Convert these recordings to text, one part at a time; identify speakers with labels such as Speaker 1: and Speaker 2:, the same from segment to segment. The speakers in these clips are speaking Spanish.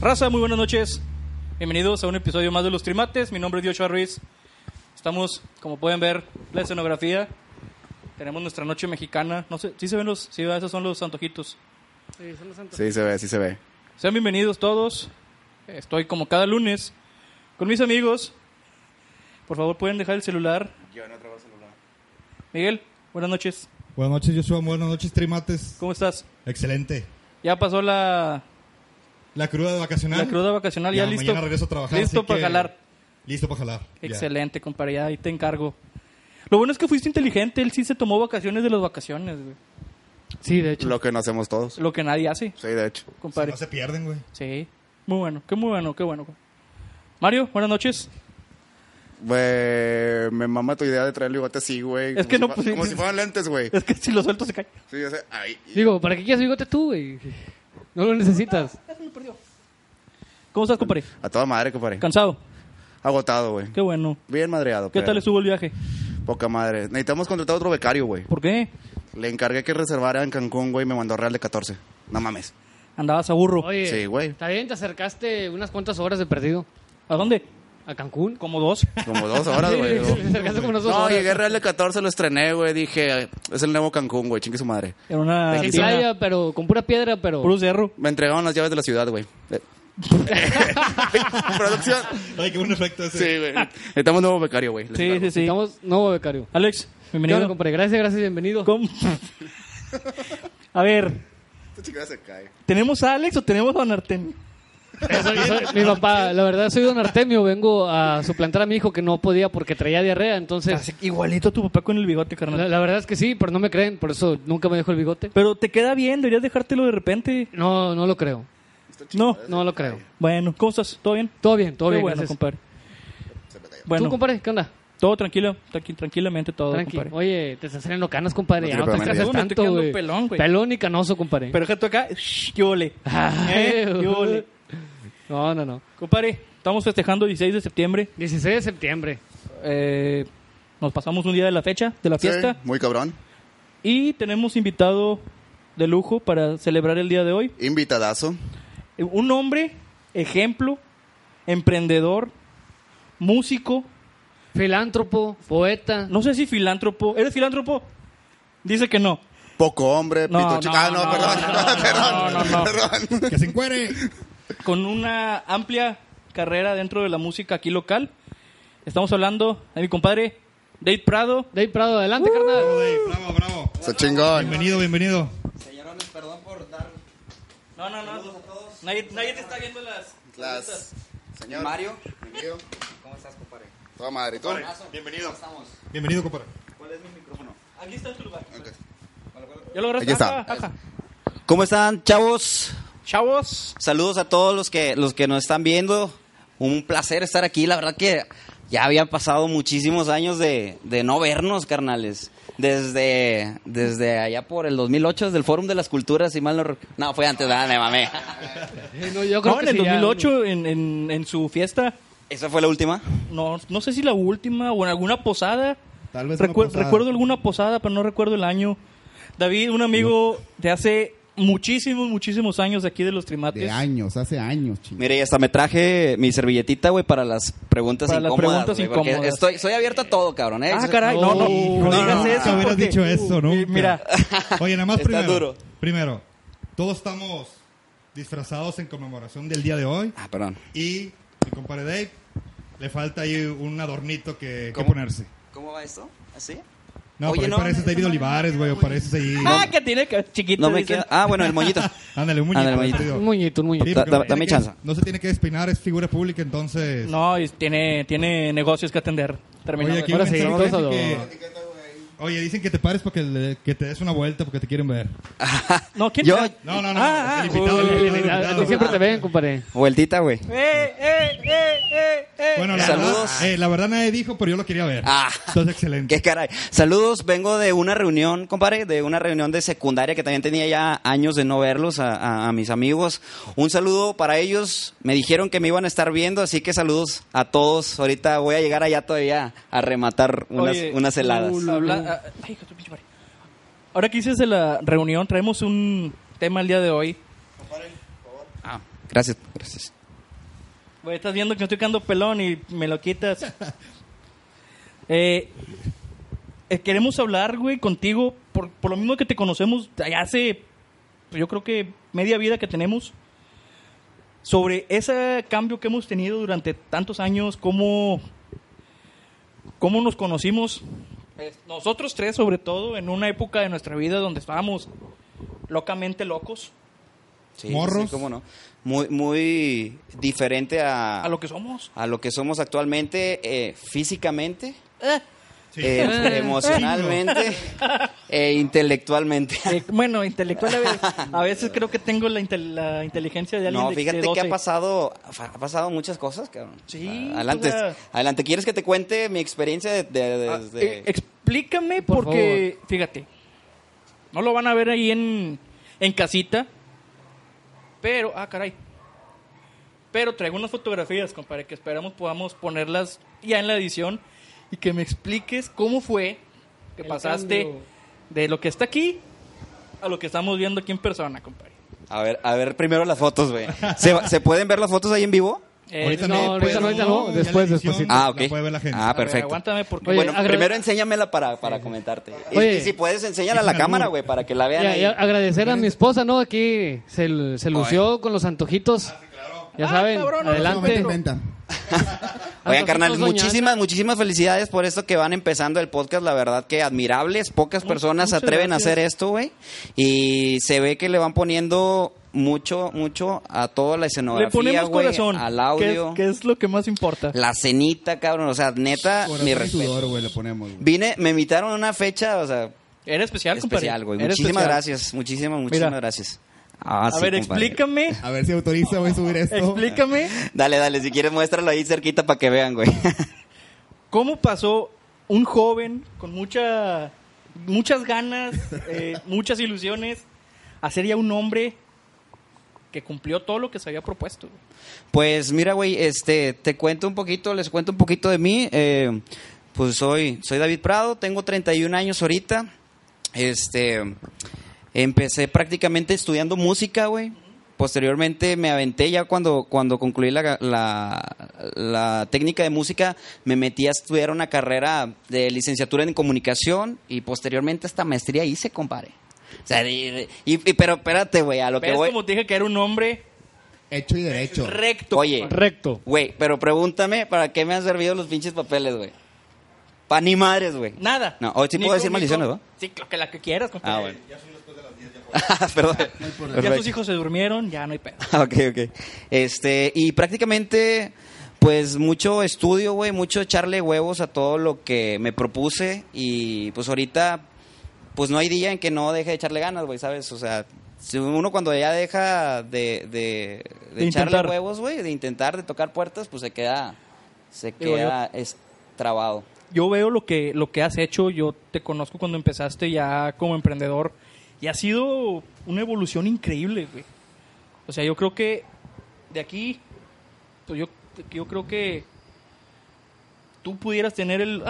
Speaker 1: Raza, muy buenas noches. Bienvenidos a un episodio más de Los Trimates. Mi nombre es Joshua Ruiz. Estamos, como pueden ver, la escenografía. Tenemos nuestra noche mexicana. No sé, ¿sí se ven los? Sí, ¿verdad? esos son los antojitos.
Speaker 2: Sí, son los santos.
Speaker 3: Sí, se ve, sí se ve.
Speaker 1: Sean bienvenidos todos. Estoy como cada lunes con mis amigos. Por favor, pueden dejar el celular.
Speaker 3: Yo no traigo celular.
Speaker 1: Miguel, buenas noches.
Speaker 4: Buenas noches, Joshua. Buenas noches, Trimates.
Speaker 1: ¿Cómo estás?
Speaker 4: Excelente.
Speaker 1: Ya pasó la,
Speaker 4: La cruda de vacacional.
Speaker 1: la cruda vacacional. Ya,
Speaker 4: Ya,
Speaker 1: listo.
Speaker 4: mañana regreso a trabajar,
Speaker 1: Listo
Speaker 4: así
Speaker 1: para
Speaker 4: que-
Speaker 1: jalar.
Speaker 4: Listo para jalar. Ya.
Speaker 1: Excelente, compadre. ya Ahí te encargo. Lo bueno es que fuiste inteligente. Él sí se tomó vacaciones de las vacaciones, güey.
Speaker 2: Sí, de hecho.
Speaker 3: Lo que no hacemos todos.
Speaker 1: Lo que nadie hace,
Speaker 3: Sí, de hecho.
Speaker 4: Si
Speaker 1: compadre.
Speaker 4: no se pierden, güey.
Speaker 1: Sí. Muy bueno, qué muy bueno, qué bueno. Mario, buenas noches.
Speaker 3: Güey, me mama tu idea de traer el bigote así, güey.
Speaker 1: Es
Speaker 3: como
Speaker 1: que
Speaker 3: si
Speaker 1: no,
Speaker 3: fue-
Speaker 1: pues, sí.
Speaker 3: Como si fueran lentes, güey.
Speaker 1: Es que si lo suelto se cae.
Speaker 3: Sí, ya sé. Ay.
Speaker 2: Digo, ¿para qué quieres bigote tú, güey? No lo necesitas.
Speaker 1: ¿Cómo estás, compadre?
Speaker 3: A toda madre, compadre.
Speaker 1: ¿Cansado?
Speaker 3: Agotado, güey.
Speaker 1: Qué bueno.
Speaker 3: Bien madreado.
Speaker 1: ¿Qué
Speaker 3: pero
Speaker 1: tal estuvo el viaje?
Speaker 3: Poca madre. Necesitamos contratar otro becario, güey.
Speaker 1: ¿Por qué?
Speaker 3: Le encargué que reservara en Cancún, güey. Me mandó Real de 14. No mames.
Speaker 1: Andabas a burro.
Speaker 2: Oye,
Speaker 3: Sí, güey.
Speaker 2: Está bien, te acercaste unas cuantas horas de perdido
Speaker 1: ¿A dónde?
Speaker 2: a Cancún.
Speaker 1: Como dos.
Speaker 3: Como dos horas,
Speaker 2: Sí,
Speaker 3: güey.
Speaker 2: te acercaste como unas dos
Speaker 3: No,
Speaker 2: horas.
Speaker 3: llegué a Real de 14, lo estrené, güey. Dije, es el nuevo Cancún, güey. Chingue su madre.
Speaker 1: En una
Speaker 3: Te
Speaker 2: En
Speaker 3: quizá.
Speaker 1: tina,
Speaker 2: playa, pero con pura piedra, pero...
Speaker 1: puro cerro.
Speaker 3: Me entregaron las llaves de la ciudad, güey. Eh. Producción.
Speaker 4: Ay, qué buen efecto ese.
Speaker 3: Sí, güey. Necesitamos nuevo becario, güey. Les
Speaker 1: Sí,
Speaker 3: encargo.
Speaker 1: sí, sí.
Speaker 2: Estamos nuevo becario.
Speaker 1: Alex,
Speaker 2: Bienvenido.
Speaker 1: bienvenido.
Speaker 2: compadre. Gracias, gracias, bienvenido.
Speaker 1: ¿Cómo? a ver,
Speaker 3: Esta chica se Este cae.
Speaker 1: ¿tenemos a Alex o tenemos a Narten?
Speaker 2: Soy- soy- mi papá, la verdad, soy don Artemio. Vengo a suplantar a mi hijo que no podía porque traía diarrea. Entonces,
Speaker 1: Igualito a tu papá con el bigote, Ah, carnal.
Speaker 2: la, la verdad es que sí, pero no me creen. Por eso nunca me dejó el bigote.
Speaker 1: Pero te queda bien, deberías dejártelo de repente.
Speaker 2: No, no lo creo.
Speaker 1: No.
Speaker 2: No lo creo.
Speaker 1: Bueno, ¿cómo estás? ¿Todo bien?
Speaker 2: Todo bien, todo
Speaker 1: Qué
Speaker 2: bien,
Speaker 1: bueno,
Speaker 2: gracias.
Speaker 1: compadre. Bueno,
Speaker 2: ¿Tú, compadre, qué onda?
Speaker 1: todo tranquilo, tranqui- tranquilamente todo,
Speaker 2: Tranqui.
Speaker 1: compadre.
Speaker 2: Oye, te estás saliendo canas, compadre. Ya
Speaker 3: No
Speaker 2: no te
Speaker 3: te preocupes.
Speaker 2: estreses
Speaker 1: Uy, me estoy
Speaker 2: tanto,
Speaker 1: quedando
Speaker 2: güey.
Speaker 1: pelón, güey.
Speaker 2: Pelón y canoso, compadre.
Speaker 1: Pero tú acá, shh, ¿qué ole?
Speaker 2: Ah.
Speaker 1: ¿Eh?
Speaker 2: Ay,
Speaker 1: ¿Qué ole?
Speaker 2: No, no, no.
Speaker 1: Compadre, estamos festejando 16 de septiembre.
Speaker 2: 16 de septiembre.
Speaker 1: Eh, nos pasamos un día de la fecha, de la fiesta.
Speaker 3: Muy cabrón.
Speaker 1: Y tenemos invitado de lujo para celebrar el día de hoy.
Speaker 3: Invitadazo.
Speaker 1: Eh, Un hombre, ejemplo, emprendedor, músico,
Speaker 2: Filántropo, poeta.
Speaker 1: no sé si filántropo. ¿Eres filántropo? Dice que no.
Speaker 3: Poco hombre,
Speaker 1: No,
Speaker 3: pito
Speaker 1: no,
Speaker 3: chica. Ah, no,
Speaker 1: no,
Speaker 3: perdón.
Speaker 1: no, no, no,
Speaker 3: perdón.
Speaker 1: no, no.
Speaker 3: Perdón.
Speaker 4: Que se encuere.
Speaker 1: Con una amplia carrera dentro de la música aquí local. Estamos hablando de mi compadre Dave Prado.
Speaker 2: Dave Prado, adelante, carnal.
Speaker 1: Uh.
Speaker 4: Bravo, Dave, bravo, bravo.
Speaker 3: So chingón.
Speaker 4: Bienvenido, bienvenido.
Speaker 1: No, no, no. Nadie, nadie te está viendo las.
Speaker 3: Las- Señor. Mario. Bienvenido.
Speaker 5: ¿Cómo estás, compadre?
Speaker 3: Toda madre. ¿y tú?
Speaker 5: Bienvenido. estamos?
Speaker 4: Bienvenido, compadre.
Speaker 5: ¿Cuál es mi micrófono?
Speaker 1: Aquí está tu lugar.
Speaker 3: Ok.
Speaker 1: Ya lo agarraste.
Speaker 3: Aquí está.
Speaker 1: Ajá, ajá.
Speaker 5: ¿Cómo están, chavos?
Speaker 1: Chavos.
Speaker 5: Saludos a todos los que, los que nos están viendo. Un placer estar aquí. La verdad que ya habían pasado muchísimos años de, de no vernos, carnales. Desde, desde allá por el 2008, desde el Fórum de las Culturas, si mal no recuerdo. No, fue antes, dale, mame.
Speaker 2: Eh, no, yo creo
Speaker 1: No,
Speaker 2: que
Speaker 1: en el
Speaker 2: sí, ya.
Speaker 1: 2008, en, en, en su fiesta.
Speaker 5: ¿Esa fue la última?
Speaker 1: No, no sé si la última o en alguna posada.
Speaker 4: Tal vez
Speaker 1: Recuer-
Speaker 4: una posada.
Speaker 1: Recuerdo alguna posada, pero no recuerdo el año. David, un amigo de hace muchísimos, muchísimos años de aquí de los Trimates.
Speaker 6: De años, hace años, chingón.
Speaker 5: Mire, y hasta me traje mi servilletita, güey, para las preguntas
Speaker 1: Para las
Speaker 5: incómodas.
Speaker 1: preguntas
Speaker 5: güey, porque
Speaker 1: incómodas.
Speaker 5: Estoy, soy abierto a todo, cabrón. ¿eh?
Speaker 1: Ah, caray, no, no,
Speaker 4: Hijo,
Speaker 1: no digas
Speaker 4: nunca
Speaker 1: eso.
Speaker 4: hubieras
Speaker 1: porque-
Speaker 4: dicho eso, ¿no?
Speaker 1: Eh, Mira,
Speaker 4: Oye, nada más
Speaker 5: Está
Speaker 4: primero.
Speaker 5: duro.
Speaker 4: Primero, todos estamos disfrazados en conmemoración del día de hoy.
Speaker 5: Ah, perdón.
Speaker 4: Y mi compadre Dave, le falta ahí un adornito que, que
Speaker 5: ¿Cómo?
Speaker 4: ponerse.
Speaker 5: ¿Cómo va esto? ¿Así?
Speaker 4: No,
Speaker 5: Oye,
Speaker 4: pero
Speaker 5: no,
Speaker 4: ahí pareces
Speaker 5: no,
Speaker 4: David Olivares, güey, o pareces ahí...
Speaker 1: Ah, que tiene que. Chiquito.
Speaker 5: No me
Speaker 1: dicen.
Speaker 5: queda. Ah, bueno, el moñito.
Speaker 4: Ándale, un muñeco.
Speaker 5: Ándale, muñeco.
Speaker 4: rápido.
Speaker 2: Un muñito, un muñito.
Speaker 4: Sí,
Speaker 5: Da-
Speaker 4: porque no
Speaker 5: da- dame
Speaker 4: tiene que-
Speaker 5: chance.
Speaker 4: No se tiene que despeinar, es figura pública, entonces...
Speaker 1: No, y tiene, tiene negocios que atender. Terminó.
Speaker 4: Oye, aquí
Speaker 2: Ahora
Speaker 4: un
Speaker 2: sí,
Speaker 4: mensaje
Speaker 2: vamos a
Speaker 4: dice
Speaker 2: lo-
Speaker 4: que- Oye, dicen que te pares para que, le- que te des una vuelta porque te quieren ver.
Speaker 1: No, ¿quién?
Speaker 5: Yo,
Speaker 4: No, no, no.
Speaker 1: Ah, ah,
Speaker 4: el invitado,
Speaker 1: uy,
Speaker 4: el invitado, el
Speaker 2: Ah,
Speaker 4: invitado.
Speaker 2: Siempre te ven, compadre.
Speaker 5: vueltita, güey.
Speaker 1: Eh, eh, eh, eh, eh.
Speaker 4: Bueno, la
Speaker 5: Saludos.
Speaker 4: verdad, eh, la verdad nadie dijo, pero yo lo quería ver.
Speaker 5: Ah.
Speaker 4: Entonces, excelente.
Speaker 5: Qué caray. Saludos, vengo de una reunión, compadre, de una reunión de secundaria que también tenía ya años de no verlos a, a- a mis amigos. Un saludo para ellos. Me dijeron que me iban a estar viendo, así que saludos a todos. Ahorita voy a llegar allá todavía a rematar unas,
Speaker 1: Oye,
Speaker 5: unas heladas.
Speaker 1: Habla- ah, ay, hijo de tu pinche madre. Ahora que dices de la reunión, traemos un tema el día de hoy.
Speaker 5: Ah, gracias, gracias.
Speaker 1: Güey, estás viendo que me estoy quedando pelón y me lo quitas. Eh, eh, queremos hablar, güey, contigo, por, por lo mismo que te conocemos ya hace, pues, yo creo que media vida que tenemos, sobre ese cambio que hemos tenido durante tantos años, cómo, cómo nos conocimos, eh, nosotros tres sobre todo, en una época de nuestra vida donde estábamos locamente locos
Speaker 5: Sí,
Speaker 4: Morros.
Speaker 5: sí, cómo no. Muy, muy diferente a,
Speaker 1: a lo que somos.
Speaker 5: a lo que somos actualmente eh, físicamente,
Speaker 1: Eh,
Speaker 4: Sí.
Speaker 5: eh, emocionalmente e intelectualmente.
Speaker 1: Eh, bueno, intelectual a veces, a veces creo que tengo la, intel- la inteligencia de alguien
Speaker 5: No,
Speaker 1: de- de
Speaker 5: fíjate que
Speaker 1: 12.
Speaker 5: ha pasado, ha pasado muchas cosas, cabrón. Ah,
Speaker 1: Sí,
Speaker 5: Adelante,
Speaker 1: o sea-
Speaker 5: adelante. ¿Quieres que te cuente mi experiencia de, de- de-
Speaker 1: Ah,
Speaker 5: desde-
Speaker 1: eh, explícame
Speaker 2: Por
Speaker 1: porque, fíjate, no lo van a ver ahí en, en casita, pero, ah, caray. Pero traigo unas fotografías, compadre, que esperamos podamos ponerlas ya en la edición y que me expliques cómo fue que
Speaker 2: El
Speaker 1: pasaste
Speaker 2: cambio.
Speaker 1: de lo que está aquí a lo que estamos viendo aquí en persona, compadre.
Speaker 5: A ver, a ver primero las fotos, güey. ¿Se, se pueden ver las fotos ahí en vivo?
Speaker 1: Eh,
Speaker 4: Ahorita
Speaker 2: no,
Speaker 4: pero
Speaker 2: ahorita no, ahorita no,
Speaker 4: ya la
Speaker 2: después,
Speaker 4: edición
Speaker 2: despuesito.
Speaker 5: Ah, ok.
Speaker 4: La puede ver la gente.
Speaker 5: Ah,
Speaker 1: a ver,
Speaker 5: perfecto.
Speaker 1: aguántame porque...
Speaker 2: Oye,
Speaker 5: bueno,
Speaker 2: agrade-
Speaker 5: primero enséñamela para, para comentarte. Y-
Speaker 2: Oye.
Speaker 5: y, si puedes, enséñala a la
Speaker 4: Déjame
Speaker 5: cámara,
Speaker 4: alguna.
Speaker 5: güey, para que la vean
Speaker 2: Ya,
Speaker 5: ahí.
Speaker 2: ya agradecer a mi esposa, ¿no? Aquí se, se lució con los antojitos. Ya
Speaker 1: Ah,
Speaker 2: saben,
Speaker 1: cabrón, no,
Speaker 2: adelante.
Speaker 1: no, no, no.
Speaker 5: Oigan,
Speaker 2: Antojitos,
Speaker 5: carnal,
Speaker 2: doña
Speaker 1: ¿eh?
Speaker 5: muchísimas, muchísimas felicidades por esto que van empezando el podcast. La verdad que admirables. Pocas
Speaker 1: Mu-
Speaker 5: personas se
Speaker 1: muchas
Speaker 5: atreven
Speaker 1: gracias.
Speaker 5: a hacer esto, güey. Y se ve que le van poniendo mucho, mucho a toda la
Speaker 1: Le
Speaker 5: escenografía,
Speaker 1: ponemos
Speaker 5: güey.
Speaker 1: corazón,
Speaker 5: Al
Speaker 1: que
Speaker 5: audio.
Speaker 1: es, que es lo que más importa.
Speaker 5: La cenita, cabrón. O sea, neta,
Speaker 6: Corazón
Speaker 5: Ah, mi
Speaker 6: y
Speaker 5: respeto.
Speaker 6: sudor, güey, le ponemos. güey.
Speaker 5: Vine, me invitaron a una fecha, o sea,
Speaker 1: Era especial, compadre.
Speaker 5: especial, güey.
Speaker 1: Era
Speaker 5: Muchísimas
Speaker 1: especial.
Speaker 5: gracias. Muchísimas, muchísimas
Speaker 1: Mira.
Speaker 5: gracias. Ah,
Speaker 1: A
Speaker 5: sí,
Speaker 1: ver,
Speaker 5: compadre.
Speaker 1: explícame,
Speaker 6: A ver si autoriza, voy a subir esto.
Speaker 1: explícame
Speaker 5: Dale, dale, si quieres muéstralo ahí cerquita para que vean, güey.
Speaker 1: cómo pasó un joven con mucha, muchas ganas, eh, muchas ilusiones, a ser ya un hombre que cumplió todo lo que se había propuesto. güey.
Speaker 5: Pues mira, güey, este, te cuento un poquito, les cuento un poquito de mí. Eh, pues soy, soy David Prado, tengo 31 años ahorita. Este, empecé prácticamente estudiando música, güey. Posteriormente me aventé ya cuando, cuando concluí la, la- la técnica de música, me metí a estudiar una carrera de licenciatura en comunicación y posteriormente esta maestría hice, compadre. O sea, y- y- y- pero espérate, güey, a lo que
Speaker 1: ¿Ves
Speaker 5: voy.
Speaker 1: como te dije que era un hombre
Speaker 6: Hecho y derecho.
Speaker 1: recto?
Speaker 5: Oye,
Speaker 2: Recto.
Speaker 5: Güey, pero pregúntame, ¿para qué me han servido los pinches papeles, güey? Pa' ni madres, güey.
Speaker 1: Nada.
Speaker 5: No, hoy sí
Speaker 1: Ni
Speaker 5: puedo
Speaker 1: con-
Speaker 5: decir
Speaker 1: ni
Speaker 5: maldiciones,
Speaker 1: con-
Speaker 5: ¿no?
Speaker 1: Sí, claro que la que quieras. compadre.
Speaker 5: Ah, bueno. Ah, Perdón.
Speaker 1: Ya
Speaker 5: Perfecto.
Speaker 1: tus hijos se durmieron, ya no hay pedo.
Speaker 5: Ah, ok, ok. Este, y prácticamente, pues mucho estudio, güey, mucho echarle huevos a todo lo que me propuse y pues ahorita, pues no hay día en que no deje de echarle ganas, güey, ¿sabes? O sea, si uno cuando ya deja de, de, de
Speaker 1: De
Speaker 5: echarle
Speaker 1: intentar.
Speaker 5: huevos, güey, de intentar, de tocar puertas, pues se queda, se
Speaker 1: Digo, yo-
Speaker 5: queda es, trabado.
Speaker 1: yo veo lo que, lo que has hecho, yo te conozco cuando empezaste ya como emprendedor y ha sido una evolución increíble, güey. O sea, yo creo que de aquí, pues yo, yo creo que tú pudieras tener el...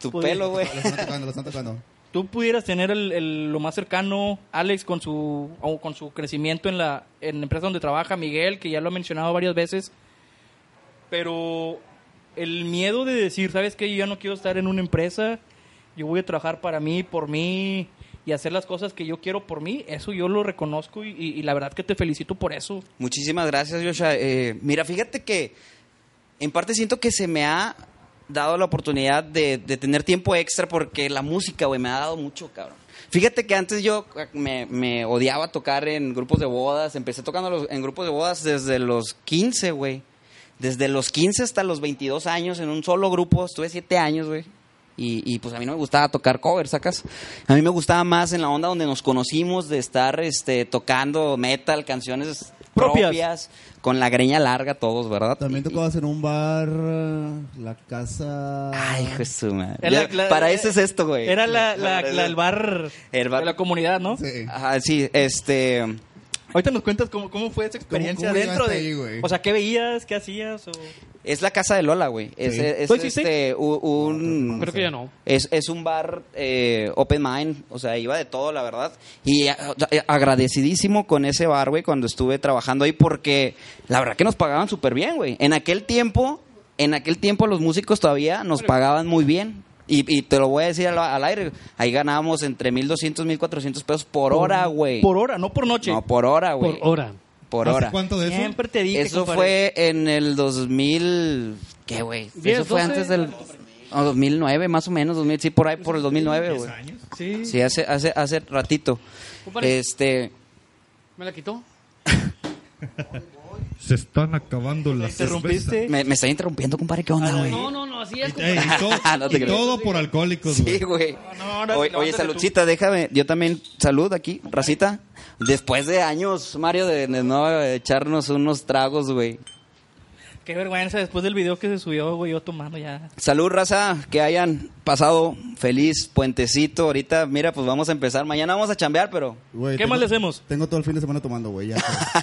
Speaker 5: Tu
Speaker 1: Podría-
Speaker 5: pelo, güey.
Speaker 6: Los están tocando, los están tocando.
Speaker 1: Tú pudieras tener el, el- lo más cercano, Alex, con su, o con su crecimiento en la, en la empresa donde trabaja, Miguel, que ya lo ha mencionado varias veces, pero el miedo de decir, ¿sabes qué? Yo ya no quiero estar en una empresa, yo voy a trabajar para mí, por mí, y hacer las cosas que yo quiero por mí, eso yo lo reconozco y, y- y la verdad que te felicito por eso.
Speaker 5: Muchísimas gracias, Joshua. Eh, mira, fíjate que en parte siento que se me ha dado la oportunidad de, de tener tiempo extra porque la música, güey, me ha dado mucho, cabrón. Fíjate que antes yo eh, me, me odiaba tocar en grupos de bodas. Empecé tocando los- en grupos de bodas desde los 15, güey. Desde los 15 hasta los 22 años en un solo grupo. Estuve 7 años, güey. Y, y, pues a mí no me gustaba tocar covers, ¿sacas? A mí me gustaba más en la onda donde nos conocimos de estar este, tocando metal, canciones
Speaker 1: Propias.
Speaker 5: propias. con la greña larga todos, ¿verdad?
Speaker 6: También
Speaker 5: Y-
Speaker 6: tocabas en un bar, eh, la casa...
Speaker 2: Ah.
Speaker 5: Ay, Jesús, man.
Speaker 1: Era
Speaker 5: Ya,
Speaker 1: la- la-
Speaker 5: para eso es esto, güey.
Speaker 1: Era la, la-
Speaker 5: Para
Speaker 1: la-
Speaker 5: eso.
Speaker 1: el, bar
Speaker 5: El bar.
Speaker 1: de la comunidad, ¿no?
Speaker 6: Sí.
Speaker 5: Ajá, sí, este...
Speaker 1: Ahorita nos cuentas cómo, cómo fue esa experiencia
Speaker 6: cómo
Speaker 1: dentro
Speaker 6: llegaste
Speaker 1: de...
Speaker 6: ahí, güey?
Speaker 1: o sea, ¿qué veías? ¿Qué hacías? O...
Speaker 5: Es la casa de Lola, güey. Es,
Speaker 6: Sí.
Speaker 5: es- es,
Speaker 1: ¿Tú hiciste?
Speaker 5: este, u- un...
Speaker 2: Creo que ya no.
Speaker 5: Es, es un bar eh, open mind, o sea, iba de todo, la verdad. Y eh, a- a- agradecidísimo con ese bar, güey, cuando estuve trabajando ahí, porque la verdad que nos pagaban súper bien, güey. En aquel tiempo, en aquel tiempo los músicos todavía nos pagaban muy bien. Y, y te lo voy a decir al, al aire, ahí ganábamos entre 1.200, 1.400 pesos por hora, güey.
Speaker 1: Por hora, no por noche.
Speaker 5: No, por hora, güey.
Speaker 2: Por hora.
Speaker 5: Por
Speaker 4: ¿Hace
Speaker 5: hora.
Speaker 4: cuánto de eso?
Speaker 1: Siempre te dije,
Speaker 5: Eso
Speaker 1: compadre.
Speaker 5: fue en el 2000. ¿Qué, güey?
Speaker 2: Diez,
Speaker 5: Eso fue
Speaker 2: doce.
Speaker 5: antes del. no, 2009, más o menos. 2000, sí, por ahí, por el 2009, güey.
Speaker 2: Sí.
Speaker 5: Sí, hace, hace, hace ratito.
Speaker 2: Compadre.
Speaker 5: Este.
Speaker 2: ¿Me la quitó?
Speaker 4: Se están acabando las
Speaker 1: Interrumpiste.
Speaker 5: Me, me está interrumpiendo, compadre. ¿Qué onda, güey?
Speaker 2: Ah, No, no, no, así es.
Speaker 4: Ey,
Speaker 2: compadre.
Speaker 4: y todo,
Speaker 5: Ah, No te
Speaker 4: y
Speaker 5: creo.
Speaker 4: todo por alcohólicos, güey.
Speaker 5: Sí, güey.
Speaker 1: No, no, ahora sí,
Speaker 5: Oye, oye,
Speaker 1: levántate
Speaker 5: saludcita, déjame. Yo también, salud aquí, racita. Después de años, Mario, de, de no echarnos unos tragos, güey.
Speaker 1: Qué vergüenza, después del video que se subió, güey, yo tomando ya.
Speaker 5: Salud, raza, que hayan pasado feliz puentecito. Ahorita, mira, pues vamos a empezar. Mañana vamos a chambear, pero
Speaker 6: Güey,
Speaker 1: ¿Qué
Speaker 6: tengo-
Speaker 1: más le hacemos?
Speaker 6: Tengo todo el fin de semana tomando, güey, ya.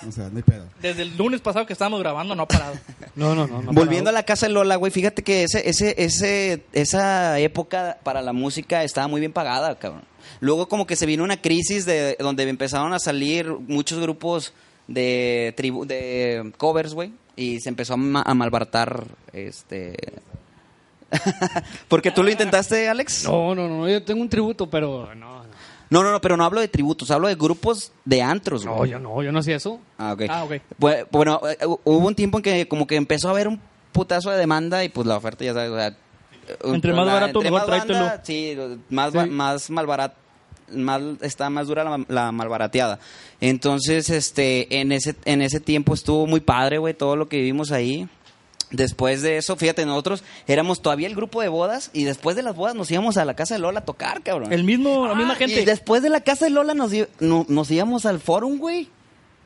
Speaker 6: o sea, no hay pedo.
Speaker 1: Desde el lunes pasado que estábamos grabando no ha parado.
Speaker 2: No, no, no. no
Speaker 5: Volviendo a
Speaker 2: parado.
Speaker 5: la casa de Lola, güey, fíjate que ese, ese, ese, esa época para la música estaba muy bien pagada, cabrón. Luego como que se vino una crisis de donde empezaron a salir muchos grupos de tribu- de covers, güey, y se empezó a, ma- a malbaratar, este. Porque tú lo intentaste, Alex.
Speaker 2: No, no, no. Yo tengo un tributo, pero no. no.
Speaker 5: no, no, no, pero no hablo de tributos, hablo de grupos de antros, güey.
Speaker 2: No, yo no, yo no hacía eso.
Speaker 5: Ah, ok.
Speaker 1: Ah, ok.
Speaker 5: Bu- Bueno, eh, hu- hubo un tiempo en que como que empezó a haber un putazo de demanda y pues la oferta ya sabes, o sea, eh,
Speaker 1: Entre más
Speaker 5: la-
Speaker 1: barato,
Speaker 5: entre
Speaker 1: mejor
Speaker 5: más banda,
Speaker 1: tráetelo.
Speaker 5: sí, más, ba-
Speaker 2: Sí.
Speaker 5: más malbarat, más, está más dura la, la malbarateada. Entonces, este, en ese, en ese tiempo estuvo muy padre, güey, todo lo que vivimos ahí. Después de eso, fíjate, nosotros éramos todavía el grupo de bodas y después de las bodas nos íbamos a la casa de Lola a tocar, cabrón.
Speaker 1: El mismo, la misma
Speaker 5: Ah,
Speaker 1: gente.
Speaker 5: Y después de la casa de Lola nos, i- no- nos íbamos al forum, güey.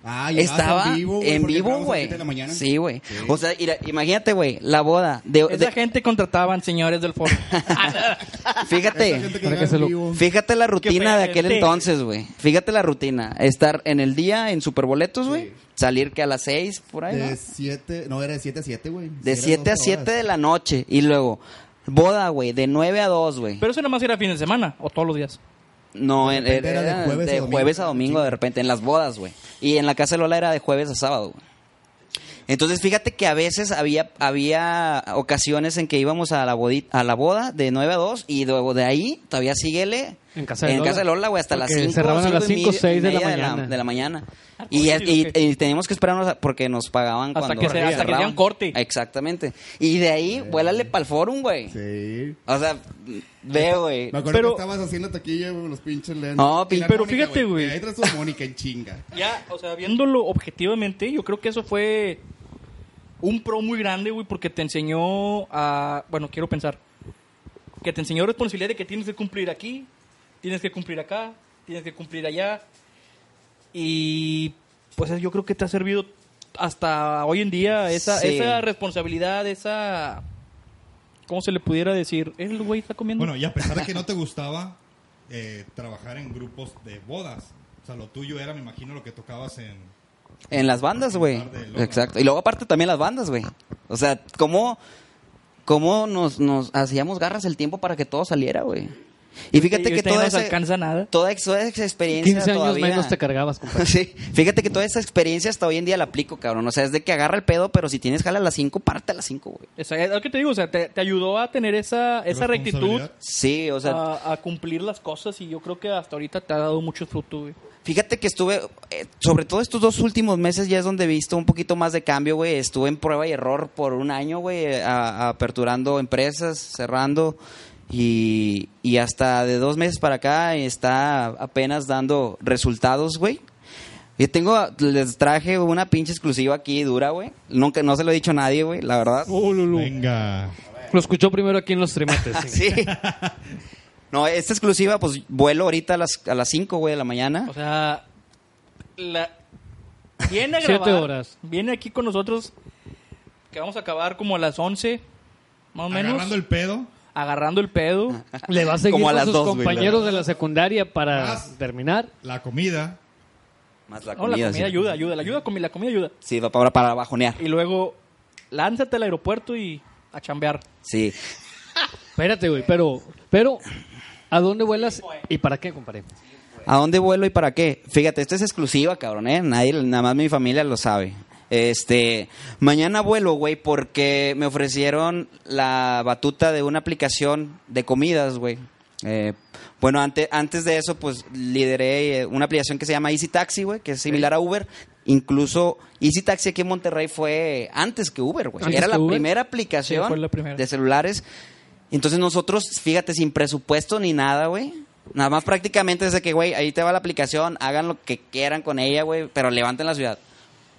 Speaker 6: Ah, llegabas
Speaker 5: Estaba
Speaker 6: porque
Speaker 5: en vivo,
Speaker 6: entrabas a las
Speaker 5: güey.
Speaker 6: siete de la mañana.
Speaker 5: Sí, güey. O sea, ira- imagínate, güey, la boda. De,
Speaker 1: Esa
Speaker 5: de-
Speaker 1: gente contrataban señores del foro. Ah,
Speaker 6: Esa gente
Speaker 5: fíjate,
Speaker 6: que
Speaker 2: Para que
Speaker 6: llegaba
Speaker 2: se
Speaker 6: en
Speaker 2: lo-
Speaker 6: vivo.
Speaker 5: fíjate la rutina
Speaker 1: fea
Speaker 5: de aquel
Speaker 1: gente.
Speaker 5: entonces, güey. Fíjate la rutina. Estar en el día en superboletos, güey. Salir que a las seis, por ahí, ¿no?
Speaker 6: De 7, no, era de 7 a 7, güey.
Speaker 5: De
Speaker 6: Eran
Speaker 5: 7 a
Speaker 6: dos
Speaker 5: 7
Speaker 6: horas.
Speaker 5: de la noche. Y luego, boda, güey, de 9 a 2, güey.
Speaker 1: Pero eso nada más era fin de semana o todos los días.
Speaker 5: No,
Speaker 6: De
Speaker 5: en-
Speaker 6: repente
Speaker 5: era,
Speaker 6: era
Speaker 5: de
Speaker 6: de jueves a
Speaker 5: jueves,
Speaker 6: domingo.
Speaker 5: a domingo de repente, en las bodas, güey. Y en la casa de Lola era de jueves a sábado, güey. Entonces, fíjate que a veces había, había ocasiones en que íbamos a la, bodi- a la boda de 9 a 2 y luego de ahí todavía síguele.
Speaker 2: En casa de Lola.
Speaker 5: güey, hasta las
Speaker 2: Porque
Speaker 5: 5.
Speaker 2: cerraban a las cinco, seis de la
Speaker 5: De
Speaker 2: mañana.
Speaker 5: la, mañana.
Speaker 1: Ah,
Speaker 5: Y,
Speaker 1: pues, sí,
Speaker 5: y-
Speaker 1: ok.
Speaker 5: y teníamos que esperarnos a- porque nos pagaban
Speaker 1: Hasta
Speaker 5: cuando
Speaker 1: que se- hasta que
Speaker 5: cerraban.
Speaker 1: hacían corte.
Speaker 5: Exactamente. Y de ahí, vuélale para el forum, güey.
Speaker 6: Eh. Sí.
Speaker 5: O sea, ve, güey.
Speaker 6: Me acuerdo
Speaker 1: Pero-
Speaker 6: que estabas haciendo taquilla, güey, con los pinches lentes.
Speaker 5: Eh, No,
Speaker 6: Y la
Speaker 5: pero
Speaker 6: Mónica,
Speaker 1: fíjate, güey.
Speaker 6: Y Ahí traes a Mónica en chinga.
Speaker 1: Ya, o sea, viéndolo objetivamente, yo creo que eso fue un pro muy grande, güey, porque te enseñó a. Bueno, quiero pensar. Que te enseñó responsabilidad de que tienes que cumplir aquí, tienes que cumplir acá, tienes que cumplir allá. Y pues yo creo que te ha servido hasta hoy en día esa,
Speaker 5: Sí.
Speaker 1: esa responsabilidad, esa. ¿Cómo se le pudiera decir? El güey está comiendo.
Speaker 4: Bueno, y a pesar de que no te gustaba eh, trabajar en grupos de bodas, o sea, lo tuyo era, me imagino, lo que tocabas en...
Speaker 5: En las bandas, güey.
Speaker 4: Par de locas.
Speaker 5: Exacto. Y luego aparte también las bandas, güey. O sea, ¿cómo, cómo nos, nos hacíamos garras el tiempo para que todo saliera, güey? Y fíjate que
Speaker 1: ahorita ya
Speaker 5: toda
Speaker 1: no
Speaker 5: esa,
Speaker 1: se alcanza nada.
Speaker 5: toda ex- toda esa experiencia
Speaker 2: 15 años
Speaker 5: todavía-
Speaker 2: menos te cargabas, compadre.
Speaker 5: Sí, fíjate que toda esa experiencia hasta hoy en día la aplico, cabrón. O sea, es de que agarra el pedo, pero si tienes jala a las 5, parte a las 5, güey.
Speaker 1: Es algo que te digo, o sea, te, te ayudó a tener esa, esa rectitud,
Speaker 4: Responsabilidad.
Speaker 5: Sí, o sea,
Speaker 1: a, a cumplir las cosas y yo creo que hasta ahorita te ha dado mucho fruto, güey.
Speaker 5: Fíjate que estuve, eh, sobre todo estos dos últimos meses ya es donde he visto un poquito más de cambio, güey. Estuve en prueba y error por un año, güey, a- a- aperturando empresas, cerrando. Y, y hasta de dos meses para acá está apenas dando resultados, güey. Y tengo, les traje una pinche exclusiva aquí dura, güey. Nunca, no se lo he dicho a nadie, güey, la verdad.
Speaker 4: Venga.
Speaker 2: Oh, Lo escuchó primero aquí en los trimates. sí.
Speaker 5: Sí. No, esta exclusiva, pues vuelo ahorita a las, a las 5, güey, de la mañana.
Speaker 1: O sea, la... viene a
Speaker 2: Siete
Speaker 1: grabar.
Speaker 2: horas.
Speaker 1: Viene aquí con nosotros, que vamos a acabar como a las 11, más o menos.
Speaker 4: Agarrando el pedo.
Speaker 1: agarrando el pedo.
Speaker 5: Ah,
Speaker 2: Le va a seguir
Speaker 5: Como a
Speaker 2: con
Speaker 5: las
Speaker 2: sus
Speaker 5: dos, güey,
Speaker 2: compañeros de la secundaria para
Speaker 4: Ah, sí.
Speaker 2: terminar.
Speaker 4: La comida.
Speaker 5: Más la
Speaker 1: No, la
Speaker 5: comida.
Speaker 1: comida
Speaker 5: sí.
Speaker 1: ayuda, ayuda, la ayuda, comi- la comida ayuda.
Speaker 5: Sí, va para, para bajonear.
Speaker 1: Y luego, lánzate al aeropuerto y a chambear.
Speaker 5: Sí.
Speaker 2: Espérate, güey, pero, pero, ¿a dónde vuelas y para qué, compadre?
Speaker 5: ¿A dónde vuelo y para qué? Fíjate, esto es exclusiva, cabrón, ¿eh? Nadie, nada más mi familia lo sabe. Este, mañana vuelo, güey, porque me ofrecieron la batuta de una aplicación de comidas, güey. Eh, bueno, antes, antes de eso, pues lideré eh, una aplicación que se llama Easy Taxi, güey, que es similar a Uber. Incluso Easy Taxi aquí en Monterrey fue antes que Uber, güey.
Speaker 2: Antes
Speaker 5: Era
Speaker 2: que
Speaker 5: la
Speaker 2: Uber.
Speaker 5: primera aplicación
Speaker 1: Sí, fue la primera.
Speaker 5: de celulares. Entonces nosotros, fíjate, sin presupuesto ni nada, güey. Nada más prácticamente desde que, güey, ahí te va la aplicación, hagan lo que quieran con ella, güey, pero levanten la ciudad.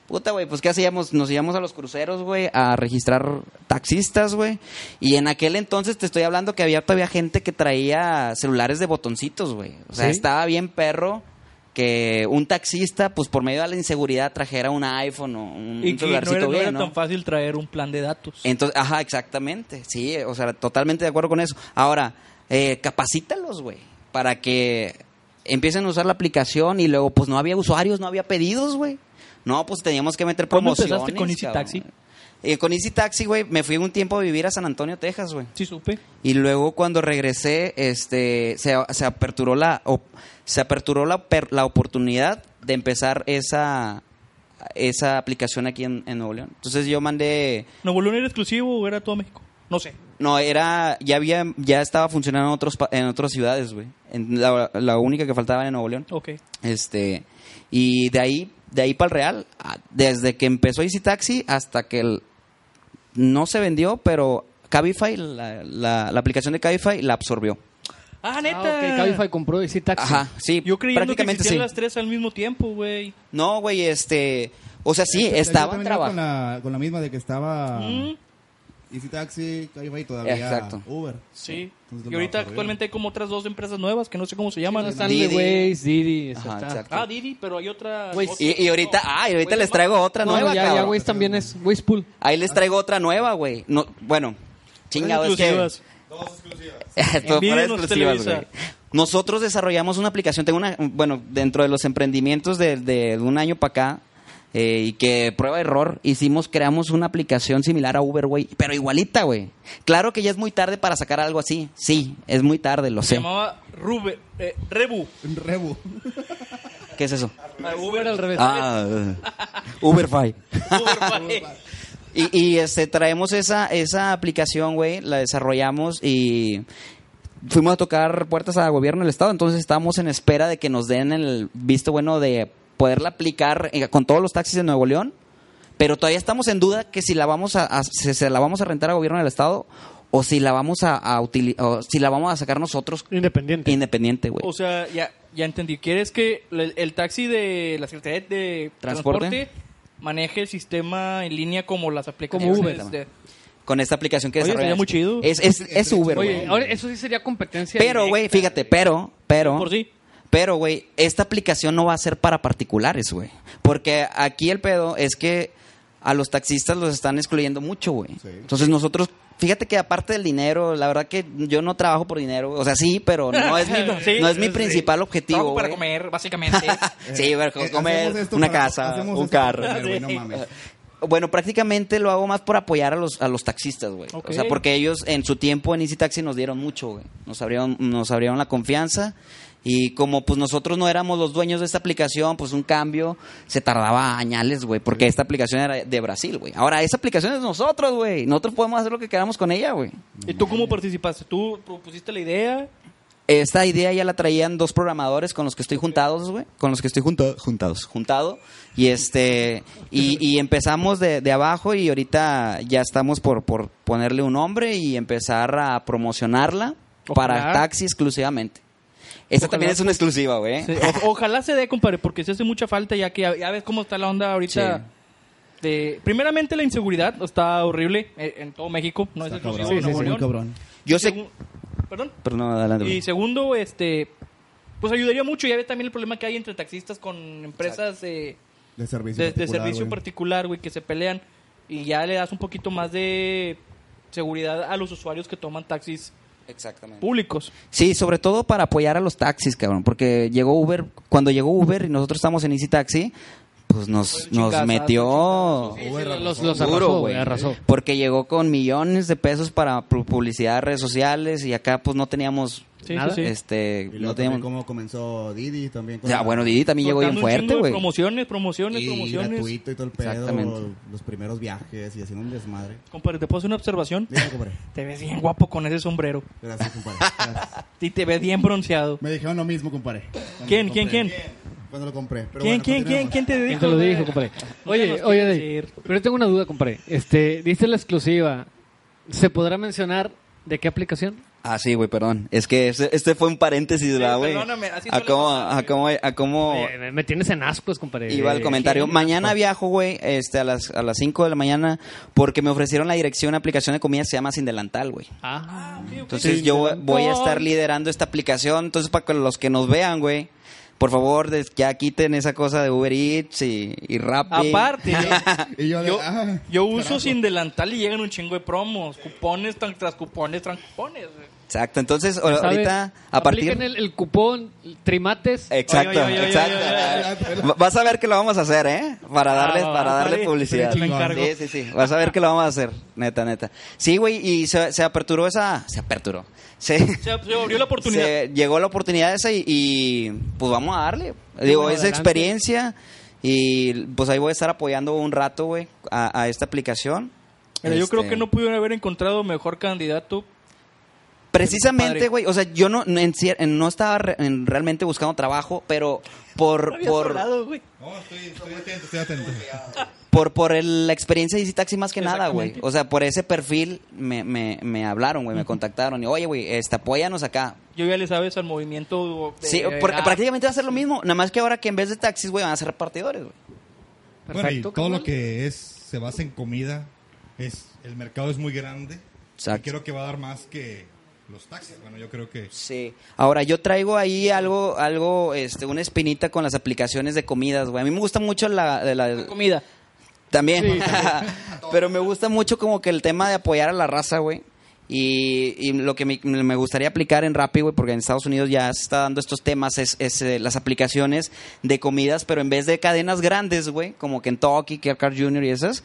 Speaker 5: Puta, güey, pues ¿qué hacíamos? Nos íbamos a los cruceros, güey, a registrar taxistas, güey. Y en aquel entonces te estoy hablando que había todavía gente que traía celulares de botoncitos, güey. O sea,
Speaker 2: Sí.
Speaker 5: estaba bien perro que un taxista, pues por medio de la inseguridad, trajera un iPhone o un,
Speaker 1: Y
Speaker 5: un
Speaker 1: que no era,
Speaker 5: celularcito
Speaker 1: no era
Speaker 5: bien, ¿no?
Speaker 1: tan fácil traer un plan de datos.
Speaker 5: Entonces, ajá, exactamente. Sí, o sea, totalmente de acuerdo con eso. Ahora, eh, capacítalos, güey, para que empiecen a usar la aplicación y luego, pues no había usuarios, no había pedidos, güey. No, pues teníamos que meter
Speaker 1: ¿Cuándo
Speaker 5: promociones.
Speaker 1: empezaste con Easy
Speaker 5: cabrón.
Speaker 1: Taxi?
Speaker 5: Eh, con Easy Taxi, güey, me fui un tiempo a vivir a San Antonio, Texas, güey.
Speaker 1: Sí, supe.
Speaker 5: Y luego cuando regresé, este, se, se aperturó la, op- se aperturó la, per- la oportunidad de empezar esa, esa aplicación aquí en, en Nuevo León. Entonces yo mandé
Speaker 1: ¿Nuevo León era exclusivo o era todo México? No sé.
Speaker 5: no, era, ya había, ya estaba funcionando en otros pa- en otras ciudades, güey. En La, la única que faltaba era en Nuevo León.
Speaker 1: Ok.
Speaker 5: Este, y de ahí, de ahí para el Real, a- desde que empezó Easy Taxi hasta que el- no se vendió, pero Cabify, la, la- la aplicación de Cabify la absorbió.
Speaker 1: Ah,
Speaker 2: Ah,
Speaker 1: neta.
Speaker 2: ok, Cabify compró Easy Taxi.
Speaker 5: Ajá, sí,
Speaker 1: Yo creyendo que
Speaker 5: prácticamente
Speaker 1: existían
Speaker 5: sí.
Speaker 1: las tres al mismo tiempo, güey.
Speaker 5: No, güey, este, o sea, sí,
Speaker 6: Yo
Speaker 5: estaban
Speaker 6: también iba Con
Speaker 5: trabajando.
Speaker 6: la, con la misma de que estaba
Speaker 1: Mm,
Speaker 6: Easy Taxi, Cabify y todavía
Speaker 5: Exacto.
Speaker 6: Uber.
Speaker 1: sí.
Speaker 6: Entonces,
Speaker 1: Y ahorita
Speaker 6: no, por
Speaker 1: actualmente hay como otras dos empresas nuevas que no sé cómo se llaman.
Speaker 2: No están
Speaker 5: Didi.
Speaker 2: de Waze, Didi, eso
Speaker 5: Ajá,
Speaker 2: está.
Speaker 5: exacto.
Speaker 1: ah, Didi, pero hay otra.
Speaker 2: Güey,
Speaker 1: otra-
Speaker 5: Y, y ahorita,
Speaker 1: no.
Speaker 5: ah, y ahorita
Speaker 1: Güey,
Speaker 5: les traigo otra
Speaker 2: No,
Speaker 5: nueva,
Speaker 2: ya, ya
Speaker 5: cabrón.
Speaker 2: Waze también es Waze Pool.
Speaker 5: Ahí les traigo otra nueva, güey. No, bueno, chingado, es que...
Speaker 1: Exclusivas.
Speaker 5: Esto fuera
Speaker 1: Envídenos,
Speaker 5: exclusivas,
Speaker 1: Televisa.
Speaker 5: güey. Nosotros desarrollamos una aplicación, tengo una, bueno, dentro de los emprendimientos de, de un año para acá, eh, y que prueba error, hicimos, creamos una aplicación similar a Uber, güey, pero igualita, güey. Claro que ya es muy tarde para sacar algo así, sí, es muy tarde, lo
Speaker 1: Se
Speaker 5: sé.
Speaker 1: llamaba Rube, eh, Rebu.
Speaker 6: Un Rebu.
Speaker 5: ¿Qué es eso?
Speaker 1: Ah, Uber al revés.
Speaker 5: Ah, Uberfy.
Speaker 1: Uber, güey.
Speaker 5: Y, y, este, traemos esa, esa aplicación, güey, la desarrollamos y fuimos a tocar puertas al gobierno del estado, entonces estábamos en espera de que nos den el visto bueno de poderla aplicar eh, con todos los taxis de Nuevo León, pero todavía estamos en duda que si la vamos a, a- si se la vamos a rentar al gobierno del estado o si la vamos a, a utili- o si la vamos a sacar nosotros
Speaker 2: Independiente.
Speaker 5: independiente, güey.
Speaker 1: O sea, ya, ya entendí. ¿Quieres que el, el taxi de la Secretaría de
Speaker 5: Transporte?
Speaker 1: Transporte, maneje el sistema en línea como las
Speaker 2: Como
Speaker 1: aplicaciones?
Speaker 2: Uber.
Speaker 1: de-
Speaker 5: con esta aplicación que
Speaker 1: Oye, sería
Speaker 5: desarrollamos.
Speaker 1: muy chido.
Speaker 5: Es, es, es Uber,
Speaker 2: Oye,
Speaker 5: güey.
Speaker 2: ahora eso sí sería competencia.
Speaker 5: Pero,
Speaker 2: directa.
Speaker 5: güey, fíjate, pero, pero.
Speaker 1: Por sí.
Speaker 5: Pero, güey, esta aplicación no va a ser para particulares, güey. Porque aquí el pedo es que a los taxistas los están excluyendo mucho, güey.
Speaker 6: Sí.
Speaker 5: Entonces nosotros, fíjate que aparte del dinero, la verdad que yo no trabajo por dinero, güey. o sea, sí, pero no es mi,
Speaker 1: Sí,
Speaker 5: no es mi
Speaker 1: sí.
Speaker 5: principal objetivo.
Speaker 1: Trabajo para
Speaker 5: güey.
Speaker 1: comer, básicamente.
Speaker 5: sí, para
Speaker 6: Eh,
Speaker 5: comer
Speaker 6: hacemos esto
Speaker 5: una
Speaker 6: para-
Speaker 5: casa,
Speaker 6: hacemos
Speaker 5: un
Speaker 6: esto para
Speaker 5: carro.
Speaker 6: comer, güey, no mames.
Speaker 5: Bueno, prácticamente lo hago más por apoyar a los, a los taxistas, güey.
Speaker 1: Ok.
Speaker 5: O sea, porque ellos en su tiempo en Easy Taxi nos dieron mucho, güey. Nos abrieron, nos abrieron la confianza. Y como pues nosotros no éramos los dueños de esta aplicación, pues un cambio se tardaba añales, güey. Porque esta aplicación era de Brasil, güey. Ahora, esa aplicación es nosotros, güey. Nosotros podemos hacer lo que queramos con ella, güey.
Speaker 1: ¿Y tú cómo participaste? ¿Tú propusiste la idea?
Speaker 5: Esta idea ya la traían dos programadores con los que estoy juntados, güey. Con los que estoy junta- juntados. Juntado. Y este. Y, y empezamos de, de abajo y ahorita ya estamos por, por ponerle un nombre y empezar a promocionarla para
Speaker 1: Ojalá.
Speaker 5: taxi exclusivamente. Esta
Speaker 1: Ojalá.
Speaker 5: también es una exclusiva, güey.
Speaker 1: Sí, o- ojalá se dé, compadre, porque se hace mucha falta ya que ya, ya ves cómo está la onda ahorita.
Speaker 5: Sí.
Speaker 1: De, primeramente la inseguridad está horrible eh, en todo México, no es
Speaker 6: Está
Speaker 1: exclusivo
Speaker 6: cabrón,
Speaker 1: de
Speaker 6: sí, sí,
Speaker 1: Nuevo
Speaker 6: sí, muy
Speaker 1: León.
Speaker 6: cabrón.
Speaker 5: Yo sé.
Speaker 1: Segun- Perdón.
Speaker 5: Perdón, adelante. güey.
Speaker 1: Y segundo, este, pues ayudaría mucho. Ya ves también el problema que hay entre taxistas con empresas eh,
Speaker 6: De servicio.
Speaker 1: de, de servicio
Speaker 6: güey.
Speaker 1: particular, güey, que se pelean y ya le das un poquito más de seguridad a los usuarios que toman taxis
Speaker 5: Exactamente.
Speaker 1: públicos.
Speaker 5: Sí, sobre todo para apoyar a los taxis, cabrón, porque llegó Uber, cuando llegó Uber y nosotros estamos en Easy Taxi, pues nos,
Speaker 1: Chingazos,
Speaker 5: nos metió
Speaker 1: Sí, sí, lo-
Speaker 2: Los,
Speaker 1: los-
Speaker 2: los
Speaker 5: duro,
Speaker 2: arrasó,
Speaker 5: güey,
Speaker 2: güey, arrasó.
Speaker 5: porque llegó con millones de pesos para pu- publicidad, redes sociales y acá pues no teníamos
Speaker 1: sí,
Speaker 2: Nada.
Speaker 1: sí, sí.
Speaker 5: este,
Speaker 6: Y luego
Speaker 5: no
Speaker 6: también
Speaker 5: teníamos
Speaker 6: cómo comenzó Didi también. con
Speaker 5: ya,
Speaker 6: la-
Speaker 5: bueno, Didi también llegó bien
Speaker 1: Soltando un
Speaker 5: fuerte,
Speaker 1: chingo de
Speaker 5: güey.
Speaker 1: Promociones, promociones,
Speaker 6: Y
Speaker 1: promociones.
Speaker 6: gratuito y todo el pedo.
Speaker 5: Exactamente.
Speaker 6: Los primeros viajes y haciendo un desmadre.
Speaker 1: Compadre, te puedo hacer una observación.
Speaker 6: Dígame, compadre.
Speaker 1: Te ves bien guapo con ese sombrero.
Speaker 6: Gracias, compadre. Gracias.
Speaker 1: Y te ves bien bronceado.
Speaker 6: Me dijeron lo mismo, compadre. cuando
Speaker 1: ¿Quién,
Speaker 6: lo
Speaker 1: quién,
Speaker 6: compré.
Speaker 1: quién?
Speaker 6: Cuando lo compré. Pero
Speaker 1: ¿Quién,
Speaker 6: bueno,
Speaker 1: quién, quién,
Speaker 6: continuemos.
Speaker 1: quién te
Speaker 2: ¿Quién
Speaker 1: dijo?
Speaker 2: te lo
Speaker 1: güey?
Speaker 2: dijo, compadre?
Speaker 1: ¿Qué
Speaker 2: Oye,
Speaker 1: nos
Speaker 2: oye,
Speaker 1: quieres
Speaker 2: Dave,
Speaker 1: decir?
Speaker 2: pero yo tengo una duda, compadre. Este, diste la exclusiva. ¿Se podrá mencionar de qué aplicación?
Speaker 5: Ah, sí, güey, perdón. Es que este, este fue un paréntesis, ¿verdad, güey?
Speaker 1: perdóname, así
Speaker 5: a
Speaker 1: suele
Speaker 5: cómo
Speaker 1: pasar,
Speaker 5: a
Speaker 1: güey.
Speaker 5: cómo a cómo
Speaker 2: Oye, Eh, me- me tienes en ascos, compadre.
Speaker 5: Iba el
Speaker 2: Eh,
Speaker 5: comentario. Mañana viajo, güey, este, a las, a las 5 de la mañana, porque me ofrecieron la dirección de aplicación de comida, se llama Sin Delantal, güey.
Speaker 2: Ah,
Speaker 5: Entonces yo voy- voy a estar liderando esta aplicación. Entonces, para que los que nos vean, güey, por favor, des- ya quiten esa cosa de Uber Eats y, y Rappi.
Speaker 1: Aparte,
Speaker 6: Y yo, de-
Speaker 1: yo,
Speaker 6: ah,
Speaker 1: yo uso sin delantal y llegan un chingo de promos. Cupones tran- tras cupones tras cupones. güey.
Speaker 5: Exacto. Entonces,
Speaker 2: ya saben,
Speaker 5: ahorita, a partir. Eh,
Speaker 2: apliquen el, el cupón Trimates.
Speaker 5: Exacto,
Speaker 1: Oye, oye, oye,
Speaker 5: exacto.
Speaker 1: oye, Ah,
Speaker 5: Va- Vas a ver que lo vamos a hacer, ¿eh? Para darle,
Speaker 1: va,
Speaker 5: para
Speaker 1: va,
Speaker 5: darle
Speaker 1: dale,
Speaker 5: publicidad.
Speaker 1: dale, chingón.
Speaker 5: Sí, sí, sí. Vas a ver que lo vamos a hacer, neta, neta. Sí, güey, y se, se aperturó esa, se aperturó. Se,
Speaker 1: Se, se abrió la oportunidad.
Speaker 5: se- llegó la oportunidad esa y, y, pues vamos a darle. Digo,
Speaker 2: Bueno,
Speaker 5: esa
Speaker 2: adelante.
Speaker 5: experiencia y pues ahí voy a estar apoyando un rato, güey, a, a esta aplicación.
Speaker 1: Mira, yo creo
Speaker 5: Este,
Speaker 1: que no pudieron haber encontrado mejor candidato.
Speaker 5: Precisamente,
Speaker 1: Padre.
Speaker 5: güey, o sea, yo no, en cier- en- no estaba re- en- realmente buscando trabajo, pero por, por,
Speaker 1: güey.
Speaker 4: No, estoy, estoy atento, estoy atento.
Speaker 5: por, por el- la experiencia de Easy Taxi más que nada, güey.
Speaker 1: Exactamente.
Speaker 5: O sea, por ese perfil me, me, me hablaron, güey, me contactaron. Y, oye, güey, este, apóyanos acá.
Speaker 1: Yo ya le sabes al movimiento. de-
Speaker 5: Sí,
Speaker 1: de-
Speaker 5: por-
Speaker 1: ah,
Speaker 5: prácticamente va a ser lo mismo, nada más que ahora que en vez de taxis, güey, van a ser repartidores, güey.
Speaker 4: Bueno, y
Speaker 2: Perfecto,
Speaker 4: todo
Speaker 2: carnal.
Speaker 4: lo que es se basa en comida, es el mercado es muy grande.
Speaker 5: Exacto.
Speaker 4: Y creo que va a dar más que los taxis. Bueno, yo creo que
Speaker 5: Sí. Ahora, yo traigo ahí algo, algo, este, una espinita con las aplicaciones de comidas, güey. A mí me gusta mucho la... de la-
Speaker 1: comida.
Speaker 5: también. Pero me gusta mucho como que el tema de apoyar a la raza, güey. Y, y lo que me, me gustaría aplicar en Rappi, güey, porque en Estados Unidos ya se está dando estos temas, es, es, eh, las aplicaciones de comidas, pero en vez de cadenas grandes, güey, como Kentucky, Car Jr. y esas,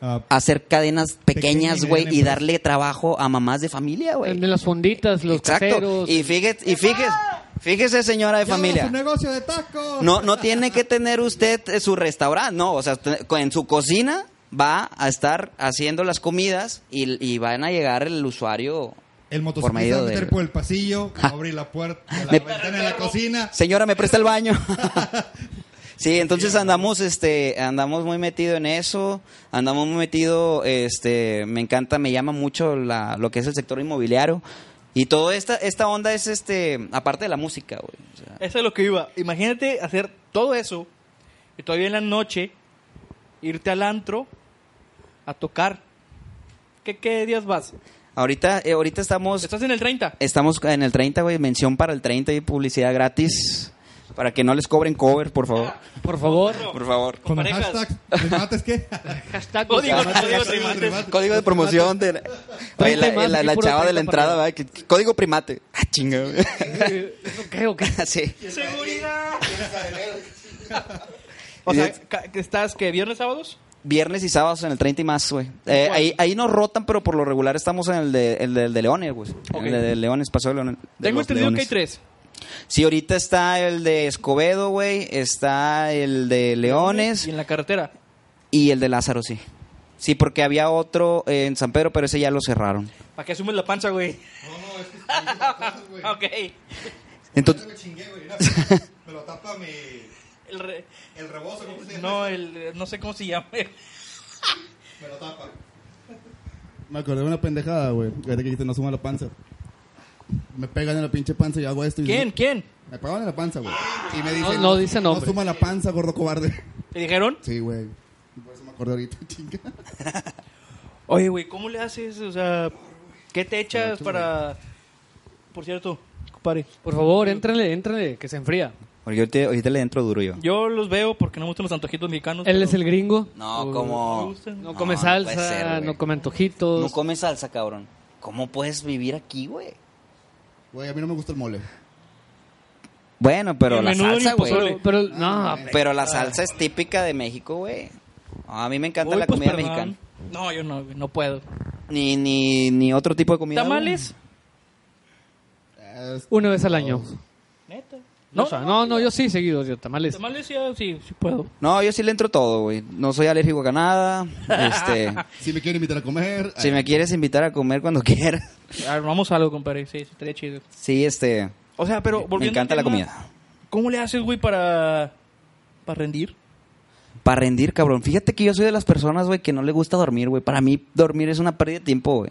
Speaker 4: ah,
Speaker 5: hacer cadenas pequeñas,
Speaker 4: Pequeña y
Speaker 5: güey,
Speaker 4: gran
Speaker 5: y
Speaker 4: empresa.
Speaker 5: darle trabajo a mamás de familia, güey.
Speaker 2: De las fonditas, los caseros.
Speaker 5: Y fíjese, y fíjese, fíjese señora de familia.
Speaker 6: su negocio de tacos.
Speaker 5: No, no tiene que tener usted eh, su restaurante, no, o sea, te- con- en su cocina va a estar haciendo las comidas y, y van a llegar el usuario.
Speaker 4: el
Speaker 5: Por medio
Speaker 4: motociclista va a meter
Speaker 5: de-
Speaker 4: por el pasillo, va a abrir la puerta, la
Speaker 5: Me-
Speaker 4: ventana de la cocina.
Speaker 5: Señora, me presta el baño. Sí, entonces andamos, este, andamos muy metido en eso, andamos muy metido, este, me encanta, me llama mucho la, lo que es el sector inmobiliario y toda esta, esta onda es, este, aparte de la música, güey. o sea,
Speaker 1: Eso es lo que iba. Imagínate hacer todo eso y todavía en la noche irte al antro a tocar. ¿Qué, qué días vas?
Speaker 5: ahorita, eh, ahorita estamos,
Speaker 1: Estás en el 30.
Speaker 5: Estamos en el 30, güey. Mención para el 30 y publicidad gratis. Para que no les cobren cover, por favor.
Speaker 2: Por favor.
Speaker 5: Por favor.
Speaker 4: Con el
Speaker 1: parejas.
Speaker 4: hashtag, ¿te matas qué?
Speaker 2: Hashtag
Speaker 1: Código,
Speaker 2: Gustavo.
Speaker 1: código Trimates.
Speaker 5: Código de promoción de... Oye, la, la- la chava de la entrada, ¿verdad? Que- que- Código primate. Ah, chinga, güey. Ah,
Speaker 2: ¿Eso qué o qué?
Speaker 5: Sí.
Speaker 1: ¡Seguridad! o sea, ca- que ¿estás que viernes, sábados?
Speaker 5: viernes y sábados en el 30 y más, güey. Eh, ahí, ahí nos rotan, pero por lo regular estamos en el de, el de, el de Leones, güey.
Speaker 1: Ok.
Speaker 5: El de, de Leones, Paseo de Leones. de
Speaker 1: Tengo
Speaker 5: los
Speaker 1: entendido
Speaker 5: Leones.
Speaker 1: que hay tres.
Speaker 5: Sí, ahorita está el de Escobedo, güey. Está el de Leones
Speaker 1: Y en la carretera.
Speaker 5: y el de Lázaro, sí. Sí, porque había otro eh, en San Pedro, pero ese ya lo cerraron.
Speaker 1: ¿Para qué asumes la panza, güey? No, no, es que... ok.
Speaker 5: Entonces,
Speaker 4: Me lo chingué, güey. mira, Me lo tapa mi.
Speaker 1: El re-
Speaker 4: El rebozo, ¿cómo se llama?
Speaker 1: No, el... No sé cómo se llama.
Speaker 4: Me lo tapa.
Speaker 6: Me acordé de una pendejada, güey. Ahorita que dijiste, no suma la panza. Me pegan en la pinche panza y hago esto. Y
Speaker 1: ¿Quién? ¿Quién?
Speaker 6: Me pegan en la panza, güey. Y me dicen,
Speaker 2: No, no dice
Speaker 6: no
Speaker 2: nombre".
Speaker 6: suma la panza, gordo cobarde.
Speaker 1: ¿Te dijeron?
Speaker 6: Sí, güey. Por eso me acordé ahorita, chinga.
Speaker 1: Oye, güey, ¿cómo le haces? O sea, ¿qué te echas para... Por cierto, compadre.
Speaker 2: Por favor, éntrenle, éntrenle, que se enfría.
Speaker 5: porque ahorita, ahorita le entro duro yo.
Speaker 1: Yo los veo porque no me gustan los antojitos mexicanos.
Speaker 2: Él
Speaker 1: pero-
Speaker 2: es el gringo.
Speaker 5: No,
Speaker 2: Uh,
Speaker 1: me
Speaker 5: como...
Speaker 1: gustan.
Speaker 2: No come
Speaker 5: No, no
Speaker 2: salsa,
Speaker 5: puede ser, güey.
Speaker 2: no come antojitos.
Speaker 5: No comes salsa, cabrón. ¿Cómo puedes vivir aquí, güey?
Speaker 6: Güey, a mí no me gusta el mole.
Speaker 5: Bueno, pero
Speaker 1: El
Speaker 5: la
Speaker 1: menudo ni
Speaker 5: salsa, güey.
Speaker 1: pozole.
Speaker 2: pero, pero- no,
Speaker 5: Pero la salsa es típica de México, güey. A mí me encanta
Speaker 1: Uy,
Speaker 5: la
Speaker 1: pues,
Speaker 5: comida
Speaker 1: perdón.
Speaker 5: mexicana.
Speaker 1: No, yo no, güey, no puedo.
Speaker 5: Ni, ni, ni otro tipo de comida. güey.
Speaker 1: ¿Tamales?
Speaker 6: Es-
Speaker 2: una vez al año.
Speaker 1: Neta.
Speaker 2: No, o sea, no, no, yo sí seguido, yo tamales.
Speaker 1: Tamales ya, sí, sí puedo.
Speaker 5: No, yo sí le entro todo, güey. No soy alérgico a nada. Este,
Speaker 6: Si me quieren invitar a comer.
Speaker 5: si me quieres invitar a comer cuando quieras.
Speaker 1: Armamos algo, compadre. Sí, sí, estaría chido.
Speaker 5: Sí, este.
Speaker 1: O sea, pero volviendo
Speaker 5: me encanta
Speaker 1: al
Speaker 5: la
Speaker 1: tema,
Speaker 5: comida.
Speaker 1: ¿Cómo le haces, güey, para, para rendir?
Speaker 5: Para rendir, cabrón. Fíjate que yo soy de las personas, güey, que no le gusta dormir, güey. Para mí, dormir es una pérdida de tiempo, güey.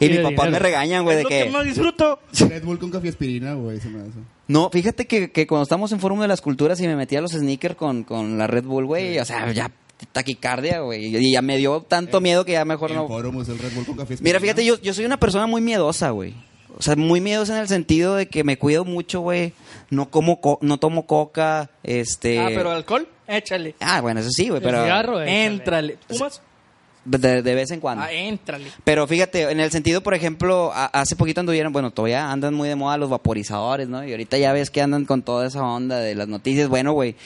Speaker 5: Y
Speaker 2: vida.
Speaker 5: mis papás me regañan, güey,
Speaker 1: Es
Speaker 5: de
Speaker 1: lo que más disfruto.
Speaker 6: Red Bull con café aspirina, güey, se me hace.
Speaker 5: No, fíjate que, que cuando estamos en Fórum de las Culturas y me metí a los sneakers con, con la Red Bull, güey, o sea, ya taquicardia, güey. Y ya me dio tanto
Speaker 1: Eh,
Speaker 5: miedo que ya mejor
Speaker 6: El
Speaker 5: no.
Speaker 6: Forum es el Red Bull con café aspirina.
Speaker 5: Mira, fíjate, yo, yo soy una persona muy miedosa, güey. O sea, muy miedosa en el sentido de que me cuido mucho, güey. No como, co- no tomo coca, este...
Speaker 1: Ah, pero alcohol, échale.
Speaker 5: Ah, bueno, eso sí, güey,
Speaker 2: El
Speaker 5: pero...
Speaker 2: cigarro, eh.
Speaker 1: Éntrale. ¿Fumas?
Speaker 5: De, de vez en cuando.
Speaker 1: Ah, éntrale.
Speaker 5: Pero fíjate, en el sentido, por ejemplo, a- hace poquito anduvieron, bueno, todavía andan muy de moda los vaporizadores, ¿no? Y ahorita ya ves que andan con toda esa onda de las noticias. Bueno, güey,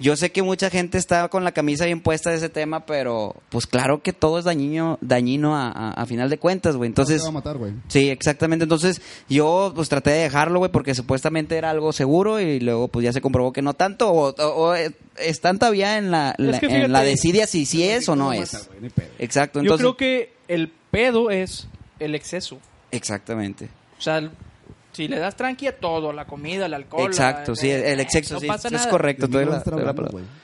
Speaker 5: yo sé que mucha gente está con la camisa bien puesta de ese tema, pero pues claro que todo es dañino, dañino a, a- a final de cuentas, güey.
Speaker 6: Te
Speaker 5: Entonces...
Speaker 6: va a matar, güey.
Speaker 5: Sí, exactamente. Entonces yo pues traté de dejarlo, güey, porque supuestamente era algo seguro y luego pues ya se comprobó que no tanto o, o- o, eh, están todavía en la, la-
Speaker 1: que
Speaker 5: en
Speaker 1: fíjate,
Speaker 5: la decidia si sí es o no
Speaker 6: mata,
Speaker 5: es.
Speaker 6: güey, ni pedo.
Speaker 5: Exacto.
Speaker 1: Yo
Speaker 5: Entonces,
Speaker 1: creo que el pedo es el exceso.
Speaker 5: exactamente.
Speaker 1: O sea, el- si le das tranqui a todo, la comida, el alcohol.
Speaker 5: Exacto,
Speaker 1: la-
Speaker 5: sí, el exceso,
Speaker 1: no
Speaker 5: sí,
Speaker 1: pasa
Speaker 5: es
Speaker 1: nada.
Speaker 5: correcto,
Speaker 6: De mí
Speaker 5: doy
Speaker 6: no
Speaker 5: la-
Speaker 6: vas a estar
Speaker 5: doy la
Speaker 6: hablando,
Speaker 5: palabra.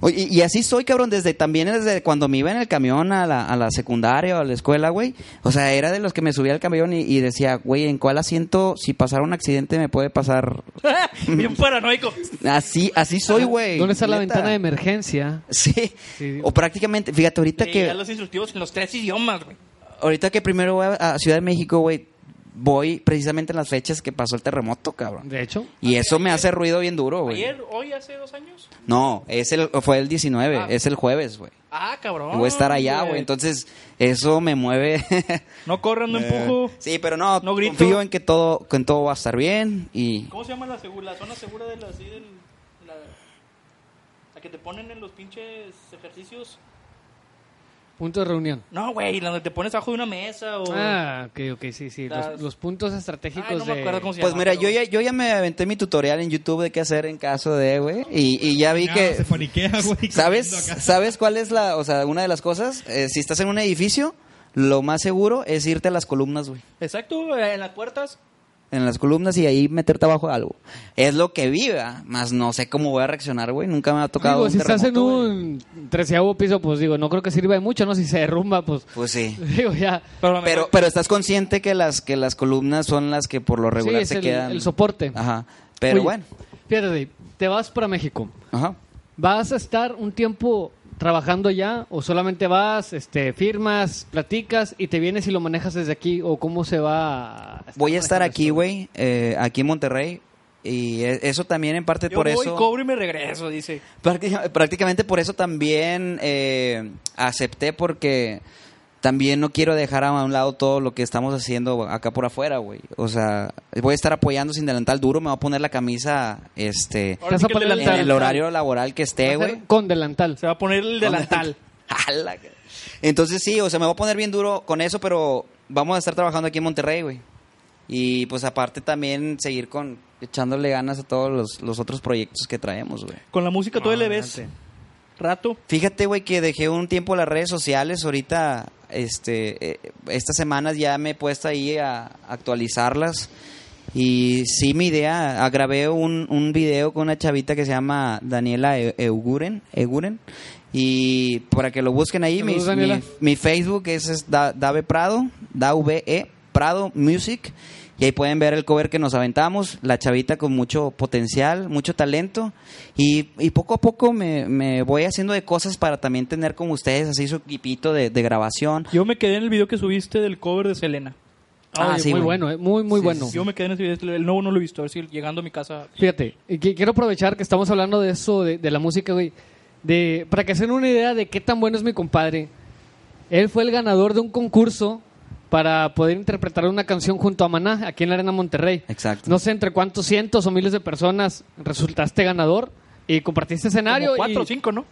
Speaker 5: Oye, y y así soy, cabrón, desde también desde cuando me iba en el camión a la, a la secundaria o a la escuela, güey. O sea, era de los que me subía al camión y, y decía, güey, ¿en cuál asiento si pasara un accidente me puede pasar?
Speaker 1: Bien paranoico.
Speaker 5: Así, así soy, güey.
Speaker 2: ¿Dónde está la
Speaker 5: neta.
Speaker 2: ventana de emergencia?
Speaker 5: Sí.
Speaker 2: Sí.
Speaker 5: O prácticamente, fíjate, ahorita
Speaker 1: Leí
Speaker 5: que
Speaker 1: a los instructivos en los tres idiomas, güey.
Speaker 5: ahorita que primero voy a, a Ciudad de México, güey, voy precisamente en las fechas que pasó el terremoto, cabrón.
Speaker 2: De hecho,
Speaker 5: Y
Speaker 1: Ah,
Speaker 5: eso me hace ruido bien duro, güey.
Speaker 1: Ayer, hoy, hace dos años.
Speaker 5: No, es el fue el 19,
Speaker 1: Ah.
Speaker 5: es el jueves, güey.
Speaker 1: Ah, cabrón.
Speaker 5: Voy a estar allá, güey. Entonces, eso me mueve.
Speaker 1: No corran, no empujo.
Speaker 5: sí, pero no,
Speaker 1: No grito.
Speaker 5: confío en que todo que en todo va a estar bien y
Speaker 1: ¿Cómo se llama la, segura, la zona segura de la, así del- la, la que te ponen en los pinches ejercicios?
Speaker 2: punto de reunión.
Speaker 1: No, güey, la donde te pones abajo de una mesa
Speaker 5: Oh.
Speaker 1: o...
Speaker 2: Ah, ok, ok, sí, sí.
Speaker 1: Las-
Speaker 2: Los, los puntos
Speaker 1: Ay,
Speaker 2: estratégicos
Speaker 1: no me
Speaker 2: de-
Speaker 1: acuerdo cómo se
Speaker 5: pues
Speaker 1: llama,
Speaker 5: mira,
Speaker 1: pero-
Speaker 5: yo ya, yo ya me aventé mi tutorial en YouTube de qué hacer en caso de, güey, y, y ya vi
Speaker 4: Ya,
Speaker 5: que
Speaker 4: Se faniquea, güey.
Speaker 5: ¿Sabes,
Speaker 4: comiendo acá.
Speaker 5: ¿Sabes cuál es la, o sea, una de las cosas? Eh, si estás en un edificio, lo más seguro es irte a las columnas, güey.
Speaker 1: Exacto, eh, en las puertas.
Speaker 5: En las columnas y ahí meterte abajo de algo. Es lo que viva, más no sé cómo voy a reaccionar, güey. Nunca me ha tocado
Speaker 2: Digo,
Speaker 5: un
Speaker 2: si estás en
Speaker 5: terremoto, güey.
Speaker 2: un treceavo piso, pues digo, no creo que sirva de mucho, ¿no? Si se derrumba, pues
Speaker 5: Pues sí.
Speaker 2: digo, ya.
Speaker 1: Pero, a lo
Speaker 5: Pero,
Speaker 1: mejor-
Speaker 5: pero estás consciente que las, que las columnas son las que por lo regular
Speaker 2: sí, es
Speaker 5: se
Speaker 2: el,
Speaker 5: quedan.
Speaker 2: el soporte.
Speaker 5: Ajá. Pero
Speaker 2: Oye,
Speaker 5: bueno.
Speaker 2: Fíjate, Dave, te vas para México.
Speaker 5: Ajá.
Speaker 2: ¿Vas a estar un tiempo trabajando ya o solamente vas, este, firmas, platicas y te vienes y lo manejas desde aquí o cómo se va?
Speaker 5: Voy a estar
Speaker 2: manejando
Speaker 5: aquí,
Speaker 2: esto?
Speaker 5: güey, eh, aquí en Monterrey. Y e- eso también en parte
Speaker 1: yo
Speaker 5: por
Speaker 1: voy,
Speaker 5: eso.
Speaker 1: cobro y me regreso, dice.
Speaker 5: Práctica- prácticamente por eso también eh, acepté porque también no quiero dejar a un lado todo lo que estamos haciendo acá por afuera, güey. O sea, voy a estar apoyando sin delantal duro, me voy a poner la camisa este
Speaker 1: Ahora
Speaker 2: Vas
Speaker 1: sí
Speaker 2: a
Speaker 1: que el
Speaker 2: poner
Speaker 5: en
Speaker 1: delantal.
Speaker 5: el horario laboral que esté,
Speaker 2: Va a ser
Speaker 5: güey.
Speaker 2: Con delantal.
Speaker 1: Se va a poner el delantal.
Speaker 5: Ala, ca- Entonces sí, o sea, me voy a poner bien duro con eso, pero vamos a estar trabajando aquí en Monterrey, güey. Y pues aparte también seguir con echándole ganas a todos los, los otros proyectos que traemos, güey.
Speaker 1: Con la música tú le ves
Speaker 2: Adelante.
Speaker 1: rato.
Speaker 5: Fíjate, güey, que dejé un tiempo las redes sociales. Ahorita, este, eh, estas semanas ya me he puesto ahí a actualizarlas. Y sí, mi idea, ah, grabé un, un video con una chavita que se llama Daniela E- Euguren. Euguren y para que lo busquen ahí, mi,
Speaker 2: Saludos, Daniela.
Speaker 5: mi- mi Facebook es, es Da- Dave Prado, Dave Prado Music. Y ahí pueden ver el cover que nos aventamos, la chavita con mucho potencial, mucho talento. Y, y poco a poco me, me voy haciendo de cosas para también tener como ustedes así su equipito de, de grabación.
Speaker 1: Yo me quedé en el video que subiste del cover de Selena.
Speaker 5: Ah,
Speaker 2: Oye,
Speaker 5: sí,
Speaker 2: muy
Speaker 5: güey.
Speaker 2: bueno, eh, muy, muy
Speaker 5: Sí,
Speaker 2: bueno.
Speaker 1: Yo me quedé en ese video. este, El nuevo no lo he visto. A ver si llegando a mi casa.
Speaker 2: Fíjate, y que- quiero aprovechar que estamos hablando de eso, de, de la música, güey. De, para que se den una idea de qué tan bueno es mi compadre. Él fue el ganador de un concurso para poder interpretar una canción junto a Maná aquí en la Arena Monterrey.
Speaker 5: Exacto.
Speaker 2: No sé entre cuántos cientos o miles de personas resultaste ganador y compartiste escenario.
Speaker 1: Como cuatro
Speaker 2: y-
Speaker 1: o cinco, ¿no?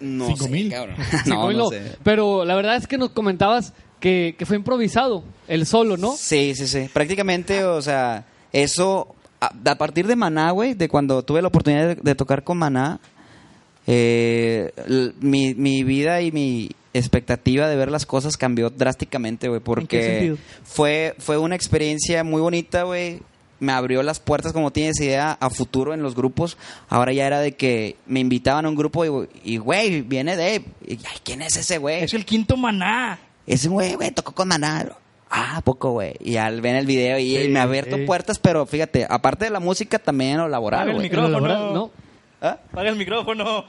Speaker 5: No
Speaker 4: Cinco mil.
Speaker 2: Sí,
Speaker 5: no,
Speaker 2: oílo.
Speaker 5: sé.
Speaker 2: Pero la verdad es que nos comentabas que, que fue improvisado, el solo, ¿no?
Speaker 5: Sí, sí, sí. Prácticamente, o sea, eso, a, a partir de Maná, güey, de cuando tuve la oportunidad de, de tocar con Maná, eh, l- mi, mi vida y mi expectativa de ver las cosas cambió drásticamente, güey, porque
Speaker 2: sentido?
Speaker 5: fue, fue una experiencia muy bonita, güey. Me abrió las puertas, como tienes idea, a futuro en los grupos. Ahora ya era de que me invitaban a un grupo y, y, güey, viene Dave. Y, ay, ¿quién es ese güey?
Speaker 1: Es el quinto maná.
Speaker 5: Ese güey, güey, tocó con Maná. Ah, ¿a poco, güey. Y al ven el video y me ha abierto puertas, pero fíjate, aparte de la música también lo
Speaker 1: Abre
Speaker 5: laboral,
Speaker 1: el
Speaker 5: güey.
Speaker 1: micrófono.
Speaker 2: ¿no?
Speaker 5: ¿Ah?
Speaker 1: Apaga el micrófono.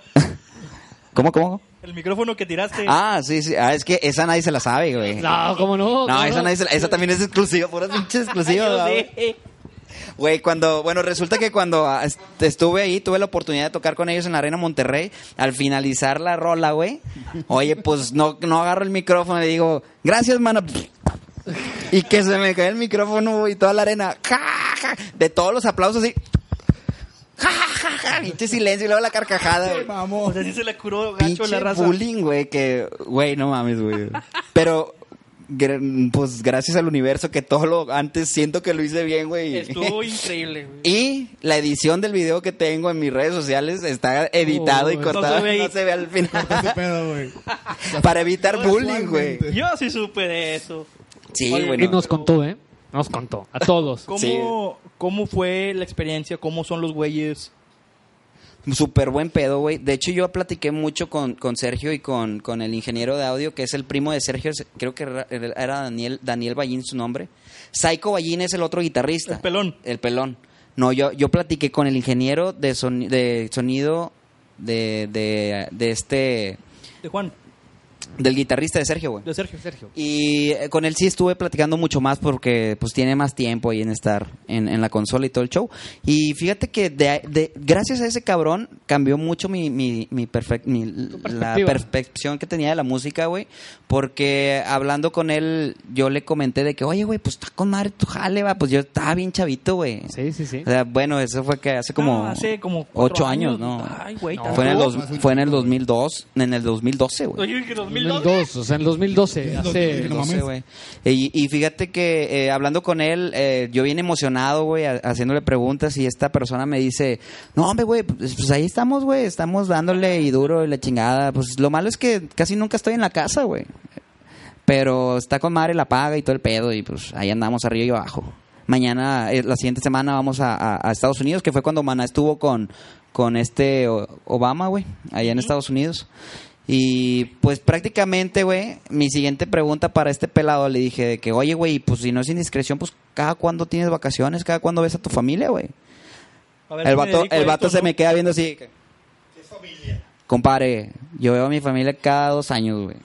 Speaker 5: ¿Cómo, cómo?
Speaker 1: El micrófono que tiraste.
Speaker 5: Ah, sí, sí. Ah, es que esa nadie se la sabe, güey. No,
Speaker 2: No, ¿cómo no? ¿Cómo
Speaker 5: esa, nadie se la- esa también es exclusiva, pura pinche exclusiva.
Speaker 1: Yo
Speaker 5: güey.
Speaker 1: sé.
Speaker 5: Güey, cuando, bueno, resulta que cuando ah, est- estuve ahí, tuve la oportunidad de tocar con ellos en la Arena Monterrey, al finalizar la rola, güey, oye, pues no, no agarro el micrófono y digo, gracias, mano. Y que se me cae el micrófono güey, y toda la arena, ja, ja, de todos los aplausos así, ja, ja, ja, pinche silencio y luego la carcajada, güey.
Speaker 1: O sea, sí se le curó gacho
Speaker 5: Pinche
Speaker 1: la raza.
Speaker 5: bullying, güey, que, güey, no mames, güey. Pero, gra- pues gracias al universo que todo lo antes siento que lo hice bien, güey.
Speaker 1: Estuvo increíble, güey.
Speaker 5: Y la edición del video que tengo en mis redes sociales está editado y
Speaker 2: Oh,
Speaker 5: cortado. No
Speaker 1: no se
Speaker 5: se
Speaker 1: ve ahí.
Speaker 5: ve, al
Speaker 6: Ese
Speaker 5: final.
Speaker 6: pedo, güey.
Speaker 5: para evitar bullying, güey.
Speaker 1: Yo sí supe de eso.
Speaker 5: Sí,
Speaker 1: Oye,
Speaker 5: güey.
Speaker 2: Y
Speaker 5: no.
Speaker 2: nos contó, ¿eh? Nos contó, a todos.
Speaker 1: ¿Cómo,
Speaker 5: Sí.
Speaker 1: ¿Cómo fue la experiencia? ¿Cómo son los güeyes?
Speaker 5: Súper buen pedo, güey. De hecho, yo platiqué mucho con, con Sergio y con, con el ingeniero de audio, que es el primo de Sergio. se- Creo que era era Daniel, Daniel Ballín su nombre. Psycho Ballín es el otro guitarrista.
Speaker 1: El pelón.
Speaker 5: El pelón. No, yo, yo platiqué con el ingeniero de, soni- de sonido de, de, de este...
Speaker 1: De Juan,
Speaker 5: Del guitarrista de Sergio, güey.
Speaker 1: de Sergio. Sergio.
Speaker 5: Y eh, con él sí estuve platicando mucho más porque pues tiene más tiempo ahí en estar en, en la consola y todo el show. Y fíjate que de, de- gracias a ese cabrón cambió mucho mi, mi, mi, perfec- mi- la
Speaker 2: perspectiva.
Speaker 5: percepción que tenía de la música, güey. Porque hablando con él yo le comenté de que, oye, güey, pues está con madre tu jale, va. Pues yo estaba bien chavito, güey.
Speaker 2: Sí, sí, sí.
Speaker 5: O sea, bueno, eso fue que hace como,
Speaker 1: Ah, hace como cuatro
Speaker 5: ocho años,
Speaker 1: años.
Speaker 5: ¿no?
Speaker 1: Ay, güey,
Speaker 2: No.
Speaker 1: tanto.
Speaker 5: fue, en el dos-
Speaker 6: Más un
Speaker 5: fue en el
Speaker 6: chingo, güey.
Speaker 5: 2002, en el 2012, güey.
Speaker 1: Oye, que 2002.
Speaker 2: 2002, o sea, en 2012, hace...
Speaker 6: No
Speaker 5: 12,
Speaker 6: mames.
Speaker 5: güey. Y, y fíjate que eh, hablando con él, eh, yo bien emocionado, güey, ha- haciéndole preguntas y esta persona me dice, no, hombre, güey, pues, pues ahí estamos, güey, estamos dándole y duro y la chingada. Pues lo malo es que casi nunca estoy en la casa, güey. Pero está con madre la paga y todo el pedo y pues ahí andamos arriba y abajo. Mañana, eh, la siguiente semana vamos a, a- a Estados Unidos, que fue cuando Maná estuvo con, con este O- Obama, güey, allá en Estados Unidos. Y pues prácticamente, güey, mi siguiente pregunta para este pelado le dije de que, oye, güey, pues si no es indiscreción, pues cada cuándo tienes vacaciones, cada cuándo ves a tu familia, güey.
Speaker 1: A ver,
Speaker 5: El
Speaker 1: me
Speaker 5: vato,
Speaker 1: dedico a
Speaker 5: el vato
Speaker 1: esto,
Speaker 5: se
Speaker 1: ¿no?
Speaker 5: me queda viendo así. que, Compadre, yo veo a mi familia cada dos años, güey.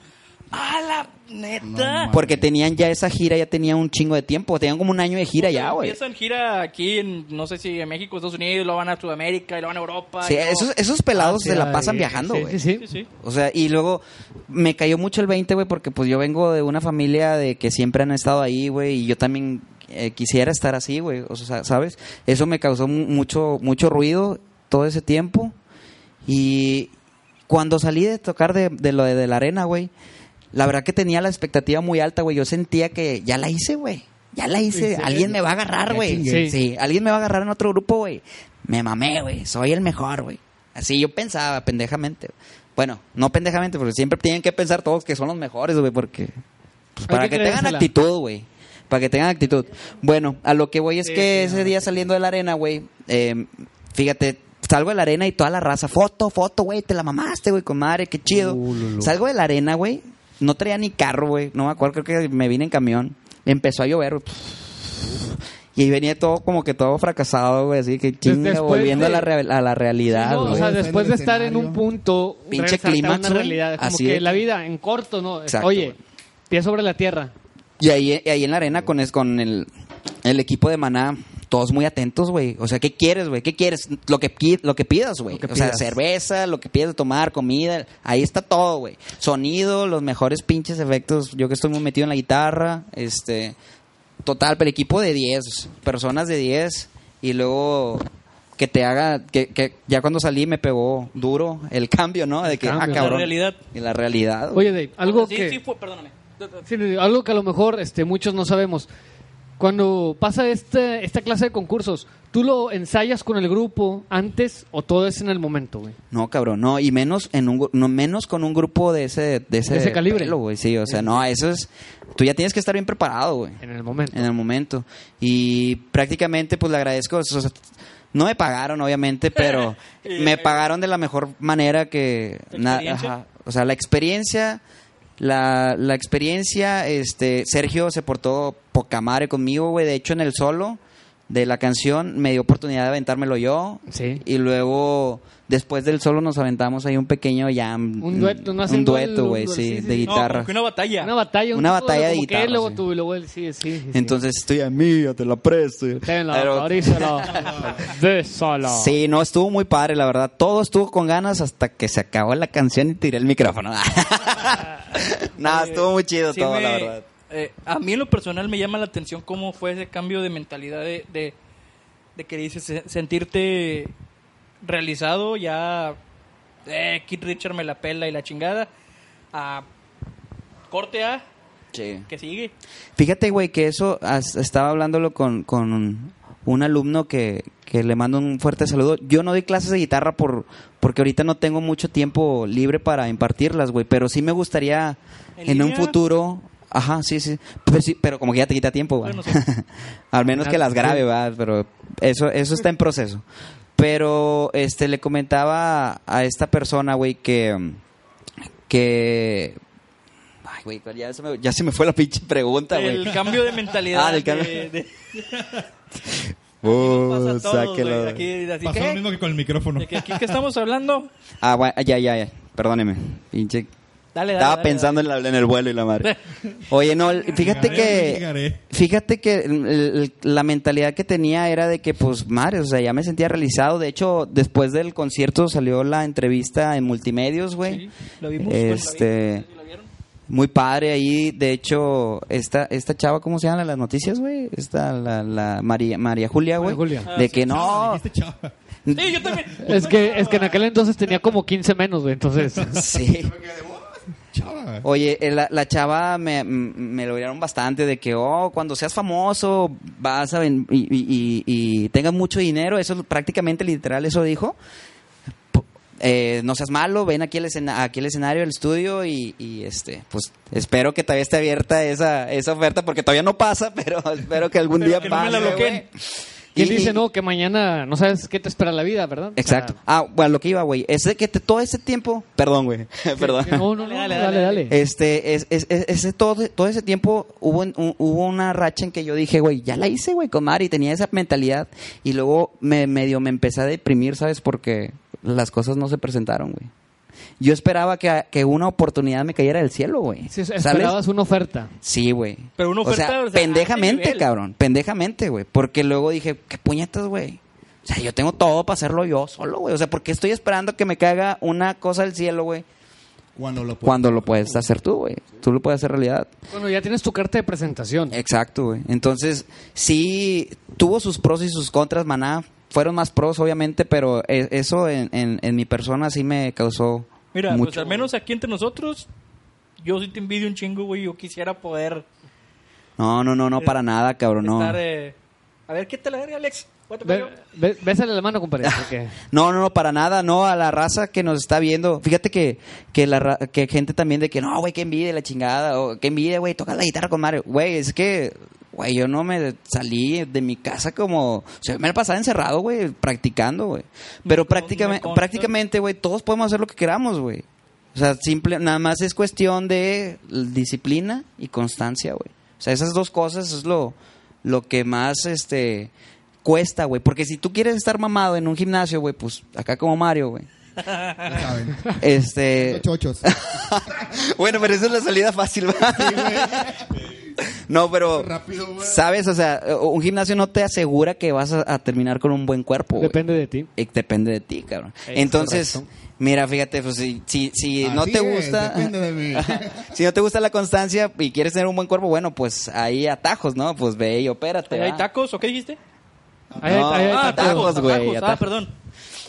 Speaker 1: ¡Ah, la neta!
Speaker 5: Porque tenían ya esa gira, ya tenían un chingo de tiempo, tenían como un año de gira ya, güey.
Speaker 1: Empiezan gira aquí en, no sé si en México, Estados Unidos, lo van a Sudamérica, y lo van a Europa.
Speaker 5: Sí,
Speaker 1: y luego-
Speaker 5: esos, esos pelados se la pasan
Speaker 2: Ay,
Speaker 5: viajando,
Speaker 2: Ah, sí,
Speaker 5: güey.
Speaker 2: Sí,
Speaker 1: Sí,
Speaker 2: sí,
Speaker 1: sí.
Speaker 5: O sea, y luego me cayó mucho el 20, güey, porque pues yo vengo de una familia de que siempre han estado ahí, güey, y yo también eh, quisiera estar así, güey, o sea, ¿sabes? Eso me causó mu- mucho, mucho ruido todo ese tiempo. Y cuando salí de tocar de, de lo de, de la arena, güey, la verdad que tenía la expectativa muy alta, güey. Yo sentía que ya la hice, güey. Ya la hice. Alguien me va a agarrar,
Speaker 6: Ya
Speaker 5: güey.
Speaker 6: chingué.
Speaker 5: Sí. alguien me va a agarrar en otro grupo, güey. Me mamé, güey. Soy el mejor, güey. Así yo pensaba, pendejamente. Bueno, no pendejamente, porque siempre tienen que pensar todos que son los mejores, güey, porque... pues,
Speaker 2: Hay
Speaker 5: para
Speaker 2: que
Speaker 5: que tengan
Speaker 2: creérsela.
Speaker 5: actitud, güey. Para que tengan actitud. Bueno, a lo que voy es
Speaker 2: Sí,
Speaker 5: que
Speaker 2: sí,
Speaker 5: ese día saliendo de la arena, güey, eh, fíjate, salgo de la arena y toda la raza, foto, foto, güey, te la mamaste, güey, comadre, qué chido.
Speaker 6: Uh, lulu.
Speaker 5: salgo de la arena, güey, no traía ni carro, güey, no me acuerdo, creo que me vine en camión. Empezó a llover, güey. Y ahí venía todo como que todo fracasado, güey, así que chinga,
Speaker 2: después
Speaker 5: volviendo
Speaker 2: de-
Speaker 5: a, la real- a la realidad,
Speaker 2: No, o
Speaker 5: güey.
Speaker 2: sea,
Speaker 6: Depende
Speaker 2: después de
Speaker 6: del
Speaker 2: estar en
Speaker 6: escenario.
Speaker 2: un punto,
Speaker 5: Pinche
Speaker 2: regresarte a
Speaker 5: clímax,
Speaker 2: una
Speaker 5: güey.
Speaker 2: realidad. Como
Speaker 5: Así
Speaker 2: que
Speaker 5: de-
Speaker 2: la vida en corto, ¿no?
Speaker 5: Exacto,
Speaker 2: Oye,
Speaker 5: güey.
Speaker 2: pie sobre la tierra.
Speaker 5: Y ahí, y ahí en la arena con, es- con el, el equipo de Maná, todos muy atentos, güey. O sea, ¿qué quieres, güey? ¿Qué quieres? Lo que, pi- lo que pidas, güey.
Speaker 6: Lo que
Speaker 5: O sea,
Speaker 6: pidas.
Speaker 5: cerveza, lo que pidas de tomar, comida. Ahí está todo, güey. Sonido, los mejores pinches efectos. Yo que estoy muy metido en la guitarra. Este, total, pero equipo de 10, personas de 10. Y luego que te haga, que, que ya cuando salí me pegó duro el cambio, ¿no? De que,
Speaker 2: cambio.
Speaker 5: ah,
Speaker 2: La
Speaker 5: cabrón.
Speaker 1: realidad.
Speaker 5: Y la realidad. güey.
Speaker 2: Oye, Dave, algo
Speaker 1: Ah, sí,
Speaker 2: que...
Speaker 1: sí, fue- perdóname.
Speaker 2: Sí, algo que a lo mejor este, muchos no sabemos. Cuando pasa este, esta clase de concursos, ¿tú lo ensayas con el grupo antes o todo es en el momento, güey?
Speaker 5: No, cabrón, no, y menos en un gru- no menos con un grupo de ese de ese,
Speaker 2: De ese calibre.
Speaker 5: pelo, güey, sí, o sea, no, eso es tú ya tienes que estar bien preparado, güey,
Speaker 2: En el momento.
Speaker 5: en el momento. Y prácticamente pues le agradezco, o sea, no me pagaron obviamente, pero me pagaron de la mejor manera que na-
Speaker 1: ¿Experiencia?
Speaker 5: ajá, o sea, la experiencia la, la experiencia, este, Sergio se portó poca madre conmigo, güey. De hecho, en el solo de la canción me dio oportunidad de aventármelo yo.
Speaker 2: Sí.
Speaker 5: Y luego, después del solo, nos aventamos ahí un pequeño jam.
Speaker 2: Un dueto, ¿no?
Speaker 5: Un
Speaker 2: Haciendo el-
Speaker 5: dueto, güey,
Speaker 2: un-
Speaker 5: sí,
Speaker 2: sí, sí,
Speaker 5: de
Speaker 2: sí.
Speaker 1: No,
Speaker 5: guitarra.
Speaker 1: como que una batalla.
Speaker 2: Una batalla. un
Speaker 5: Una
Speaker 2: tipo de
Speaker 5: batalla de
Speaker 2: como que
Speaker 5: guitarra,
Speaker 2: luego
Speaker 5: sí.
Speaker 2: tú y luego él, sí, sí. sí, sí.
Speaker 5: Entonces, estoy a mí, te la presto.
Speaker 2: Ténlo,
Speaker 5: Pero-
Speaker 2: autorízalo. De solo.
Speaker 5: Sí, no, estuvo muy padre, la verdad. Todo estuvo con ganas hasta que se acabó la canción y tiré el micrófono. no, estuvo muy chido
Speaker 1: Eh, Sí
Speaker 5: todo,
Speaker 1: me-
Speaker 5: la verdad.
Speaker 1: eh, a mí en lo personal me llama la atención cómo fue ese cambio de mentalidad de, de, de que dices se- sentirte realizado, ya eh, Kid Richard me la pela y la chingada, a corte A,
Speaker 5: Sí.
Speaker 1: que sigue.
Speaker 5: Fíjate, güey, que eso as- estaba hablándolo con, con un, un alumno que, que le mando un fuerte saludo. Yo no doy clases de guitarra por porque ahorita no tengo mucho tiempo libre para impartirlas, güey, pero sí me gustaría
Speaker 1: ¿En
Speaker 5: en, un
Speaker 1: línea?
Speaker 5: futuro, ajá, sí, sí, pues sí, pero como que ya te quita tiempo, güey.
Speaker 1: Bueno, sí.
Speaker 5: Al menos que las grabe,
Speaker 2: Sí.
Speaker 5: ¿verdad? Pero eso eso está en proceso. Pero este le comentaba a esta persona, güey, que mm, que Ay, güey, cuál- ya se, me, ya se me fue la pinche pregunta, güey.
Speaker 1: El cambio de mentalidad.
Speaker 5: Ah, del
Speaker 1: de-
Speaker 5: cambio.
Speaker 1: de-
Speaker 5: Uh,
Speaker 1: pasa a todos,
Speaker 5: sáquela.
Speaker 1: güey, aquí, así,
Speaker 4: Pasó
Speaker 1: ¿qué?
Speaker 4: lo mismo que con el micrófono.
Speaker 1: De que aquí que estamos hablando.
Speaker 5: Ah, bueno, ya, ya, ya. Perdóneme. Pinche.
Speaker 1: Dale, dale.
Speaker 5: Estaba
Speaker 1: dale,
Speaker 5: pensando en, la- en el vuelo y la madre. Oye, no, el- fíjate
Speaker 4: Llegaré,
Speaker 5: que.
Speaker 4: llegaré.
Speaker 5: Fíjate que el- el- la mentalidad que tenía era de que, pues, madre, o sea, ya me sentía realizado. De hecho, después del concierto salió la entrevista en multimedios, güey.
Speaker 1: dale. Lo vimos. pues, la
Speaker 5: Este,
Speaker 1: vimos, ¿lo vieron?
Speaker 5: Muy padre ahí. De hecho, esta, esta chava, ¿cómo se llama en las noticias, güey? Esta, la, la María, María Julia, güey.
Speaker 2: María Julia.
Speaker 5: De que
Speaker 1: Ah,
Speaker 5: no.
Speaker 6: Este
Speaker 4: Dijiste chava.
Speaker 1: Sí, yo también.
Speaker 2: Es que, es que en aquel entonces tenía como 15 menos, güey, entonces.
Speaker 5: Sí.
Speaker 4: Chava.
Speaker 5: Oye, eh, la, la chava me, m- me lo dieron bastante de que, oh, cuando seas famoso vas a ven- y, y- y- y tengas mucho dinero, eso es prácticamente literal eso dijo. Po- eh, no seas malo, ven aquí al escena- aquí al escenario, al estudio y, y, este, pues espero que todavía esté abierta esa, esa oferta porque todavía no pasa, pero espero que algún
Speaker 1: Pero
Speaker 5: día
Speaker 1: que no me
Speaker 5: pase.
Speaker 1: la bloqueen.
Speaker 5: güey.
Speaker 2: Y él
Speaker 5: Y-
Speaker 2: dice, no, que mañana no sabes qué te espera la vida, ¿verdad? O sea,
Speaker 5: Exacto. Ah, bueno, lo que iba, güey, es de que te- todo ese tiempo, perdón, güey, perdón.
Speaker 2: No, no, no, dale,
Speaker 1: Dale, dale,
Speaker 2: dale.
Speaker 1: dale.
Speaker 5: Este, es, es- es- ese todo, todo ese tiempo hubo, un- un- hubo una racha en que yo dije, güey, ya la hice, güey, con Mari, tenía esa mentalidad. Y luego me medio me empecé a deprimir, ¿sabes? Porque las cosas no se presentaron, güey. Yo esperaba que, que una oportunidad me cayera del cielo, güey.
Speaker 2: Sí,
Speaker 5: ¿Sabes?
Speaker 2: esperabas una oferta.
Speaker 5: Sí, güey.
Speaker 1: Pero una oferta,
Speaker 5: o sea,
Speaker 1: o sea, a ese
Speaker 5: pendejamente,
Speaker 1: nivel.
Speaker 5: cabrón, pendejamente, güey. Porque luego dije, qué puñetas, güey. O sea, yo tengo todo para hacerlo yo solo, güey. O sea, porque estoy esperando que me caiga una cosa del cielo, güey.
Speaker 6: Cuando lo
Speaker 5: Cuando lo puedes hacer tú, güey. Tú lo puedes hacer realidad.
Speaker 2: Bueno, ya tienes tu carta de presentación.
Speaker 5: Eh, Exacto, güey. Entonces, sí, tuvo sus pros y sus contras, maná. Fueron más pros, obviamente, pero e- eso en, en- en mi persona sí me causó
Speaker 1: Mira, pues
Speaker 5: Mucho,
Speaker 1: al menos aquí entre nosotros, yo sí te envidio un chingo, güey. Yo quisiera poder
Speaker 5: No, no, no, no, para nada, cabrón, no.
Speaker 1: estar. eh, a ver, ¿qué te la verga, Alex? Guate,
Speaker 2: Ve-
Speaker 1: Mario.
Speaker 2: ve- Bésale la mano, compadre.
Speaker 5: Ah.
Speaker 2: porque-
Speaker 5: No, no, no, para nada, no, a la raza que nos está viendo. Fíjate que, que, la, ra- que gente también de que, no, güey, que envidia la chingada, o que envidia, güey, toca la guitarra con Mario. Güey, es que, güey, yo no me salí de mi casa como, o sea, me la pasaba encerrado, güey, practicando, güey. Pero
Speaker 1: con- me
Speaker 5: prácticamente,
Speaker 1: consta.
Speaker 5: prácticamente, güey, todos podemos hacer lo que queramos, güey. O sea, simple, nada más es cuestión de disciplina y constancia, güey. O sea, esas dos cosas es lo, lo que más, este, cuesta, güey. Porque si tú quieres estar mamado en un gimnasio, güey, pues acá como Mario, güey.
Speaker 6: Ya saben.
Speaker 5: Este.
Speaker 6: Los chochos.
Speaker 5: bueno, pero esa es la salida fácil, ¿verdad? No, pero.
Speaker 6: Rápido, güey.
Speaker 5: Sabes, o sea, un gimnasio no te asegura que vas a, a terminar con un buen cuerpo. güey.
Speaker 2: Depende de ti.
Speaker 5: Y Depende de ti, cabrón.
Speaker 2: Es
Speaker 5: Entonces,
Speaker 2: correcto.
Speaker 5: mira, fíjate, pues si, si, si no
Speaker 6: Así
Speaker 5: te
Speaker 6: es,
Speaker 5: gusta.
Speaker 6: depende de mí.
Speaker 5: si no te gusta la constancia y quieres tener un buen cuerpo, bueno, pues ahí atajos, ¿no? Pues ve y opérate.
Speaker 1: Ahí ¿Hay
Speaker 5: ¿va?
Speaker 1: tacos o qué dijiste?
Speaker 2: Ahí-
Speaker 5: No.
Speaker 2: ahí- ahí-
Speaker 5: Ah, atajos, güey,
Speaker 1: Ah,
Speaker 5: atajos.
Speaker 1: perdón.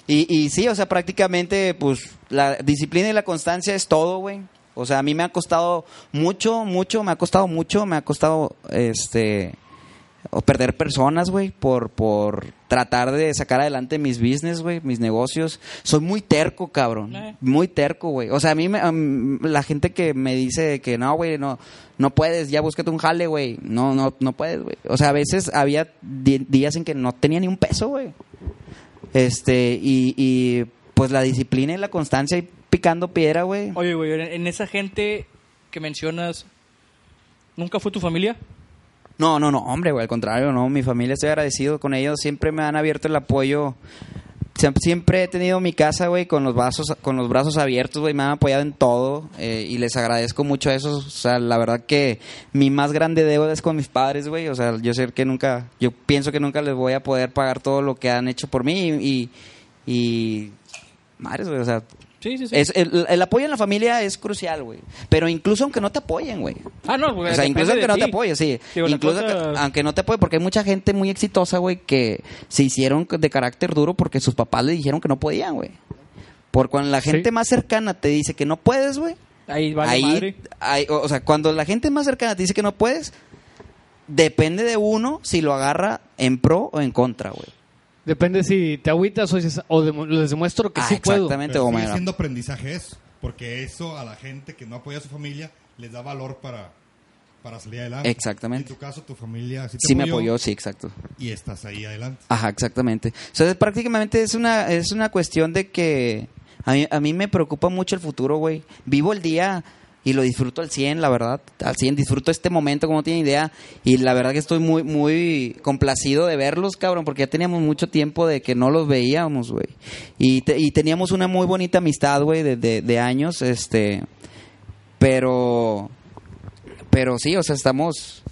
Speaker 5: Y, y sí, o sea, prácticamente, pues, la disciplina y la constancia es todo, güey. O sea, a mí me ha costado mucho, mucho, me ha costado mucho, me ha costado, este, o perder personas, güey, por, por tratar de sacar adelante mis business, güey, mis negocios. Soy muy terco, cabrón.
Speaker 1: Eh.
Speaker 5: Muy terco, güey. O sea, a mí me- am- la gente que me dice que no, güey, no, no puedes, ya búscate un jale, güey. No, no, no puedes, güey. O sea, a veces había di- días en que no tenía ni un peso, güey. Este, y, y pues la disciplina y la constancia y picando piedra, güey.
Speaker 1: Oye, güey, en- en esa gente que mencionas, ¿nunca fue tu familia?
Speaker 5: No, no, no, hombre, güey, al contrario, no, mi familia estoy agradecido con ellos, siempre me han abierto el apoyo. Siem- Siempre he tenido mi casa, güey, con los brazos, con los brazos abiertos, güey, me han apoyado en todo eh, y les agradezco mucho a esos. O sea, la verdad que mi más grande deuda es con mis padres, güey. O sea, yo sé que nunca, yo pienso que nunca les voy a poder pagar todo lo que han hecho por mí y, y, y madres, güey, o sea,
Speaker 1: Sí, sí, sí.
Speaker 5: es, el, el apoyo en la familia es crucial, güey. Pero incluso aunque no te apoyen, güey.
Speaker 1: Ah, no, güey.
Speaker 5: O sea,
Speaker 1: depende
Speaker 5: incluso aunque
Speaker 1: de
Speaker 5: no
Speaker 1: ti.
Speaker 5: te apoye, sí.
Speaker 1: Digo, la
Speaker 5: incluso
Speaker 1: cosa-
Speaker 5: que- aunque no te apoye, porque hay mucha gente muy exitosa, güey, que se hicieron de carácter duro porque sus papás le dijeron que no podían, güey. Por cuando la gente más cercana te dice que no puedes, güey.
Speaker 1: Ahí vale
Speaker 5: ahí,
Speaker 1: madre.
Speaker 5: ahí- o o sea, cuando la gente más cercana te dice que no puedes, depende de uno si lo agarra en pro o en contra, güey.
Speaker 2: Depende si te agüitas o, dices, o demu- les demuestro que
Speaker 5: Ah,
Speaker 2: sí puedo.
Speaker 5: exactamente,
Speaker 4: Pero
Speaker 5: o
Speaker 4: sigue
Speaker 5: me-
Speaker 4: siendo aprendizaje eso, porque eso a la gente que no apoya a su familia les da valor para, para salir adelante.
Speaker 5: Exactamente.
Speaker 4: En tu caso, tu familia sí, te
Speaker 5: Sí me apoyó, sí, exacto.
Speaker 4: y estás ahí adelante.
Speaker 5: Ajá, exactamente. O sea, es- prácticamente es una, es una cuestión de que a mí, a mí me preocupa mucho el futuro, güey. Vivo el día y lo disfruto al 100, la verdad. Al 100, disfruto este momento como no tiene idea. Y la verdad que estoy muy, muy complacido de verlos, cabrón, porque ya teníamos mucho tiempo de que no los veíamos, güey. Y, te- y teníamos una muy bonita amistad, güey, de, de- de años, este. Pero. Pero sí, o sea, estamos.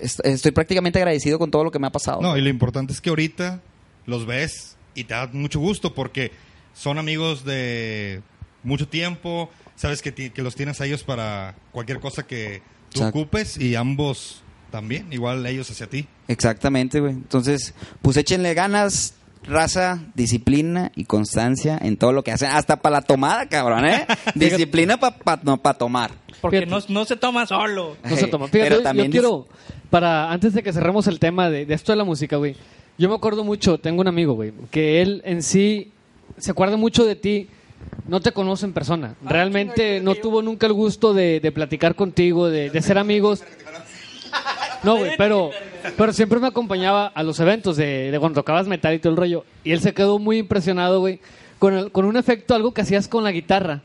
Speaker 5: est- Estoy prácticamente agradecido con todo lo que me ha pasado.
Speaker 4: No, y lo importante es que ahorita los ves y te da mucho gusto porque son amigos de mucho tiempo, sabes que, ti- que los tienes a ellos para cualquier cosa que tú
Speaker 5: Exacto.
Speaker 4: ocupes y ambos también, igual ellos hacia ti.
Speaker 5: Exactamente, güey. Entonces, pues échenle ganas, raza, disciplina y constancia en todo lo que hacen. Hasta para la tomada, cabrón, ¿eh? disciplina para tomar.
Speaker 1: Porque
Speaker 2: Fíjate.
Speaker 1: no, no se toma solo.
Speaker 2: No se
Speaker 5: Ey,
Speaker 2: toma. Fíjate,
Speaker 5: pero
Speaker 2: yo-
Speaker 5: también
Speaker 2: yo quiero, para, antes de que cerremos el tema de, de esto de la música, güey, yo me acuerdo mucho, tengo un amigo, güey, que él en sí se acuerda mucho de ti, no te conoce en persona.
Speaker 1: Ah,
Speaker 2: Realmente no tuvo nunca el gusto de, de platicar contigo, de, de ser amigos. No, güey, pero, pero siempre me acompañaba a los eventos de, de cuando tocabas metal y todo el rollo. Y él se quedó muy impresionado, güey, con, el- con un efecto, algo que hacías con la guitarra.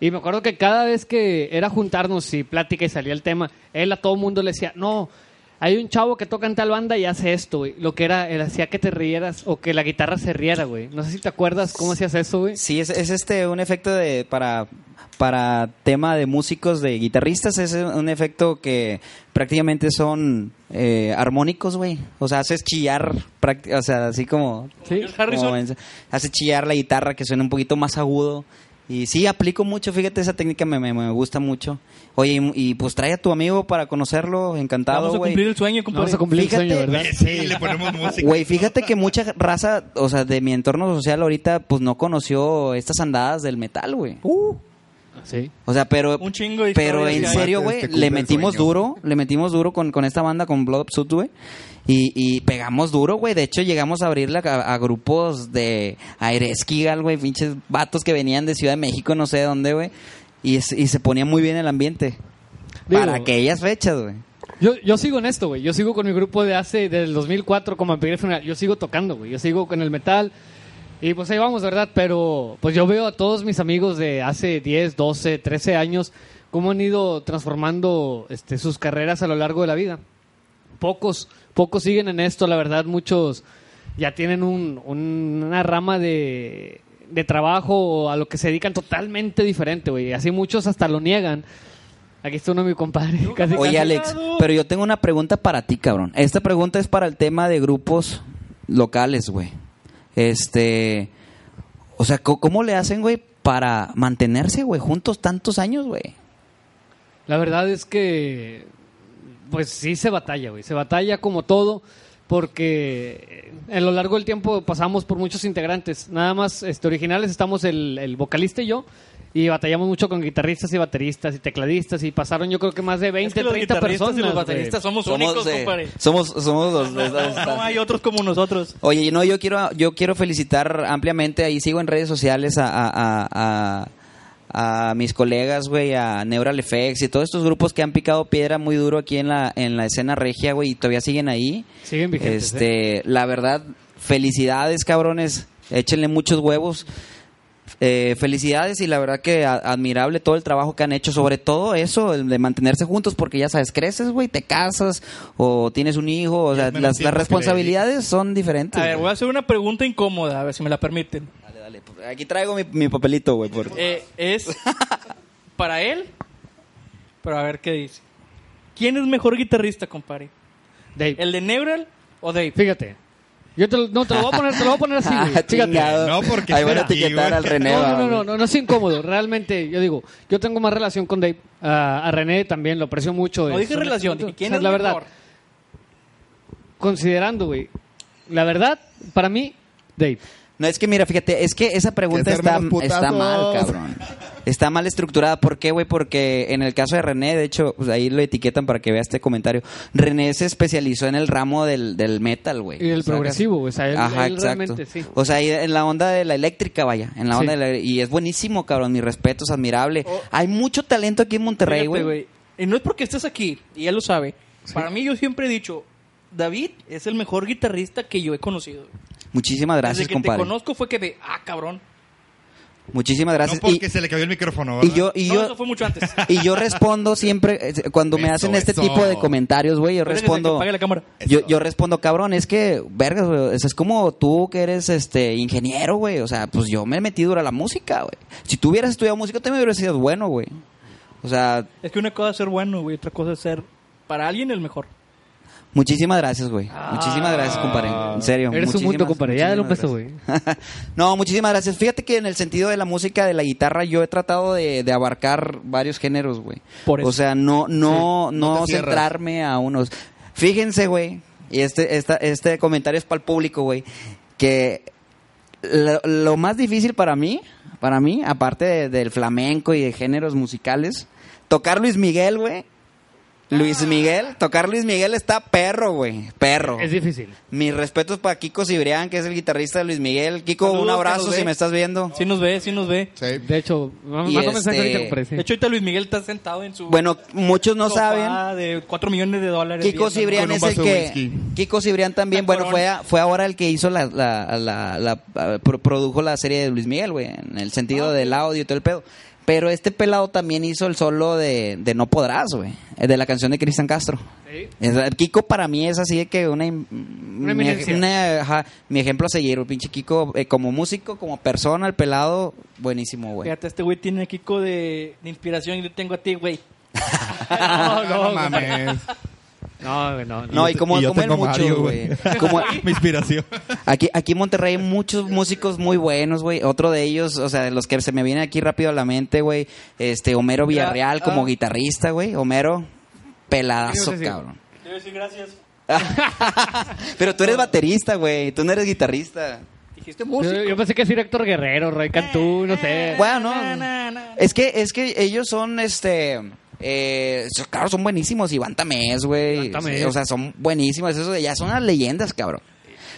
Speaker 2: Y me acuerdo que cada vez que era juntarnos y plática y salía el tema, él a todo mundo le decía, no, hay un chavo que toca en tal banda y hace esto, güey. Lo que era, él hacía que te rieras o que la guitarra se riera, güey. No sé si te acuerdas cómo hacías eso, güey.
Speaker 5: Sí, es, es este un efecto de para para tema de músicos, de guitarristas, es un efecto que prácticamente son eh, armónicos, güey. O sea, haces chillar, prácti- o sea, así como
Speaker 2: Sí.
Speaker 1: George Harrison.
Speaker 5: Como en- hace chillar la guitarra que suena un poquito más agudo. Y sí, aplico mucho, fíjate, esa técnica me, me- me gusta mucho. Oye, y, y pues trae a tu amigo para conocerlo, encantado,
Speaker 1: Vamos a
Speaker 5: güey.
Speaker 1: cumplir el sueño, compadre.
Speaker 2: Vamos a cumplir
Speaker 5: Fíjate,
Speaker 2: el sueño, ¿verdad?
Speaker 4: Oye, sí, le ponemos música.
Speaker 5: Güey, fíjate que mucha raza, o sea, de mi entorno social ahorita, pues no conoció estas andadas del metal, güey.
Speaker 2: Sí.
Speaker 5: O sea, pero,
Speaker 1: Uh, Un chingo de
Speaker 5: pero
Speaker 1: historias
Speaker 5: en
Speaker 1: ya.
Speaker 5: serio,
Speaker 3: Antes
Speaker 5: güey,
Speaker 3: te cumple
Speaker 5: le
Speaker 3: el
Speaker 5: metimos
Speaker 3: sueño.
Speaker 5: duro, le metimos duro con, con esta banda, con Blood Suit, güey. Y, y pegamos duro, güey. De hecho, llegamos a abrirla a, a grupos de Aeresquigal, güey. Pinches vatos que venían de Ciudad de México, no sé de dónde, güey. Y, es- y se ponía muy bien el ambiente.
Speaker 2: Digo-
Speaker 5: para aquellas fechas, güey.
Speaker 2: Yo, yo sigo en esto, güey. Yo sigo con mi grupo de hace, del 2004, como Vampire Funeral. Yo sigo tocando, güey. Yo sigo con el metal. Y pues ahí vamos, ¿verdad? Pero pues yo veo a todos mis amigos de hace 10, 12, 13 años, cómo han ido transformando este, sus carreras a lo largo de la vida. Pocos, pocos siguen en esto, la verdad. Muchos ya tienen un- un- una rama de, de trabajo a lo que se dedican totalmente diferente, güey. Así muchos hasta lo niegan. Aquí está uno de mi compadre. casi, casi.
Speaker 5: Oye, Alex, pero yo tengo una pregunta para ti, cabrón. Esta pregunta es para el tema de grupos locales, güey. Este. O sea, co- ¿cómo le hacen, güey, para mantenerse, güey, juntos tantos años, güey?
Speaker 2: La verdad es que, pues sí se batalla, güey. Se batalla como todo, porque eh, a lo largo del tiempo pasamos por muchos integrantes. Nada más este, originales estamos el, el vocalista y yo. Y batallamos mucho con guitarristas y bateristas y tecladistas. Y pasaron, yo creo que más de 20,
Speaker 1: Es que los
Speaker 2: 30
Speaker 1: guitarristas
Speaker 2: personas.
Speaker 1: y los
Speaker 2: güey.
Speaker 1: bateristas somos, únicos,
Speaker 5: eh,
Speaker 1: compadre.
Speaker 5: somos, somos los, los- los-
Speaker 1: No, no hay otros como nosotros.
Speaker 5: Oye, no, yo quiero, yo quiero felicitar ampliamente, ahí sigo en redes sociales a, a- a- a- a mis colegas, güey, a Neural Effects y todos estos grupos que han picado piedra muy duro aquí en la, en la escena regia, güey, y todavía siguen ahí.
Speaker 2: Siguen vigentes. ¿eh?
Speaker 5: Este, la verdad, felicidades, cabrones. Échenle muchos huevos. Eh, felicidades y la verdad que a- admirable todo el trabajo que han hecho, sobre todo eso, el de mantenerse juntos, porque ya sabes, creces, güey, te casas o tienes un hijo, o sea,
Speaker 4: menos
Speaker 5: las, las
Speaker 4: tiempo que le
Speaker 5: responsabilidades son diferentes.
Speaker 1: A ver,
Speaker 5: güey.
Speaker 1: voy a hacer una pregunta incómoda, a ver si me la permiten.
Speaker 5: Dale, dale, pues, aquí traigo mi, mi papelito, güey. por-
Speaker 1: Eh, es para él, pero a ver qué dice. ¿Quién es mejor guitarrista, compadre?
Speaker 2: Dave,
Speaker 1: ¿El de Neural o Dave?
Speaker 2: fíjate. Yo te lo, no, te lo voy a poner, te lo voy a poner así, güey.
Speaker 5: Ah,
Speaker 2: Fíjate.
Speaker 5: chingado.
Speaker 4: No, porque
Speaker 5: Ahí van a
Speaker 4: está aquí,
Speaker 5: etiquetar
Speaker 4: güey.
Speaker 5: al René.
Speaker 2: No,
Speaker 5: va,
Speaker 2: no, no, no,
Speaker 5: güey.
Speaker 2: no, no es incómodo. Realmente, yo digo, yo tengo más relación con Dave. Ah, a René también lo aprecio mucho.
Speaker 1: No
Speaker 2: Es
Speaker 1: dije
Speaker 2: un-
Speaker 1: relación,
Speaker 2: o sea,
Speaker 1: dije quién es
Speaker 2: la
Speaker 1: mejor.
Speaker 2: verdad. Considerando, güey. La verdad, para mí, Dave.
Speaker 5: No, es que mira, fíjate, es que esa pregunta
Speaker 6: Que se
Speaker 5: está,
Speaker 6: armen los
Speaker 5: está mal,
Speaker 6: putazos.
Speaker 5: cabrón. Está mal estructurada. ¿Por qué, güey? Porque en el caso de René, de hecho, pues, ahí lo etiquetan para que vea este comentario. René se especializó en el ramo del, del metal, güey.
Speaker 2: Y el
Speaker 5: ¿Sacas?
Speaker 2: progresivo, güey. O sea, él- él realmente, sí.
Speaker 5: O sea, y en la onda de la eléctrica, vaya. En la
Speaker 2: Sí. Oh.
Speaker 5: onda de la- Y es buenísimo, cabrón. Mis respetos, admirable. Hay mucho talento aquí en Monterrey,
Speaker 1: Fíjate,
Speaker 5: güey.
Speaker 1: Y no es porque estés aquí, y él lo sabe. Para mí, yo siempre he dicho, David es el mejor guitarrista que yo he conocido.
Speaker 5: Muchísimas gracias,
Speaker 1: Desde que
Speaker 5: compadre.
Speaker 1: te conozco fue que ve, ah, cabrón.
Speaker 5: Muchísimas gracias.
Speaker 4: No porque
Speaker 5: Y-
Speaker 4: se le cayó el micrófono,
Speaker 5: y,
Speaker 4: ¿verdad?
Speaker 5: yo, y
Speaker 1: no,
Speaker 5: yo,
Speaker 1: eso fue mucho antes.
Speaker 5: Y yo respondo siempre, eh, cuando me
Speaker 4: Eso,
Speaker 5: hacen este
Speaker 4: eso.
Speaker 5: tipo de comentarios, güey, yo
Speaker 1: Espérate que se
Speaker 5: respondo,
Speaker 1: apague la cámara.
Speaker 5: yo, yo respondo, cabrón, es que, vergas, güey, o sea, es como tú que eres este ingeniero, güey, o sea, pues yo me he metido duro a la música, güey. Si tú hubieras estudiado música, te me hubieras sido bueno, güey. O sea,
Speaker 1: Es que una cosa es ser bueno, güey, otra cosa es ser para alguien el mejor.
Speaker 5: muchísimas gracias, güey. Muchísimas gracias, compadre. En serio.
Speaker 2: Eres un
Speaker 5: muchísimas-
Speaker 2: mundo, compadre. Ya dale un
Speaker 5: muchísimas
Speaker 2: beso, güey.
Speaker 5: no, muchísimas gracias. Fíjate que en el sentido de la música, de la guitarra, yo he tratado de, de abarcar varios géneros, güey.
Speaker 1: Por eso.
Speaker 5: O sea, no, no,
Speaker 6: Sí, no
Speaker 5: no,
Speaker 6: te cierras.
Speaker 5: centrarme a unos. Fíjense, güey, y este, esta, este comentario es para el público, güey, que lo, lo más difícil para mí, para mí, aparte de- del flamenco y de géneros musicales, tocar Luis Miguel, güey. Luis Miguel, tocar Luis Miguel está perro, güey, perro.
Speaker 2: Es difícil.
Speaker 5: Mis respetos para Kiko Cibrián, que es el guitarrista de Luis Miguel. Kiko,
Speaker 1: Saludos,
Speaker 5: un
Speaker 1: que
Speaker 5: abrazo
Speaker 1: nos ve.
Speaker 5: si me estás viendo.
Speaker 1: Si nos ve, si nos ve.
Speaker 6: Sí.
Speaker 2: De hecho, vamos
Speaker 5: Eh, Y
Speaker 2: a comenzar
Speaker 5: este-
Speaker 2: ahorita, compadre. sí.
Speaker 1: De hecho, ahorita Luis Miguel está sentado en su.
Speaker 5: Bueno, muchos no
Speaker 1: sofá
Speaker 5: saben.
Speaker 1: De 4 millones de dólares.
Speaker 5: Kiko
Speaker 1: viendo, ¿no?
Speaker 5: Cibrián
Speaker 4: Con un
Speaker 5: es el
Speaker 4: vaso de
Speaker 5: que.
Speaker 4: whisky.
Speaker 5: Kiko Cibrián también, bueno,
Speaker 1: Cabrón.
Speaker 5: fue, a- fue ahora el que hizo la. la- la- la- la- pro- produjo la serie de Luis Miguel, güey, en el sentido del audio y todo el pedo. Pero este pelado también hizo el solo de, de No Podrás, güey, eh, de la canción de Cristian Castro.
Speaker 2: Sí.
Speaker 5: O sea, Kiko para mí es así de que una, im- mi,
Speaker 2: eminencia.
Speaker 5: una- ajá, mi ejemplo a seguir, pinche Kiko, eh, como músico, como persona, el pelado, buenísimo, güey.
Speaker 1: Fíjate, este güey tiene a Kiko de, de inspiración y yo tengo a ti, güey.
Speaker 4: Ah, no, mames.
Speaker 2: No, güey, no, no.
Speaker 5: No, y
Speaker 4: yo-
Speaker 5: como,
Speaker 4: y yo
Speaker 5: como él
Speaker 4: tengo
Speaker 5: mucho,
Speaker 4: Mario,
Speaker 5: güey.
Speaker 4: güey.
Speaker 5: Como,
Speaker 4: Mi inspiración.
Speaker 5: aquí, aquí en Monterrey hay muchos músicos muy buenos, güey. Otro de ellos, o sea, de los que se me vienen aquí rápido a la mente, güey. Este, Homero Villarreal
Speaker 1: ah.
Speaker 5: como guitarrista, güey. Homero, peladazo,
Speaker 2: Sí, sí, sí.
Speaker 5: cabrón.
Speaker 1: Debe decir gracias.
Speaker 5: Pero tú eres baterista, güey. Tú no eres guitarrista.
Speaker 1: Dijiste
Speaker 2: Yo, yo
Speaker 1: músico.
Speaker 2: pensé que es Héctor Guerrero, Roy Cantú,
Speaker 5: Eh,
Speaker 2: no sé.
Speaker 5: Bueno, no.
Speaker 1: Na, na, na.
Speaker 5: Es que, es que ellos son, este... Eh, so- claro, son buenísimos. Iván Tamés, güey.
Speaker 2: Iván Tamés.
Speaker 5: Sí, O sea, son buenísimos. Eso de- ya son las leyendas, cabrón.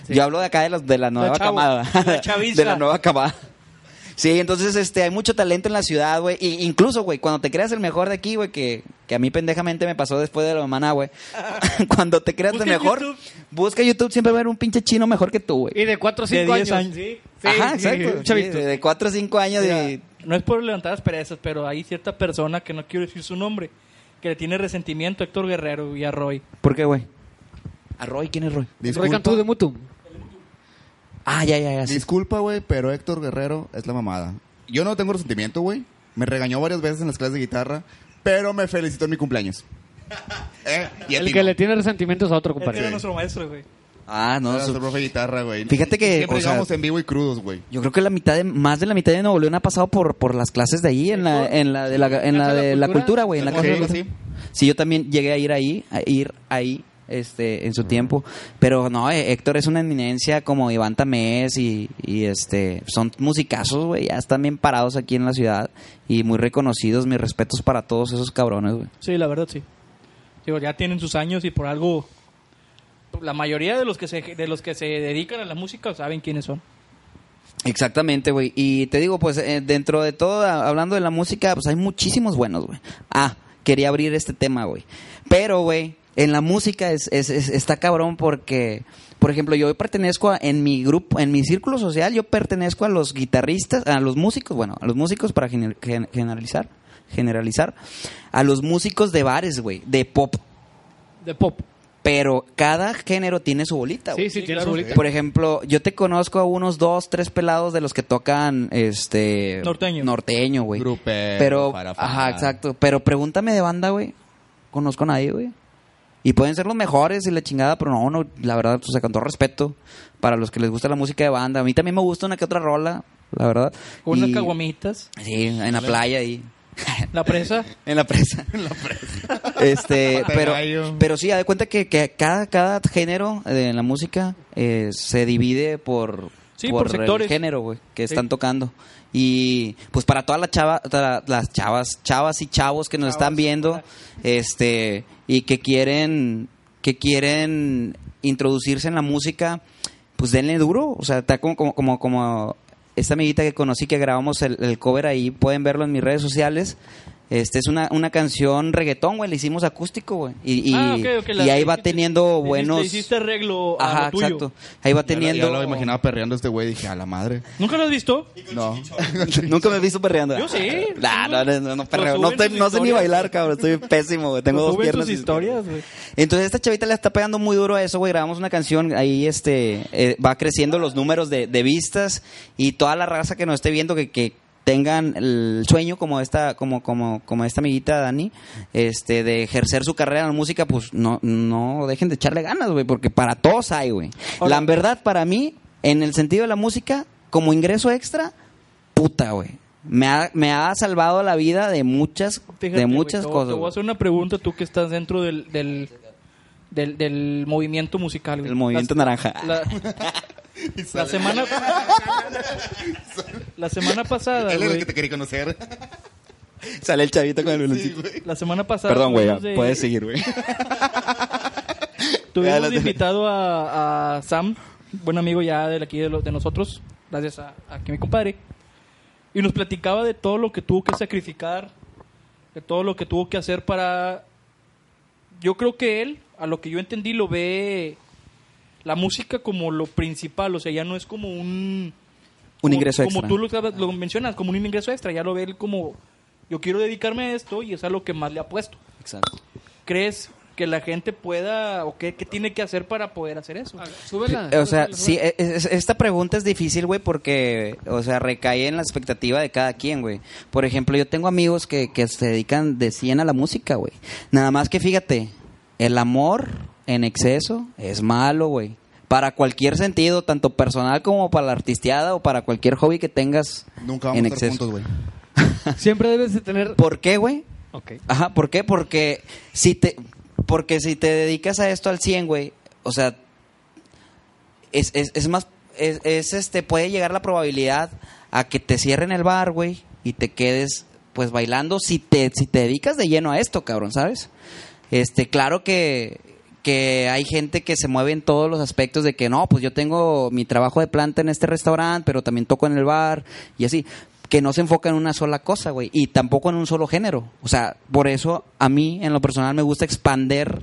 Speaker 5: Yo hablo de acá de la, de la nueva
Speaker 1: chavo-
Speaker 5: camada.
Speaker 1: la chaviza.
Speaker 5: de la nueva camada. Sí, entonces este, hay mucho talento en la ciudad, güey. Y incluso, güey, cuando te creas el mejor de aquí, güey, que, que a mí pendejamente me pasó después de la maná, güey. cuando te creas el
Speaker 1: Busca en
Speaker 5: mejor,
Speaker 1: YouTube.
Speaker 5: busca YouTube, siempre va a haber un pinche chino mejor que tú, güey.
Speaker 2: Y de 4 o
Speaker 1: De
Speaker 2: 5 años.
Speaker 1: 10 años.
Speaker 2: Sí,
Speaker 5: Ajá,
Speaker 2: sí,
Speaker 5: exacto.
Speaker 2: un
Speaker 5: Sí,
Speaker 2: chavito.
Speaker 5: de 4 o 5 años y...
Speaker 1: Mira, No es por levantar las perezas, pero hay cierta persona que no quiero decir su nombre, que le tiene resentimiento a Héctor Guerrero y a Roy.
Speaker 5: ¿Por qué, güey? ¿A Roy? ¿Quién es Roy?
Speaker 2: Roy Cantú de Mutum.
Speaker 5: Ah, ya, ya, ya. sí.
Speaker 3: Disculpa, güey, pero Héctor Guerrero es la mamada. Yo no tengo resentimiento, güey. Me regañó varias veces en las clases de guitarra, pero me felicitó en mi cumpleaños. Eh, y a
Speaker 2: El
Speaker 3: ti
Speaker 2: que
Speaker 3: no.
Speaker 2: le tiene resentimientos a otro,
Speaker 1: Este
Speaker 2: compadre.
Speaker 1: era nuestro maestro, güey.
Speaker 5: Ah, no.
Speaker 3: Era
Speaker 5: su-
Speaker 3: nuestro profe de guitarra, güey.
Speaker 5: Fíjate que,
Speaker 3: Siempre
Speaker 5: o sea-
Speaker 3: íbamos en vivo y crudos, güey.
Speaker 5: Yo creo que la mitad de, más de la mitad de Nuevo León ha pasado por, por las clases de ahí, en la, en la de la, en la, de la cultura, güey. En la
Speaker 3: Sí,
Speaker 5: casa de la
Speaker 3: sí.
Speaker 5: cultura. Sí, yo también llegué a ir ahí, a ir ahí, este, en su tiempo. Pero no, eh, Héctor es una eminencia como Iván Tamés y, y, este, son musicazos, güey. Ya están bien parados aquí en la ciudad y muy reconocidos. Mis respetos para todos esos cabrones, güey.
Speaker 1: Sí, la verdad, sí. Digo, ya tienen sus años y por algo... La mayoría de los que se, de los que se dedican a la música saben quiénes son.
Speaker 5: Exactamente, güey. Y te digo, pues eh, dentro de todo, a- hablando de la música, pues hay muchísimos buenos, güey. Ah, quería abrir este tema, güey. Pero, güey, en la música es, es- es- está cabrón porque, por ejemplo, yo pertenezco a- en mi grupo, en mi círculo social, yo pertenezco a los guitarristas, a los músicos, bueno, a los músicos para gener- gen- generalizar, generalizar, a los músicos de bares, güey, de pop.
Speaker 2: De pop.
Speaker 5: Pero cada género tiene su bolita, güey.
Speaker 2: Sí, sí, tiene su
Speaker 3: ¿Eh?
Speaker 2: bolita.
Speaker 5: Por ejemplo, yo te conozco a unos dos, tres pelados de los que tocan este
Speaker 1: Norteño.
Speaker 5: norteño, güey.
Speaker 3: Grupero,
Speaker 5: Pero
Speaker 3: farafán.
Speaker 5: ajá, exacto, pero pregúntame de banda, güey. Conozco a nadie, güey. Y pueden ser los mejores y la chingada, pero no, no, la verdad, o sea, con todo respeto para los que les gusta la música de banda. A mí también me gusta una que otra rola, la verdad.
Speaker 1: Con unas
Speaker 5: Y-
Speaker 1: caguamitas,
Speaker 5: Sí, en la playa ahí.
Speaker 1: la presa.
Speaker 5: En la presa. Este, pero,
Speaker 4: Pegallo.
Speaker 5: pero sí, haz de cuenta que, que cada, cada género eh, en la música eh, se divide por,
Speaker 1: Sí, por sectores.
Speaker 5: el género, güey, que
Speaker 1: Sí.
Speaker 5: están tocando. Y pues para todas las chavas, las chavas, chavas y chavos que nos están viendo, este, y que quieren, que quieren introducirse en la música, pues denle duro. O sea, está como, como, como, como esta amiguita que conocí que grabamos el, el cover ahí, pueden verlo en mis redes sociales. Este es una, una canción reggaetón, güey, le hicimos acústico, güey. Y, y,
Speaker 1: Ah, ok, ok, la-
Speaker 5: y ahí va
Speaker 1: hiciste-
Speaker 5: teniendo
Speaker 1: hiciste-
Speaker 5: buenos.
Speaker 1: Hiciste arreglo a
Speaker 5: Ajá,
Speaker 1: lo tuyo.
Speaker 5: exacto. Ahí va
Speaker 3: Ya lo-
Speaker 5: teniendo.
Speaker 3: Ya lo imaginaba perreando este güey. Dije, a la madre.
Speaker 1: ¿Nunca lo has visto?
Speaker 3: No.
Speaker 5: Nunca me he visto perreando.
Speaker 1: Yo sí.
Speaker 5: Nah, no, no, no, no, perreo.
Speaker 1: Lo
Speaker 5: No,
Speaker 1: suben
Speaker 5: estoy-
Speaker 1: sus
Speaker 5: no sé ni
Speaker 1: historias.
Speaker 5: bailar, cabrón. Estoy pésimo, güey. Tengo
Speaker 1: Lo
Speaker 5: dos
Speaker 1: suben
Speaker 5: piernas.
Speaker 1: sus
Speaker 5: y-
Speaker 1: historias, güey.
Speaker 5: Entonces, esta chavita le está pegando muy duro a eso, güey. Grabamos una canción. Ahí este eh, va creciendo los números de, de vistas. Y toda la raza que nos esté viendo, que, que tengan el sueño como esta como como como esta amiguita Dani este de ejercer su carrera en la música pues no no dejen de echarle ganas güey porque para todos hay güey
Speaker 1: Ahora-
Speaker 5: la verdad para mí en el sentido de la música como ingreso extra puta, güey. Me ha, me ha salvado la vida de muchas,
Speaker 1: Fíjate,
Speaker 5: de
Speaker 1: güey,
Speaker 5: muchas
Speaker 1: te voy-
Speaker 5: cosas.
Speaker 1: Te voy a
Speaker 5: güey.
Speaker 1: hacer una pregunta, tú que estás dentro del, del, del, del movimiento musical. güey.
Speaker 5: El movimiento naranja.
Speaker 1: La, la semana... la semana pasada,
Speaker 3: Él era el
Speaker 1: güey,
Speaker 3: que te quería conocer.
Speaker 5: Sale el chavito con el violoncito.
Speaker 1: La semana pasada...
Speaker 5: Perdón, güey.
Speaker 1: tuvimos de-
Speaker 5: Puedes seguir, güey.
Speaker 1: Tuvimos
Speaker 5: Adelante.
Speaker 1: invitado a, a Sam, buen amigo ya de aquí de, los, de nosotros, gracias a, a que mi compadre. Y nos platicaba de todo lo que tuvo que sacrificar, de todo lo que tuvo que hacer para... Yo creo que él, a lo que yo entendí, lo ve la música como lo principal, o sea, ya no es como un...
Speaker 5: Un
Speaker 1: como-
Speaker 5: ingreso
Speaker 1: como
Speaker 5: extra.
Speaker 1: tú lo, estabas- lo mencionas, como un ingreso extra, ya lo ve él como, yo quiero dedicarme a esto y es a lo que más le apuesto.
Speaker 5: Exacto.
Speaker 1: ¿Crees que la gente pueda o qué, qué tiene que hacer para poder hacer eso?
Speaker 2: Súbela.
Speaker 5: O sea,
Speaker 2: súbela,
Speaker 5: sí,
Speaker 2: súbela.
Speaker 5: e- es- esta pregunta es difícil, güey, porque, o sea, recae en la expectativa de cada quien, güey. Por ejemplo, yo tengo amigos que, que se dedican de 100 a la música, güey. Nada más que fíjate, el amor en exceso es malo, güey. Para cualquier sentido, tanto personal como para la artisteada o para cualquier hobby que tengas
Speaker 3: Nunca vamos
Speaker 5: en
Speaker 3: a estar
Speaker 5: exceso.
Speaker 3: juntos, güey.
Speaker 2: Siempre debes de tener...
Speaker 5: ¿Por qué, güey?
Speaker 2: Ok.
Speaker 5: Ajá, ¿por qué? Porque si te, porque si te dedicas a esto al 100, güey, o sea, es, es, es más, es, es, este, puede llegar la probabilidad a que te cierren el bar, güey, y te quedes pues bailando si te, si te dedicas de lleno a esto, cabrón, ¿sabes? Este, claro que, que hay gente que se mueve en todos los aspectos de que no, pues yo tengo mi trabajo de planta en este restaurante, pero también toco en el bar y así. Que no se enfoca en una sola cosa, güey, y tampoco en un solo género. O sea, por eso a mí, en lo personal, me gusta expander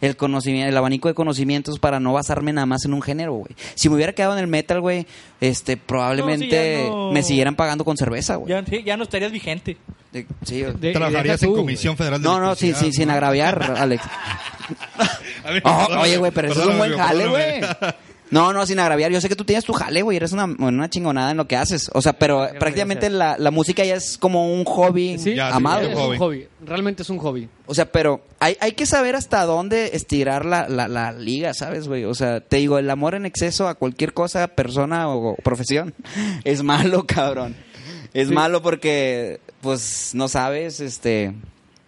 Speaker 5: el conocimiento, el abanico de conocimientos para no basarme nada más en un género, güey. Si me hubiera quedado en el metal, güey, este, probablemente
Speaker 1: ya no.
Speaker 5: me siguieran pagando con cerveza, güey.
Speaker 1: Ya, sí, ya no estarías vigente.
Speaker 5: De- sí, güey.
Speaker 2: De- y
Speaker 4: Trabajarías
Speaker 2: deja
Speaker 4: en
Speaker 2: tú,
Speaker 4: Comisión Federal de
Speaker 5: no, no, sí, sí,
Speaker 4: Electricidad,
Speaker 5: sin
Speaker 4: ¿no?
Speaker 5: agraviar, Alex.
Speaker 4: A ver,
Speaker 5: Oh,
Speaker 4: perdóname,
Speaker 5: oye, güey, pero eso es un buen
Speaker 4: perdóname,
Speaker 5: jale, güey.
Speaker 4: perdóname.
Speaker 5: No, no, sin agraviar. Yo sé que tú tienes tu jale, güey. Eres una, una chingonada en lo que haces. O sea, pero prácticamente la, la música ya es como un hobby
Speaker 2: Sí,
Speaker 4: Ya, sí,
Speaker 5: amado.
Speaker 4: ya
Speaker 2: Es
Speaker 4: un
Speaker 2: un hobby. Realmente es un hobby.
Speaker 5: O sea, pero hay, hay que saber hasta dónde estirar la, la, la liga, ¿sabes, güey? O sea, te digo, el amor en exceso a cualquier cosa, persona o profesión es malo, cabrón. Es malo porque, pues, no sabes, este...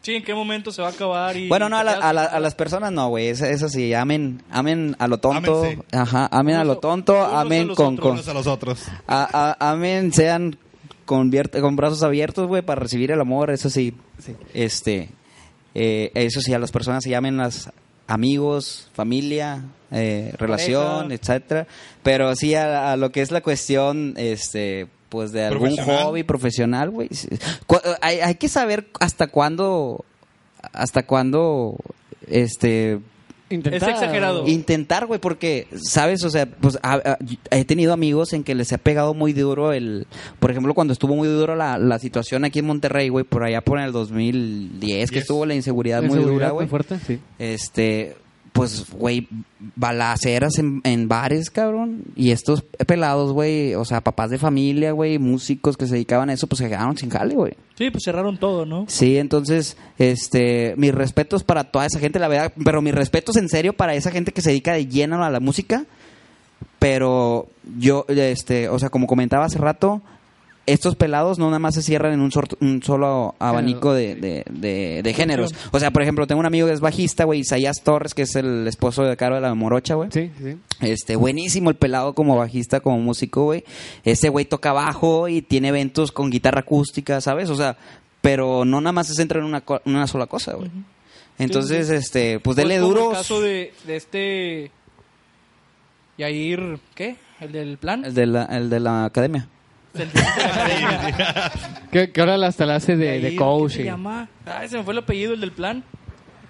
Speaker 1: Sí, ¿en qué momento se va a acabar? Y
Speaker 5: Bueno, no, a, la-
Speaker 1: te
Speaker 5: a la- a las personas no, güey. Eso, eso sí, amen, amen a lo tonto.
Speaker 4: Ámense.
Speaker 5: Ajá, amen a lo tonto,
Speaker 1: Unos a
Speaker 5: amen
Speaker 1: los
Speaker 5: con...
Speaker 1: otros,
Speaker 5: con
Speaker 4: Unos a los otros.
Speaker 5: a- a- amen, sean con, vier- con brazos abiertos, güey, para recibir el amor, eso sí. Este, eh, eso sí, a las personas se llamen las amigos, familia, eh, relación, etcétera. Pero sí, a, a lo que es la cuestión, este, pues de algún
Speaker 4: Profesional.
Speaker 5: hobby profesional, güey. sí. Cu- Hay, hay que saber hasta cuándo, hasta cuándo, este,
Speaker 2: Intentar.
Speaker 1: exagerado.
Speaker 5: Intentar, güey, porque, ¿sabes? O sea, pues a- a- he tenido amigos en que les ha pegado muy duro el... Por ejemplo, cuando estuvo muy duro la, la situación aquí en Monterrey, güey, por allá por el 2010, que
Speaker 4: Yes.
Speaker 5: estuvo la inseguridad
Speaker 2: La
Speaker 5: muy
Speaker 2: inseguridad
Speaker 5: dura, güey.
Speaker 2: muy fuerte, sí.
Speaker 5: Este, pues, güey, balaceras en, en bares, cabrón. Y estos pelados, güey, o sea, papás de familia, güey, músicos que se dedicaban a eso, pues se quedaron sin jale, güey.
Speaker 1: Sí, pues cerraron todo, ¿no?
Speaker 5: Sí, entonces, este, mis respetos para toda esa gente, la verdad, pero mis respetos en serio para esa gente que se dedica de lleno a la música. Pero yo, este, o sea, como comentaba hace rato, estos pelados no nada más se cierran en un, sort- un solo abanico de, de- de- de géneros. O sea, por ejemplo, tengo un amigo que es bajista, güey, Isaías Torres, que es el esposo de Caro de la Morocha, güey.
Speaker 2: Sí, sí.
Speaker 5: Este, buenísimo el pelado como bajista, como músico, güey. Ese güey toca bajo y tiene eventos con guitarra acústica, ¿sabes? O sea, pero no nada más se centra en una, co- en una sola cosa, güey. Entonces, este, pues dele
Speaker 1: Pues como
Speaker 5: duro.
Speaker 1: El caso de, de este. Yair, ¿qué? ¿El del plan?
Speaker 5: El de la, el de la academia.
Speaker 1: El de-
Speaker 2: Que, que ahora hasta la hace de, de
Speaker 1: Yair,
Speaker 2: coach.
Speaker 1: ¿qué se
Speaker 2: y-
Speaker 1: llama? Ay, se me fue el apellido, el del plan.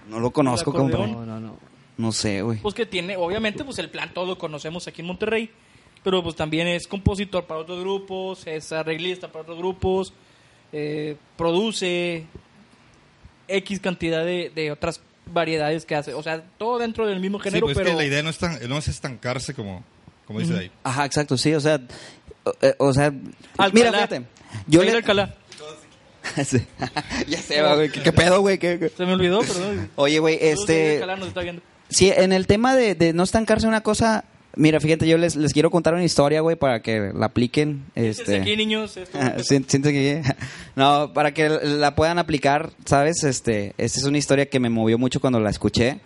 Speaker 5: No lo conozco,
Speaker 1: El acordeón.
Speaker 5: compadre.
Speaker 2: No, no, no.
Speaker 5: No sé, güey.
Speaker 1: Pues que tiene, obviamente, pues el plan todo lo conocemos aquí en Monterrey. Pero pues también es compositor para otros grupos, es arreglista para otros grupos, eh, produce X cantidad de, de otras variedades que hace. O sea, todo dentro del mismo
Speaker 4: Sí,
Speaker 1: género,
Speaker 4: pues es
Speaker 1: pero...
Speaker 4: que la idea no es, tan- no es estancarse como, como dice ahí.
Speaker 5: Ajá, exacto, sí, o sea, o, eh, o sea,
Speaker 1: Alcalá.
Speaker 5: mira, fíjate. Yo
Speaker 1: Soy
Speaker 5: le...
Speaker 1: de Alcalá.
Speaker 5: Sí. ya sé, va, güey, ¿qué, qué pedo, güey? ¿Qué- qué?
Speaker 1: Se me olvidó, perdón.
Speaker 5: Oye, güey,
Speaker 1: Saludos, soy de
Speaker 5: este...
Speaker 1: Alcalá, nos está viendo.
Speaker 5: Sí, en el tema de, de no estancarse en una cosa, mira, fíjate, yo les, les quiero contar una historia, güey, para que la apliquen.
Speaker 1: Siéntense aquí,
Speaker 5: Este,
Speaker 1: niños. esto-
Speaker 5: Sí, siento que no, para que la puedan aplicar, ¿sabes? Este, esta es una historia que me movió mucho cuando la escuché.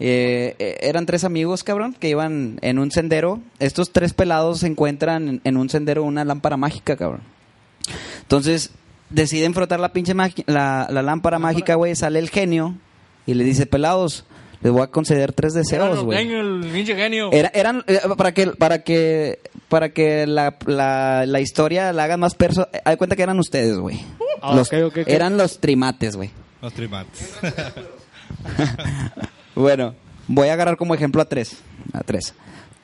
Speaker 5: Eh, eh, eran tres amigos, cabrón, que iban en un sendero. Estos tres pelados se encuentran en- en un sendero una lámpara mágica, cabrón. Entonces, deciden frotar la pinche magi- la, la lámpara mágica, güey. Sale el genio y le dice, pelados, les voy a conceder tres
Speaker 1: Era
Speaker 5: deseos, güey.
Speaker 1: norteño, el pinche genio.
Speaker 5: Era- eran eh, para que para que para que la, la, la historia la hagan más perso. eh, Hay cuenta que eran ustedes, güey.
Speaker 2: Ah,
Speaker 5: Los-
Speaker 2: ok, ok, ok.
Speaker 5: Eran los trimates, güey.
Speaker 4: Los trimates.
Speaker 5: Bueno, voy a agarrar como ejemplo a tres, a tres.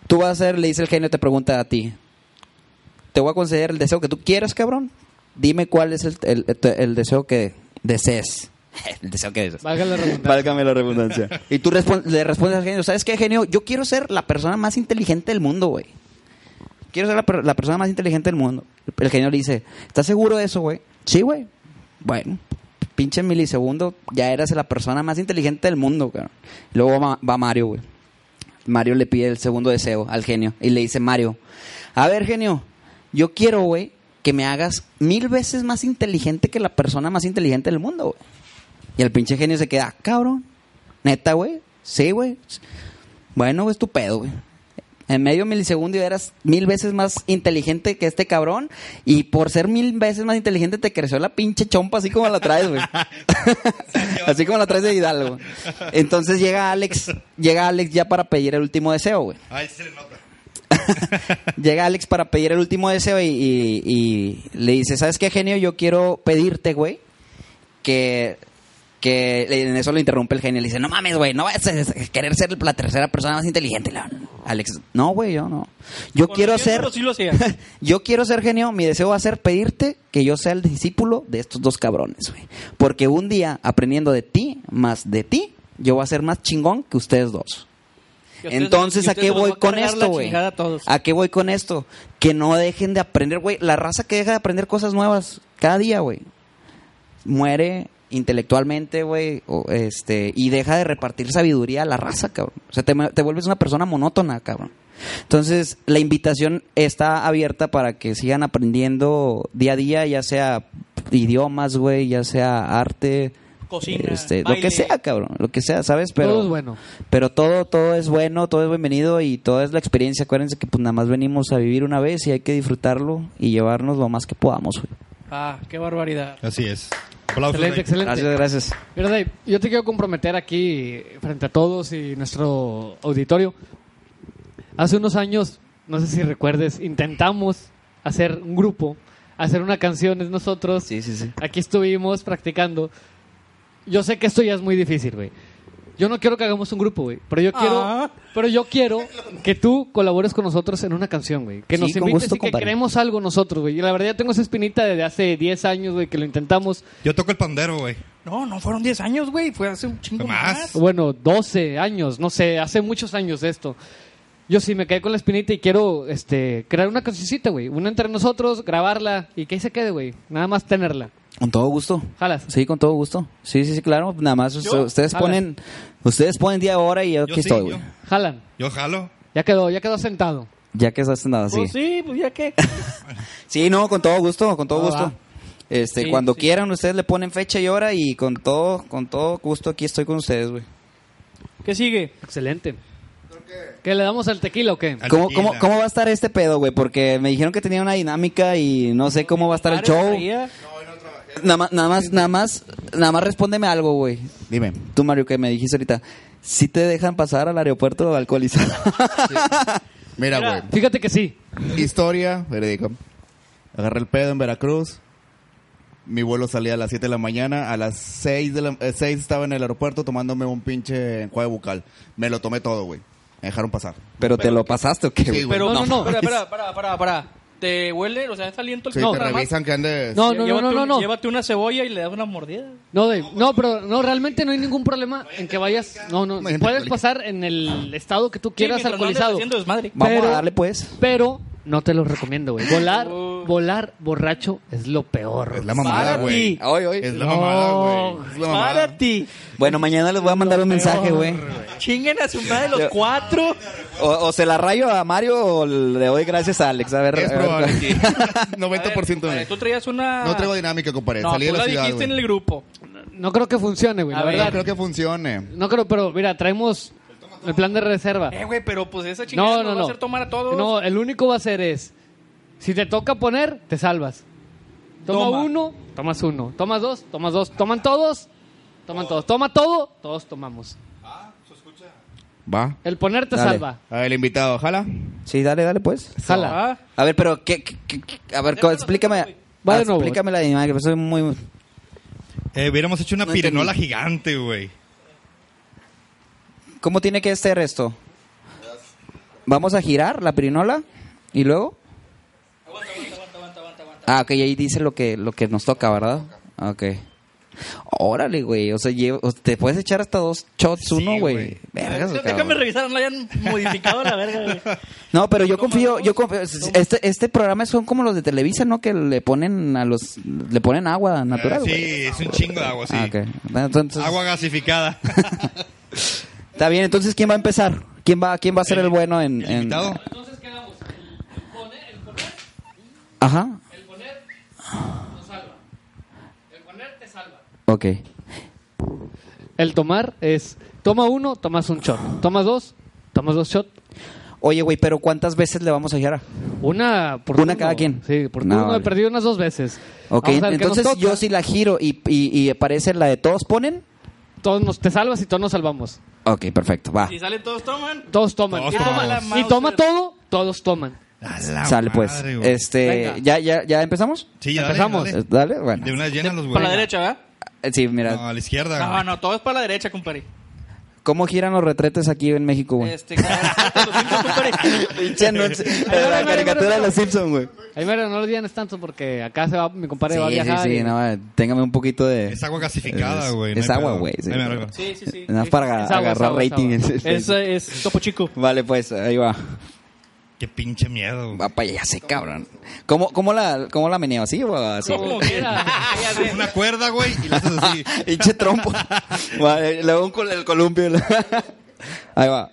Speaker 5: Tú vas a ser, le dice el genio, te pregunta a ti. Te voy a conceder el deseo que tú quieras, cabrón. Dime cuál es el, el- el deseo que desees. El deseo que desees.
Speaker 2: Valga la redundancia.
Speaker 5: Válgame la redundancia. Y tú respon- le respondes al genio, ¿sabes qué, genio? Yo quiero ser la persona más inteligente del mundo, güey. Quiero ser la, per- la persona más inteligente del mundo. El genio le dice, ¿estás seguro de eso, güey? Sí, güey. Bueno, pinche milisegundo, ya eras la persona más inteligente del mundo, cabrón. Luego va, va Mario, güey. Mario le pide el segundo deseo al genio y le dice, Mario, a ver, genio, yo quiero, güey, que me hagas mil veces más inteligente que la persona más inteligente del mundo, güey. Y el pinche genio se queda, "Ah, cabrón. Neta, güey. Sí, güey. Bueno, güey, es tu pedo, güey. en medio milisegundo y eras mil veces más inteligente que este cabrón. Y por ser mil veces más inteligente te creció la pinche chompa así como la traes, güey. así como la traes de Hidalgo. Entonces llega Alex, llega Alex ya para pedir el último deseo, güey.
Speaker 4: Ay, se le nota.
Speaker 5: Llega Alex para pedir el último deseo y, y- y le dice, ¿sabes qué, genio? Yo quiero pedirte, güey, que... Que en eso lo interrumpe el genio. Le dice, no mames, güey, no vayas a querer ser la tercera persona más inteligente. Le digo, Alex, no, güey, yo no. Yo quiero ser...
Speaker 1: Conociéndolo, Sí lo hacía.
Speaker 5: Yo quiero ser genio, mi deseo va a ser pedirte que yo sea el discípulo de estos dos cabrones, güey. Porque un día, aprendiendo de ti, más de ti, yo voy a ser más chingón que ustedes dos.
Speaker 1: Y ustedes-
Speaker 5: Entonces,
Speaker 1: y
Speaker 5: ¿a
Speaker 1: ustedes
Speaker 5: qué
Speaker 1: los
Speaker 5: voy
Speaker 1: va a
Speaker 5: con
Speaker 1: cargar la
Speaker 5: esto, güey? Ah,
Speaker 1: chingada a todos.
Speaker 5: ¿A qué voy con esto? Que no dejen de aprender, güey. La raza que deja de aprender cosas nuevas cada día, güey. Muere intelectualmente, güey, o, este, y deja de repartir sabiduría a la raza, cabrón. O sea, te, te vuelves una persona monótona, cabrón. Entonces, la invitación está abierta para que sigan aprendiendo día a día, ya sea idiomas, güey, ya sea arte,
Speaker 1: Cocina,
Speaker 5: este, lo
Speaker 1: baile.
Speaker 5: que sea, cabrón, lo que sea, ¿sabes? Pero
Speaker 2: Todo es bueno.
Speaker 5: pero todo, todo es bueno, todo es bienvenido y todo es la experiencia. Acuérdense que pues nada más venimos a vivir una vez y hay que disfrutarlo y llevarnos lo más que podamos. güey.
Speaker 1: Ah, qué barbaridad.
Speaker 4: Así es. Aplausos.
Speaker 2: Excelente,
Speaker 4: Dave.
Speaker 2: excelente.
Speaker 5: Gracias, gracias.
Speaker 2: Mira, Dave, yo te quiero comprometer aquí frente a todos y nuestro auditorio. Hace unos años, no sé si recuerdes, intentamos hacer un grupo, hacer una canción, es nosotros.
Speaker 5: Sí, sí, sí.
Speaker 2: Aquí estuvimos practicando. Yo sé que esto ya es muy difícil, güey. Yo no quiero que hagamos un grupo, güey. Pero yo quiero,
Speaker 1: Ah.
Speaker 2: pero yo quiero que tú colabores con nosotros en una canción, güey. Que
Speaker 5: Sí,
Speaker 2: nos
Speaker 5: con
Speaker 2: invites
Speaker 5: gusto,
Speaker 2: y que
Speaker 5: compadre.
Speaker 2: creemos algo nosotros, güey. Y la verdad ya tengo esa espinita desde hace 10 años, güey, que lo intentamos.
Speaker 4: Yo toco el pandero, güey.
Speaker 1: No, no fueron 10 años, güey. Fue hace un chingo
Speaker 4: Fue más.
Speaker 1: más.
Speaker 2: bueno, 12 años, no sé, hace muchos años de esto. Yo sí me quedé con la espinita y quiero este, crear una cancioncita, güey. Una entre nosotros, grabarla y que ahí se quede, güey. Nada más tenerla.
Speaker 5: Con todo gusto.
Speaker 2: Jalas.
Speaker 5: Sí, con todo gusto. Sí, sí, sí, claro. Nada más
Speaker 1: Yo,
Speaker 5: ustedes
Speaker 2: jala.
Speaker 5: ponen, ustedes ponen día hora y yo aquí
Speaker 4: Yo sí,
Speaker 5: estoy,
Speaker 4: yo,
Speaker 5: güey.
Speaker 2: Jalan.
Speaker 4: yo jalo.
Speaker 2: Ya quedó, ya quedó sentado.
Speaker 5: Ya que estás nada así.
Speaker 1: Pues sí, pues ya que.
Speaker 5: Sí, no, con todo gusto, con todo
Speaker 2: Ah,
Speaker 5: gusto.
Speaker 2: va.
Speaker 5: Este,
Speaker 1: Sí,
Speaker 5: cuando
Speaker 1: sí.
Speaker 5: quieran ustedes le ponen fecha y hora y con todo, con todo gusto aquí estoy con ustedes, güey.
Speaker 1: ¿Qué sigue?
Speaker 2: Excelente. ¿Qué le damos al tequila o qué?
Speaker 4: Al
Speaker 5: ¿Cómo,
Speaker 4: tequila.
Speaker 5: cómo, ¿Cómo va a estar este pedo, güey? Porque me dijeron que tenía una dinámica y no sé cómo va a estar el
Speaker 1: Bares,
Speaker 5: show.
Speaker 1: traía-
Speaker 5: Nada más, nada más, nada más, nada más respóndeme algo, güey.
Speaker 3: Dime.
Speaker 5: Tú, Mario, que me dijiste ahorita. Si te dejan pasar al aeropuerto alcoholizado.
Speaker 1: Mira.
Speaker 3: Mira, güey.
Speaker 2: Ah, Fíjate que sí.
Speaker 3: Historia, verídico. Agarré el pedo en Veracruz. Mi vuelo salía a las 7 de la mañana. A las 6 de la, eh, 6 estaba en el aeropuerto tomándome un pinche enjuague bucal. Me lo tomé todo, güey. Me dejaron pasar.
Speaker 5: Pero te lo pasaste, ¿o qué,
Speaker 3: Sí,
Speaker 5: güey?
Speaker 3: güey.
Speaker 1: Pero
Speaker 2: No,
Speaker 1: no,
Speaker 2: no,
Speaker 1: no,
Speaker 2: no.
Speaker 1: Espera, espera, para, para, para. ¿Te huele? O sea, ¿está aliento el
Speaker 3: Sí,
Speaker 1: no,
Speaker 3: te
Speaker 1: nada más.
Speaker 3: revisan que andes.
Speaker 2: No, no, no,
Speaker 1: Llévate
Speaker 2: no, no.
Speaker 1: un- Llévate una cebolla y le das una mordida.
Speaker 2: No, pues Dave, no, pero no, realmente no hay ningún problema en que vayas. No, no,
Speaker 3: No hay gente
Speaker 2: puedes
Speaker 3: alcohólica.
Speaker 2: pasar en el estado que tú quieras
Speaker 1: mientras no andes
Speaker 2: alcoholizado.
Speaker 1: haciendo desmadre.
Speaker 5: Vamos
Speaker 2: pero-
Speaker 5: a darle, pues.
Speaker 2: Pero no te lo recomiendo, güey. Volar,
Speaker 1: Oh.
Speaker 2: volar borracho es lo peor.
Speaker 3: Es la mamada,
Speaker 1: Para
Speaker 3: güey.
Speaker 1: ti.
Speaker 5: Hoy, hoy.
Speaker 3: Es la
Speaker 2: No.
Speaker 3: mamada, güey. Es la mamada.
Speaker 1: Para ti.
Speaker 5: Bueno, mañana les voy a mandar un mensaje, güey.
Speaker 1: Chinguen a su madre los
Speaker 5: Yo-
Speaker 1: cuatro.
Speaker 5: O, o se la rayo a Mario o le doy gracias a Alex. A ver.
Speaker 3: Es
Speaker 5: a ver.
Speaker 3: probable.
Speaker 1: A ver,
Speaker 3: 90%
Speaker 1: a ver,
Speaker 3: de
Speaker 1: Tú traías una.
Speaker 3: No traigo dinámica, compadre.
Speaker 1: No,
Speaker 3: Salí de
Speaker 1: tú
Speaker 3: la
Speaker 1: la
Speaker 3: ciudad,
Speaker 1: dijiste
Speaker 3: güey.
Speaker 1: en el grupo.
Speaker 2: No creo que funcione, güey,
Speaker 1: A
Speaker 2: la
Speaker 1: ver.
Speaker 2: verdad.
Speaker 3: No creo que funcione.
Speaker 2: No creo, pero mira, traemos el plan de reserva.
Speaker 1: Eh, güey, pero pues esa chingada
Speaker 2: Ah. No,
Speaker 1: nos
Speaker 2: no,
Speaker 1: va a
Speaker 2: no.
Speaker 1: hacer tomar a todos.
Speaker 2: No, el único va a ser es, si te toca poner, te salvas. Toma,
Speaker 1: Toma.
Speaker 2: uno, tomas uno. Tomas dos, tomas dos. Toman todos, toman todos. Toma todo, todos tomamos.
Speaker 3: Va.
Speaker 2: El poner te
Speaker 5: Dale.
Speaker 2: salva.
Speaker 3: A ver, el invitado, jala.
Speaker 5: Sí, dale, dale, pues.
Speaker 2: Jala.
Speaker 1: Ah,
Speaker 5: A ver, pero, ¿qué? qué- qué- qué? a ver, co- explícame. ah,
Speaker 2: Va de nuevo.
Speaker 5: Explícame la dinámica. pues, Soy muy.
Speaker 4: Eh, hubiéramos hecho una
Speaker 5: No entendí.
Speaker 4: pirinola gigante, güey.
Speaker 5: ¿Cómo tiene que ser esto? Vamos a girar la pirinola y luego. Ah, ok, ahí dice lo que, lo que nos toca, ¿verdad? Ah, Ok. Órale, güey. O sea, llevo- o- te puedes echar hasta dos shots uno, güey.
Speaker 4: güey.
Speaker 5: Vergas, cabrón.
Speaker 1: déjame revisar, no hayan modificado la verga, güey.
Speaker 5: No, pero yo confío, yo confío. Este, este programa son como los de Televisa, ¿no? Que le ponen a los, le ponen agua natural,
Speaker 4: sí,
Speaker 5: güey.
Speaker 4: es un chingo de agua, sí.
Speaker 5: Ah, ok. Entonces,
Speaker 4: Agua gasificada.
Speaker 5: Está bien, entonces ¿quién va a empezar? ¿Quién va, quién va a ser el,
Speaker 4: El-
Speaker 5: bueno en,
Speaker 4: el
Speaker 5: en-
Speaker 4: invitado.
Speaker 2: Entonces quedamos. El poner, el poner,
Speaker 5: Ajá.
Speaker 2: el poner nos salva. El poner te salva.
Speaker 5: Ok.
Speaker 2: El tomar es, toma uno, tomas un shot. Tomas dos, tomas dos shot.
Speaker 5: Oye, güey, pero ¿cuántas veces le vamos a Jara?
Speaker 2: Una por
Speaker 5: Una
Speaker 2: turno.
Speaker 5: cada quien.
Speaker 2: Sí, por
Speaker 5: No,
Speaker 2: turno. he
Speaker 5: vale.
Speaker 2: perdido unas dos veces.
Speaker 5: Ok,
Speaker 2: Vamos a ver qué nos
Speaker 5: entonces
Speaker 2: toca.
Speaker 5: yo si la giro y, y, y aparece la de todos ponen.
Speaker 2: Todos nos, te salvas y todos nos salvamos.
Speaker 5: Ok, perfecto, va.
Speaker 1: Si salen todos, toman.
Speaker 2: Todos toman.
Speaker 4: Todos
Speaker 2: y,
Speaker 4: toman.
Speaker 2: toma,
Speaker 1: Ah,
Speaker 2: y toma
Speaker 1: Mauser.
Speaker 2: todo, todos toman.
Speaker 4: A la
Speaker 5: Sale pues.
Speaker 4: madre, güey.
Speaker 5: Este,
Speaker 2: Venga.
Speaker 5: ¿ya, ya, ¿ya empezamos?
Speaker 4: Sí, ya dale,
Speaker 2: empezamos.
Speaker 4: dale.
Speaker 5: Eh, Dale, bueno.
Speaker 4: De una llena los güeyes.
Speaker 1: Para la derecha, ¿verdad?
Speaker 5: Eh, Sí, mira.
Speaker 4: No, a la izquierda.
Speaker 1: No,
Speaker 4: güey.
Speaker 1: no, todo es para la derecha, compadre.
Speaker 5: ¿Cómo giran los retretes aquí en México, güey?
Speaker 1: Este, cada- los Simpsons, compadre.
Speaker 5: Pinche anuncio.
Speaker 2: Ay,
Speaker 5: La
Speaker 2: no, no, no,
Speaker 5: caricatura
Speaker 2: no,
Speaker 5: de
Speaker 2: no.
Speaker 5: los Simpsons, güey.
Speaker 2: Ahí mero, no lo digan tanto porque acá se va, mi compadre
Speaker 5: Sí,
Speaker 2: va a
Speaker 5: sí,
Speaker 2: viajar.
Speaker 5: sí,
Speaker 2: y-
Speaker 5: no, eh, téngame un poquito de...
Speaker 4: Es agua gasificada,
Speaker 5: Es-
Speaker 4: güey.
Speaker 5: es agua, güey, sí.
Speaker 4: Vamos
Speaker 1: Sí, sí, sí.
Speaker 5: Nada más para aga-
Speaker 2: Es agua, es
Speaker 5: agarrar
Speaker 2: agua, es
Speaker 5: rating. este,
Speaker 2: agua.
Speaker 1: Ese es Topo Chico.
Speaker 5: Vale, pues, ahí va.
Speaker 4: Qué pinche miedo.
Speaker 5: Va para allá, se cabrón. ¿Cómo, cómo, la, ¿Cómo la meneo? ¿Así o así?
Speaker 1: Como quiera. Ah, Ya
Speaker 4: güey.
Speaker 1: sé.
Speaker 4: Una cuerda, güey, y la haces así.
Speaker 5: Hinche trompo. Vale, luego con el columpio. Ahí va.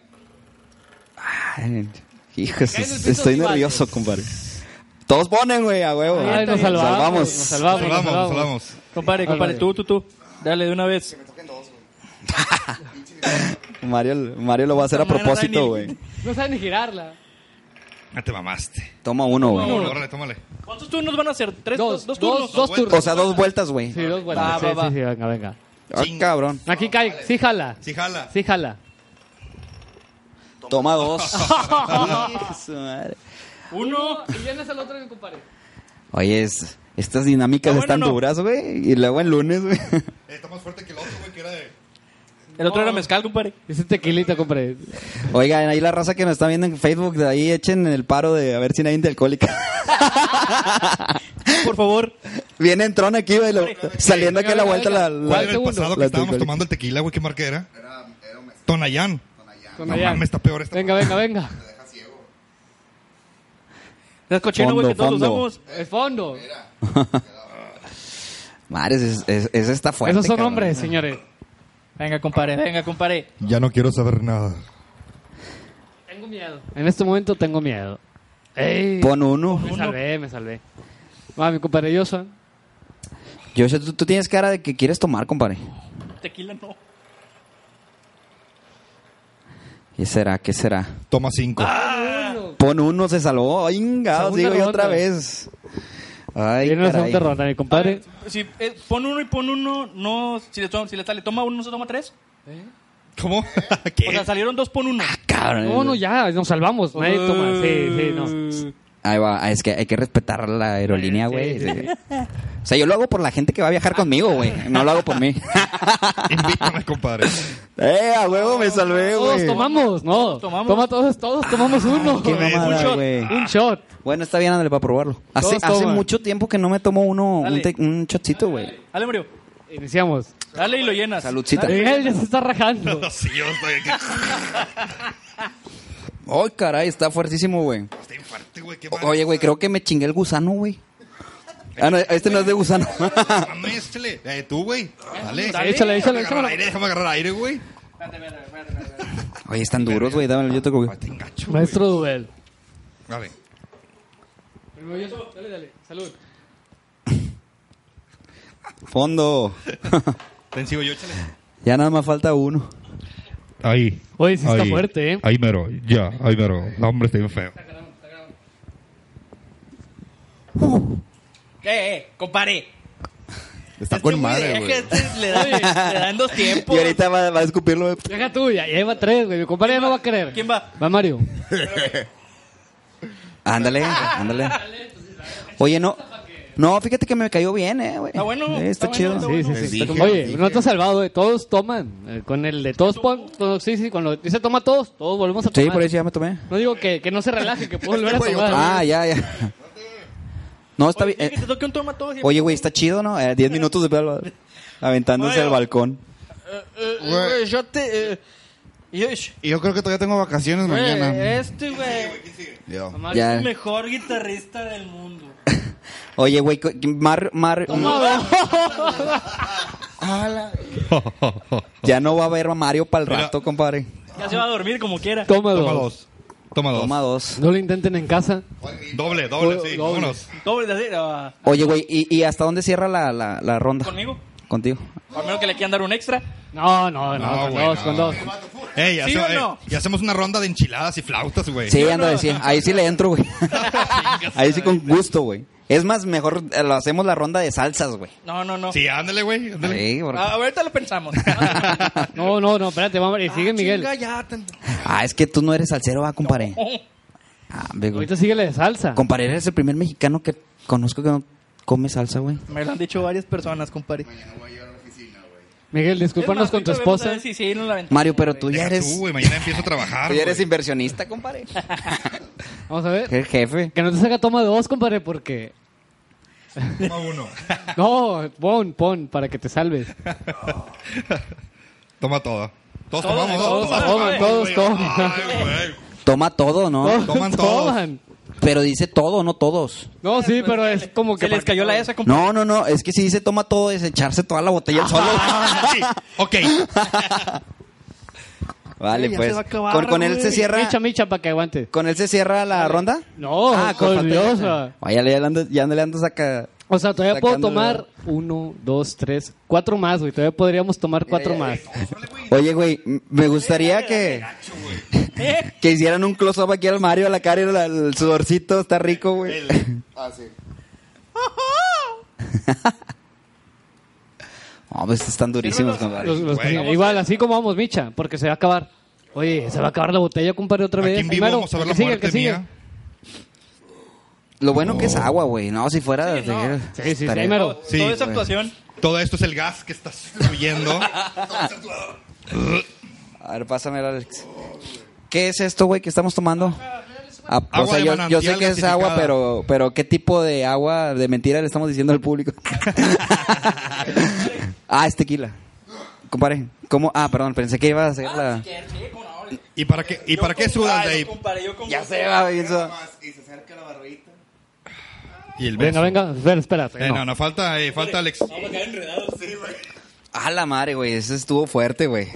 Speaker 5: Ay, Hijos,
Speaker 1: Cae en el piso
Speaker 5: estoy
Speaker 1: y bate.
Speaker 5: nervioso, compadre. Todos ponen, güey, a huevo.
Speaker 2: Ay, nos salvamos. Nos salvamos.
Speaker 4: Salvamos,
Speaker 2: nos salvamos.
Speaker 4: salvamos.
Speaker 1: Compadre, compadre,
Speaker 2: Órale.
Speaker 1: tú, tú, tú. Dale, de una vez.
Speaker 5: Mario, Mario lo va a hacer a
Speaker 1: Esta madre no
Speaker 5: propósito,
Speaker 1: sabe ni-
Speaker 5: güey.
Speaker 2: No saben ni girarla.
Speaker 4: Ya Ah, te mamaste.
Speaker 5: Toma uno, güey.
Speaker 4: Tómale, órale, tómale.
Speaker 1: ¿Cuántos turnos van a hacer? ¿Tres?
Speaker 2: Dos,
Speaker 1: ¿Dos,
Speaker 2: dos,
Speaker 1: turnos?
Speaker 2: dos, turnos.
Speaker 5: O sea, dos vueltas, güey.
Speaker 2: Sí, dos vueltas.
Speaker 1: Va,
Speaker 2: sí,
Speaker 1: va,
Speaker 2: sí,
Speaker 1: va.
Speaker 2: sí, venga, venga.
Speaker 5: Ah, cabrón.
Speaker 2: Aquí cae. Sí, jala.
Speaker 4: Sí, jala.
Speaker 2: Sí, jala.
Speaker 5: Toma dos. Hijo de su madre.
Speaker 1: Uno.
Speaker 2: Y vienes al otro, mi compadre.
Speaker 5: Oye, es- estas dinámicas
Speaker 1: No, bueno,
Speaker 5: están
Speaker 1: no.
Speaker 5: duras, güey. Y luego el lunes, güey.
Speaker 4: Eh, Está más fuerte que el otro, güey, que era de...
Speaker 1: El otro era mezcal, compadre.
Speaker 2: Ese tequilita, compadre.
Speaker 5: Oigan, ahí la raza que nos está viendo en Facebook, de ahí echen el paro de a ver si nadie de alcohólica.
Speaker 1: Por favor.
Speaker 5: Viene en tron aquí, güey. lo- saliendo aquí a la
Speaker 2: venga,
Speaker 5: vuelta la.
Speaker 2: venga.
Speaker 4: ¿Cuál
Speaker 5: la-
Speaker 4: era el
Speaker 2: segundo?
Speaker 4: pasado que
Speaker 5: La
Speaker 4: estábamos
Speaker 5: tequila.
Speaker 4: tomando el tequila, güey? ¿Qué marca era? Tonayán.
Speaker 2: Con
Speaker 4: No
Speaker 2: allá.
Speaker 4: mames, está peor esta.
Speaker 2: Venga, venga, venga.
Speaker 1: Es cochino, güey, que todos
Speaker 5: Fondo,
Speaker 1: usamos.
Speaker 2: El fondo.
Speaker 5: Madres, es, es- es- está fuerte.
Speaker 2: Esos son
Speaker 5: cabrón.
Speaker 2: hombres, señores.
Speaker 1: Venga, compadre, Eh, venga, compadre.
Speaker 4: Ya no quiero saber nada.
Speaker 2: Tengo miedo. En este momento tengo miedo. Ey.
Speaker 5: Pon uno.
Speaker 2: Me salvé, me salvé. Va, mi compadre Yosa.
Speaker 5: Yo sé, tú, tú tienes cara de que quieres tomar, compadre.
Speaker 1: Tequila no.
Speaker 5: ¿Qué será? ¿Qué será?
Speaker 4: Toma cinco.
Speaker 2: Ah.
Speaker 5: Pon uno, se salvó. Ay, ingado,
Speaker 2: Segunda
Speaker 5: digo, y otra
Speaker 2: ronda.
Speaker 5: vez. Ay,
Speaker 2: Viene la segunda
Speaker 5: caray.
Speaker 2: ronda, mi compadre.
Speaker 1: Si eh, pon uno y pon uno, no. Si le, to- si le, le toma uno, no se toma tres.
Speaker 4: ¿Cómo?
Speaker 1: O sea,
Speaker 4: ¿Qué?
Speaker 1: salieron dos, pon uno.
Speaker 5: Cabrón.
Speaker 2: No, no, ya, nos salvamos. Nadie toma. Sí, sí, no.
Speaker 5: Ahí va, es que hay que respetar la aerolínea,
Speaker 2: Sí,
Speaker 5: güey.
Speaker 2: sí,
Speaker 5: sí. O sea, yo lo hago por la gente que va a viajar conmigo, güey. No lo hago por mí.
Speaker 4: Invítame, compadre.
Speaker 5: eh, a huevo me salvé,
Speaker 2: Todos
Speaker 5: güey.
Speaker 2: tomamos, no.
Speaker 1: tomamos.
Speaker 2: Toma todos, todos tomamos uno.
Speaker 5: Qué
Speaker 4: ves,
Speaker 5: mamada,
Speaker 4: un shot.
Speaker 5: güey.
Speaker 2: Un shot.
Speaker 5: Bueno, está bien, ándale, para probarlo. Hace,
Speaker 2: Todos
Speaker 5: hace
Speaker 2: toman.
Speaker 5: mucho tiempo que no me tomo uno, un,
Speaker 1: Dale.
Speaker 5: te- un shotcito, güey.
Speaker 1: Dale, Mario.
Speaker 2: Iniciamos.
Speaker 1: Dale y lo llenas.
Speaker 5: Saludcita. Ay,
Speaker 2: Miguel ya se está rajando.
Speaker 4: Sí, yo estoy aquí.
Speaker 5: caray, está fuertísimo, güey.
Speaker 4: Está bien fuerte, güey. Qué
Speaker 5: O-
Speaker 4: mal.
Speaker 5: Oye, güey, creo que me chingué el gusano, güey. Ah, no, este no es de gusano.
Speaker 4: Mames, échale. Eh, tú, güey. Dale.
Speaker 1: Dale.
Speaker 2: Échale, échale,
Speaker 4: Déjame
Speaker 2: échale.
Speaker 4: agarrar aire, déjame agarrar aire, güey.
Speaker 1: Espérate, espérate, espérate, espérate.
Speaker 5: Oye, están duros, güey. Dámelo, yo tengo
Speaker 4: Ah, Te engacho, güey.
Speaker 2: Maestro Duel.
Speaker 4: Dale.
Speaker 2: Dale, dale. Salud.
Speaker 5: Fondo.
Speaker 4: Ten sigo yo, échale.
Speaker 5: Ya nada más falta uno.
Speaker 4: Ahí.
Speaker 2: Oye, sí está fuerte, ¿eh?
Speaker 4: Ahí mero, ya, ahí mero. No, hombre, está bien feo.
Speaker 1: Eh, eh, compare.
Speaker 3: Está con madre,
Speaker 1: Es
Speaker 3: güey.
Speaker 1: que este le da, le da en dos tiempos.
Speaker 5: Y ahorita va, va a escupirlo. güey.
Speaker 2: Deja tú, ya lleva tres, güey. Mi compadre ya no va a querer.
Speaker 1: ¿Quién va?
Speaker 2: Va Mario.
Speaker 5: Ándale, ándale. Oye, no. No, fíjate que me cayó bien, eh, güey.
Speaker 1: Está bueno,
Speaker 5: Eh,
Speaker 1: está
Speaker 5: está
Speaker 1: bueno,
Speaker 5: chido.
Speaker 1: está
Speaker 2: Sí,
Speaker 1: bueno.
Speaker 2: sí,
Speaker 3: Les
Speaker 2: sí.
Speaker 3: dije, les
Speaker 2: Oye,
Speaker 3: dije.
Speaker 2: no está salvado, güey. Todos toman. Eh, Con el de todos pon. todos- sí, sí, cuando dice toma todos, todos volvemos a tomar.
Speaker 5: Sí, por eso ya me tomé.
Speaker 2: No digo que, que no se relaje, que puedo volver a
Speaker 3: Güey,
Speaker 2: tomar.
Speaker 5: Ah, ya, ya. No, está
Speaker 1: Oye, sí, pues,
Speaker 5: bien.
Speaker 1: que te
Speaker 5: eh,
Speaker 1: toque un toma todo.
Speaker 5: Oye, güey, está chido, ¿no? Eh, Diez minutos de pedo, aventándose
Speaker 1: Mario.
Speaker 5: al balcón.
Speaker 1: güey, yo te. eh, yo-
Speaker 3: Y yo creo que todavía tengo vacaciones
Speaker 1: eh,
Speaker 3: mañana.
Speaker 1: este, güey.
Speaker 3: Yo.
Speaker 1: Mario
Speaker 5: Ya.
Speaker 1: es el mejor guitarrista del mundo.
Speaker 5: Oye, güey, co- Mar, Mar, ya no va a haber a Mario para el
Speaker 4: Mira.
Speaker 5: rato, compadre.
Speaker 1: Ya se va a dormir como quiera.
Speaker 2: Toma
Speaker 4: Toma
Speaker 2: dos.
Speaker 4: dos. Toma dos.
Speaker 5: Toma dos.
Speaker 2: No lo intenten en casa.
Speaker 4: Doble, doble,
Speaker 2: Doble.
Speaker 4: sí. Vámonos.
Speaker 1: Doble de así, ah,
Speaker 5: Oye, güey, ¿y, y hasta dónde cierra la, la, la ronda?
Speaker 1: conmigo.
Speaker 5: Contigo.
Speaker 1: Al menos que le quieran dar un extra.
Speaker 2: No, no, no,
Speaker 4: No,
Speaker 2: con
Speaker 4: güey,
Speaker 2: dos,
Speaker 4: no.
Speaker 2: con dos.
Speaker 4: Ah, Ey,
Speaker 1: ¿Sí
Speaker 4: hace-
Speaker 1: o no?
Speaker 4: ey, y hacemos una ronda de enchiladas y flautas, güey.
Speaker 5: Sí, anda a decir. Ahí sí le entro, güey. Ahí sí con gusto, güey. Es más, mejor eh, lo hacemos la ronda de salsas, güey.
Speaker 1: No, no, no.
Speaker 4: Sí, ándale, güey. ándale.
Speaker 5: Sí, porque-
Speaker 1: Ah, ahorita lo pensamos.
Speaker 2: No, no, no, espérate, vamos, y sigue Miguel.
Speaker 1: Chinga, ya, ten-
Speaker 5: Ah, es que tú no eres salsero, va, compadre.
Speaker 1: Oh,
Speaker 5: Ah, hombre, güey.
Speaker 2: Ahorita sigue la de salsa.
Speaker 5: Compadre, eres el primer mexicano que conozco que no come salsa, güey.
Speaker 1: me lo han dicho varias personas, compadre.
Speaker 2: Miguel,
Speaker 1: Es
Speaker 2: discúlpanos
Speaker 1: más,
Speaker 2: con tu
Speaker 1: ahorita vemos a
Speaker 2: esposa.
Speaker 1: ver si sí nos la aventamos,
Speaker 5: Mario, pero
Speaker 1: güey.
Speaker 5: tú ya
Speaker 4: Deja
Speaker 5: eres.
Speaker 4: tú, güey, mañana empiezo a trabajar.
Speaker 5: Tú ya eres
Speaker 4: güey.
Speaker 5: inversionista, compadre.
Speaker 2: Vamos a ver.
Speaker 5: El jefe.
Speaker 2: Que no te salga toma dos, compadre, porque...
Speaker 4: Toma uno.
Speaker 2: No, pon, pon, para que te salves.
Speaker 4: Toma todo. Todos,
Speaker 1: Todos,
Speaker 4: tomamos,
Speaker 1: todos
Speaker 2: toman, todos
Speaker 4: güey.
Speaker 2: toman.
Speaker 4: Ay, güey.
Speaker 5: Toma todo,
Speaker 2: Oh.
Speaker 5: ¿no?
Speaker 4: Toman todos.
Speaker 2: Toman.
Speaker 5: Pero dice todo, no todos.
Speaker 2: No, sí, pero es como que...
Speaker 1: pues, Se les
Speaker 2: para-
Speaker 1: cayó la esa, compadre.
Speaker 5: No, no, no. Es que si dice toma todo, es echarse toda la botella solo.
Speaker 4: Ah, Sí, ok.
Speaker 5: Vale,
Speaker 1: Ya se
Speaker 5: pues.
Speaker 1: va a acabar,
Speaker 5: con, con él
Speaker 1: güey.
Speaker 5: se cierra.
Speaker 2: Micha, micha, para que aguante.
Speaker 5: ¿Con él se cierra la ronda? Ah,
Speaker 2: No,
Speaker 5: con falta de-
Speaker 2: odiosa.
Speaker 5: Ay, ya le ya le ando, ya le ando saca.
Speaker 2: O sea, todavía puedo
Speaker 5: Sacándole-
Speaker 2: tomar uno, dos, tres, cuatro más, güey. Todavía podríamos tomar cuatro más.
Speaker 5: Oye, güey, m- me gustaría que
Speaker 1: Eh,
Speaker 5: que hicieran un close up aquí al Mario, a la cara y al- al sudorcito, está rico, güey.
Speaker 1: Ah,
Speaker 5: No, pues están durísimos,
Speaker 2: Los-
Speaker 5: compadre.
Speaker 2: los-
Speaker 4: Güey.
Speaker 2: mira, igual, así como vamos, Micha, porque se va a acabar. Oye, se va a acabar la botella, compadre, otra vez.
Speaker 4: Aquí en vivo
Speaker 2: Primero,
Speaker 4: vamos a ver
Speaker 2: el
Speaker 4: la
Speaker 2: que sigue, el
Speaker 4: muerte
Speaker 2: que sigue.
Speaker 4: mía.
Speaker 5: Lo bueno que es agua, güey. No, si fuera
Speaker 1: Sí, no.
Speaker 2: Sí, sí, sí,
Speaker 5: estaría-
Speaker 2: mero.
Speaker 1: todo-
Speaker 4: Sí,
Speaker 1: toda esa
Speaker 5: güey.
Speaker 1: actuación.
Speaker 4: Todo esto es el gas que está fluyendo.
Speaker 5: A ver, pásame el Alex. ¿Qué es esto, güey, que estamos tomando? Ah, o
Speaker 4: Agua
Speaker 5: sea,
Speaker 4: de
Speaker 5: yo- yo,
Speaker 4: manantial
Speaker 5: sé que es
Speaker 4: gasificada.
Speaker 5: agua, pero, pero ¿qué tipo de agua de mentira le estamos diciendo al público? ah, es tequila. Compare, ¿cómo? Ah, perdón, pensé que iba a hacer la...
Speaker 4: ¿Y para qué, y para qué sudas, Dave?
Speaker 5: Ya se va, güey, eso.
Speaker 4: Y el
Speaker 2: Venga,
Speaker 4: beso.
Speaker 2: venga, espera, espera.
Speaker 4: Eh, no. no, falta, eh, falta Alex.
Speaker 5: Ah, la madre, güey, ese estuvo fuerte, güey.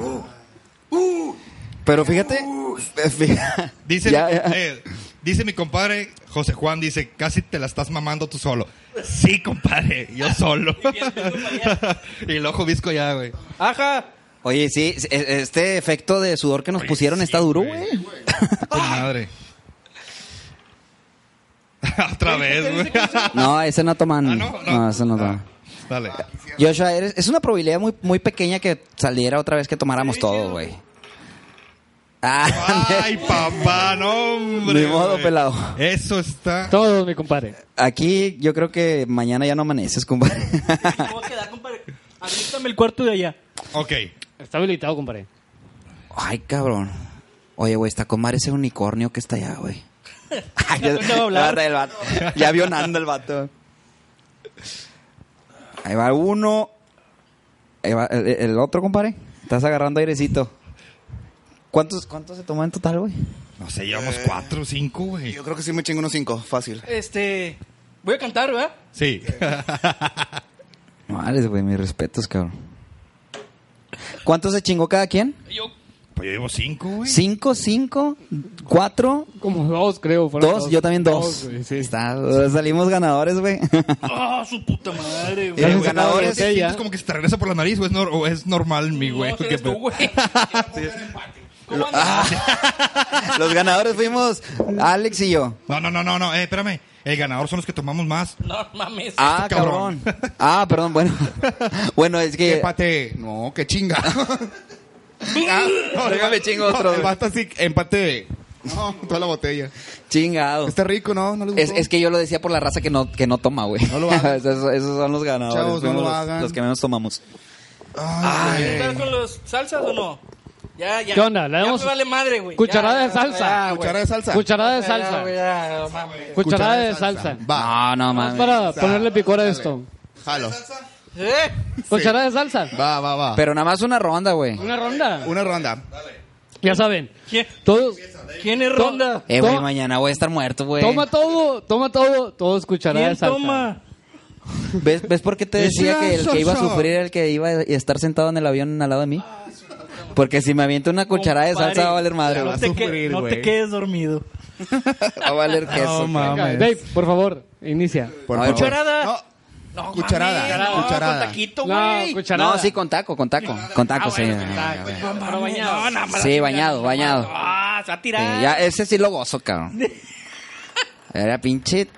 Speaker 5: Pero fíjate... fíjate-
Speaker 4: Dice,
Speaker 5: Ya,
Speaker 4: mi,
Speaker 5: ya.
Speaker 4: eh, dice mi compadre José Juan, dice, casi te la estás mamando tú solo. Sí, compadre, yo solo. y el ojo visco ya, güey.
Speaker 1: Ajá.
Speaker 5: Oye, sí, e- e- este efecto de sudor que nos pusieron está duro, güey.
Speaker 4: Con madre. Otra vez, güey.
Speaker 5: No, ese no toman.
Speaker 4: Ah,
Speaker 5: no,
Speaker 4: no, no.
Speaker 5: ese no
Speaker 4: Ah,
Speaker 5: toman.
Speaker 4: Dale.
Speaker 5: Joshua, eres- es una probabilidad muy, muy pequeña que saliera otra vez que tomáramos todo, güey. Ah,
Speaker 4: Ay, papá, no, hombre.
Speaker 5: Ni modo,
Speaker 4: güey.
Speaker 5: pelado.
Speaker 4: Eso está.
Speaker 2: Todos, mi compadre.
Speaker 5: aquí yo creo que mañana ya no amaneces, compadre.
Speaker 1: ¿Cómo queda, compadre? Avísame el cuarto de allá.
Speaker 4: Ok.
Speaker 2: Está habilitado, compadre.
Speaker 5: Ay, cabrón. Oye, güey, está con madre ese unicornio que está allá, güey. Ay,
Speaker 1: Ya te va a hablar.
Speaker 5: el vato. Ya avionando el vato. Ahí va uno. Ahí va el, el otro, compadre. Estás agarrando airecito. ¿Cuántos, ¿Cuántos se tomó en total, güey?
Speaker 4: No sé, llevamos cuatro o cinco, güey.
Speaker 3: Yo creo que sí me chingo unos cinco, fácil.
Speaker 1: Este. Voy a cantar, ¿verdad?
Speaker 4: Sí.
Speaker 5: No, Alex, güey, mis respetos, cabrón. ¿Cuántos se chingó cada quien?
Speaker 1: Yo.
Speaker 4: Pues yo llevo cinco, güey.
Speaker 5: ¿Cinco, cinco, cuatro,
Speaker 2: Como dos, creo. fueron
Speaker 5: dos? Yo también dos.
Speaker 2: güey, sí.
Speaker 5: Está- salimos ganadores, güey.
Speaker 1: ¡Ah, su puta madre,
Speaker 5: Eh,
Speaker 1: güey!
Speaker 4: güey,
Speaker 5: ganadores,
Speaker 4: ¿sientes
Speaker 2: ok, ya.
Speaker 4: como que se te regresa por la nariz o es, nor- o es normal, mi güey.
Speaker 1: No,
Speaker 4: ¿Qué
Speaker 1: eres tú,
Speaker 4: pedo?
Speaker 1: güey. ¿Cómo andas?
Speaker 5: Ah. Los ganadores fuimos Alex y yo.
Speaker 4: No, no, no, no, no, eh, espérame. El ganador son los que tomamos más.
Speaker 1: No mames.
Speaker 5: Ah,
Speaker 4: Este cabrón.
Speaker 5: cabrón. Ah, perdón, bueno. Bueno, es que...
Speaker 3: Empate. No, qué chinga.
Speaker 5: no, déjame chingo otro, güey.
Speaker 3: Basta así, empate. No, toda la botella.
Speaker 5: Chingado.
Speaker 3: Está rico, ¿no? No les
Speaker 5: Es,
Speaker 3: gustó?
Speaker 5: es que yo lo decía por la raza que no, que no toma, güey.
Speaker 3: No lo hagan.
Speaker 5: esos, esos son los ganadores.
Speaker 3: Chavos, no
Speaker 5: fuimos
Speaker 3: lo
Speaker 5: los-
Speaker 3: hagan.
Speaker 5: los que menos tomamos.
Speaker 3: Ay, güey.
Speaker 1: ¿Estás con los salsas o no? Ya, ya.
Speaker 2: ¿Qué onda? ¿Le
Speaker 1: ya
Speaker 2: damos
Speaker 1: me vale madre, güey.
Speaker 2: cucharada
Speaker 1: Ya,
Speaker 2: de
Speaker 1: ya,
Speaker 2: salsa?
Speaker 1: ya, güey.
Speaker 3: Cuchara de salsa.
Speaker 2: Cucharada de
Speaker 1: Ya,
Speaker 2: salsa.
Speaker 1: güey, ya, no mames.
Speaker 2: Cucharada de salsa.
Speaker 5: No,
Speaker 3: Va.
Speaker 5: no,
Speaker 2: Vamos
Speaker 5: mames.
Speaker 2: para ponerle picor a
Speaker 3: Dale.
Speaker 2: esto.
Speaker 3: Jalo.
Speaker 1: ¿Eh?
Speaker 2: Cucharada de salsa.
Speaker 3: Va, va, va.
Speaker 5: Pero nada más una ronda, güey.
Speaker 2: Una ronda.
Speaker 3: Una ronda.
Speaker 2: Ya saben.
Speaker 1: ¿Quién,
Speaker 2: Todos,
Speaker 1: ¿Quién es Ronda?
Speaker 5: Eh, güey,
Speaker 2: Toma-
Speaker 5: mañana voy a estar muerto, güey.
Speaker 2: toma todo, toma todo, todos cucharada de
Speaker 1: ¿Quién
Speaker 2: salsa.
Speaker 1: toma?
Speaker 5: ¿Ves, ¿Ves por qué te decía que el que iba a
Speaker 3: Salsa.
Speaker 5: sufrir era el que iba a estar sentado en el avión al lado de mí? Porque si me aviento una cucharada de salsa va a valer madre,
Speaker 1: No,
Speaker 5: güey.
Speaker 1: te,
Speaker 3: sufrir,
Speaker 1: que- no
Speaker 3: güey.
Speaker 1: te quedes dormido.
Speaker 5: Va a valer queso.
Speaker 3: mames.
Speaker 2: Dave, por favor, inicia.
Speaker 5: A ver,
Speaker 2: Cucharada.
Speaker 3: No.
Speaker 1: No,
Speaker 3: Cucharada,
Speaker 1: no,
Speaker 3: cucharada.
Speaker 1: Con taquito,
Speaker 2: No,
Speaker 1: güey.
Speaker 2: cucharada.
Speaker 5: No, sí, con taco, con taco. Con taco, sí.
Speaker 1: Ah, güey, no, mames,
Speaker 2: bañado.
Speaker 1: no, nada más.
Speaker 5: Sí, bañado, bañado.
Speaker 1: Ah, se va a
Speaker 5: Sí,
Speaker 1: tirar.
Speaker 5: ya, ese sí lo gozo, cabrón. Era pinche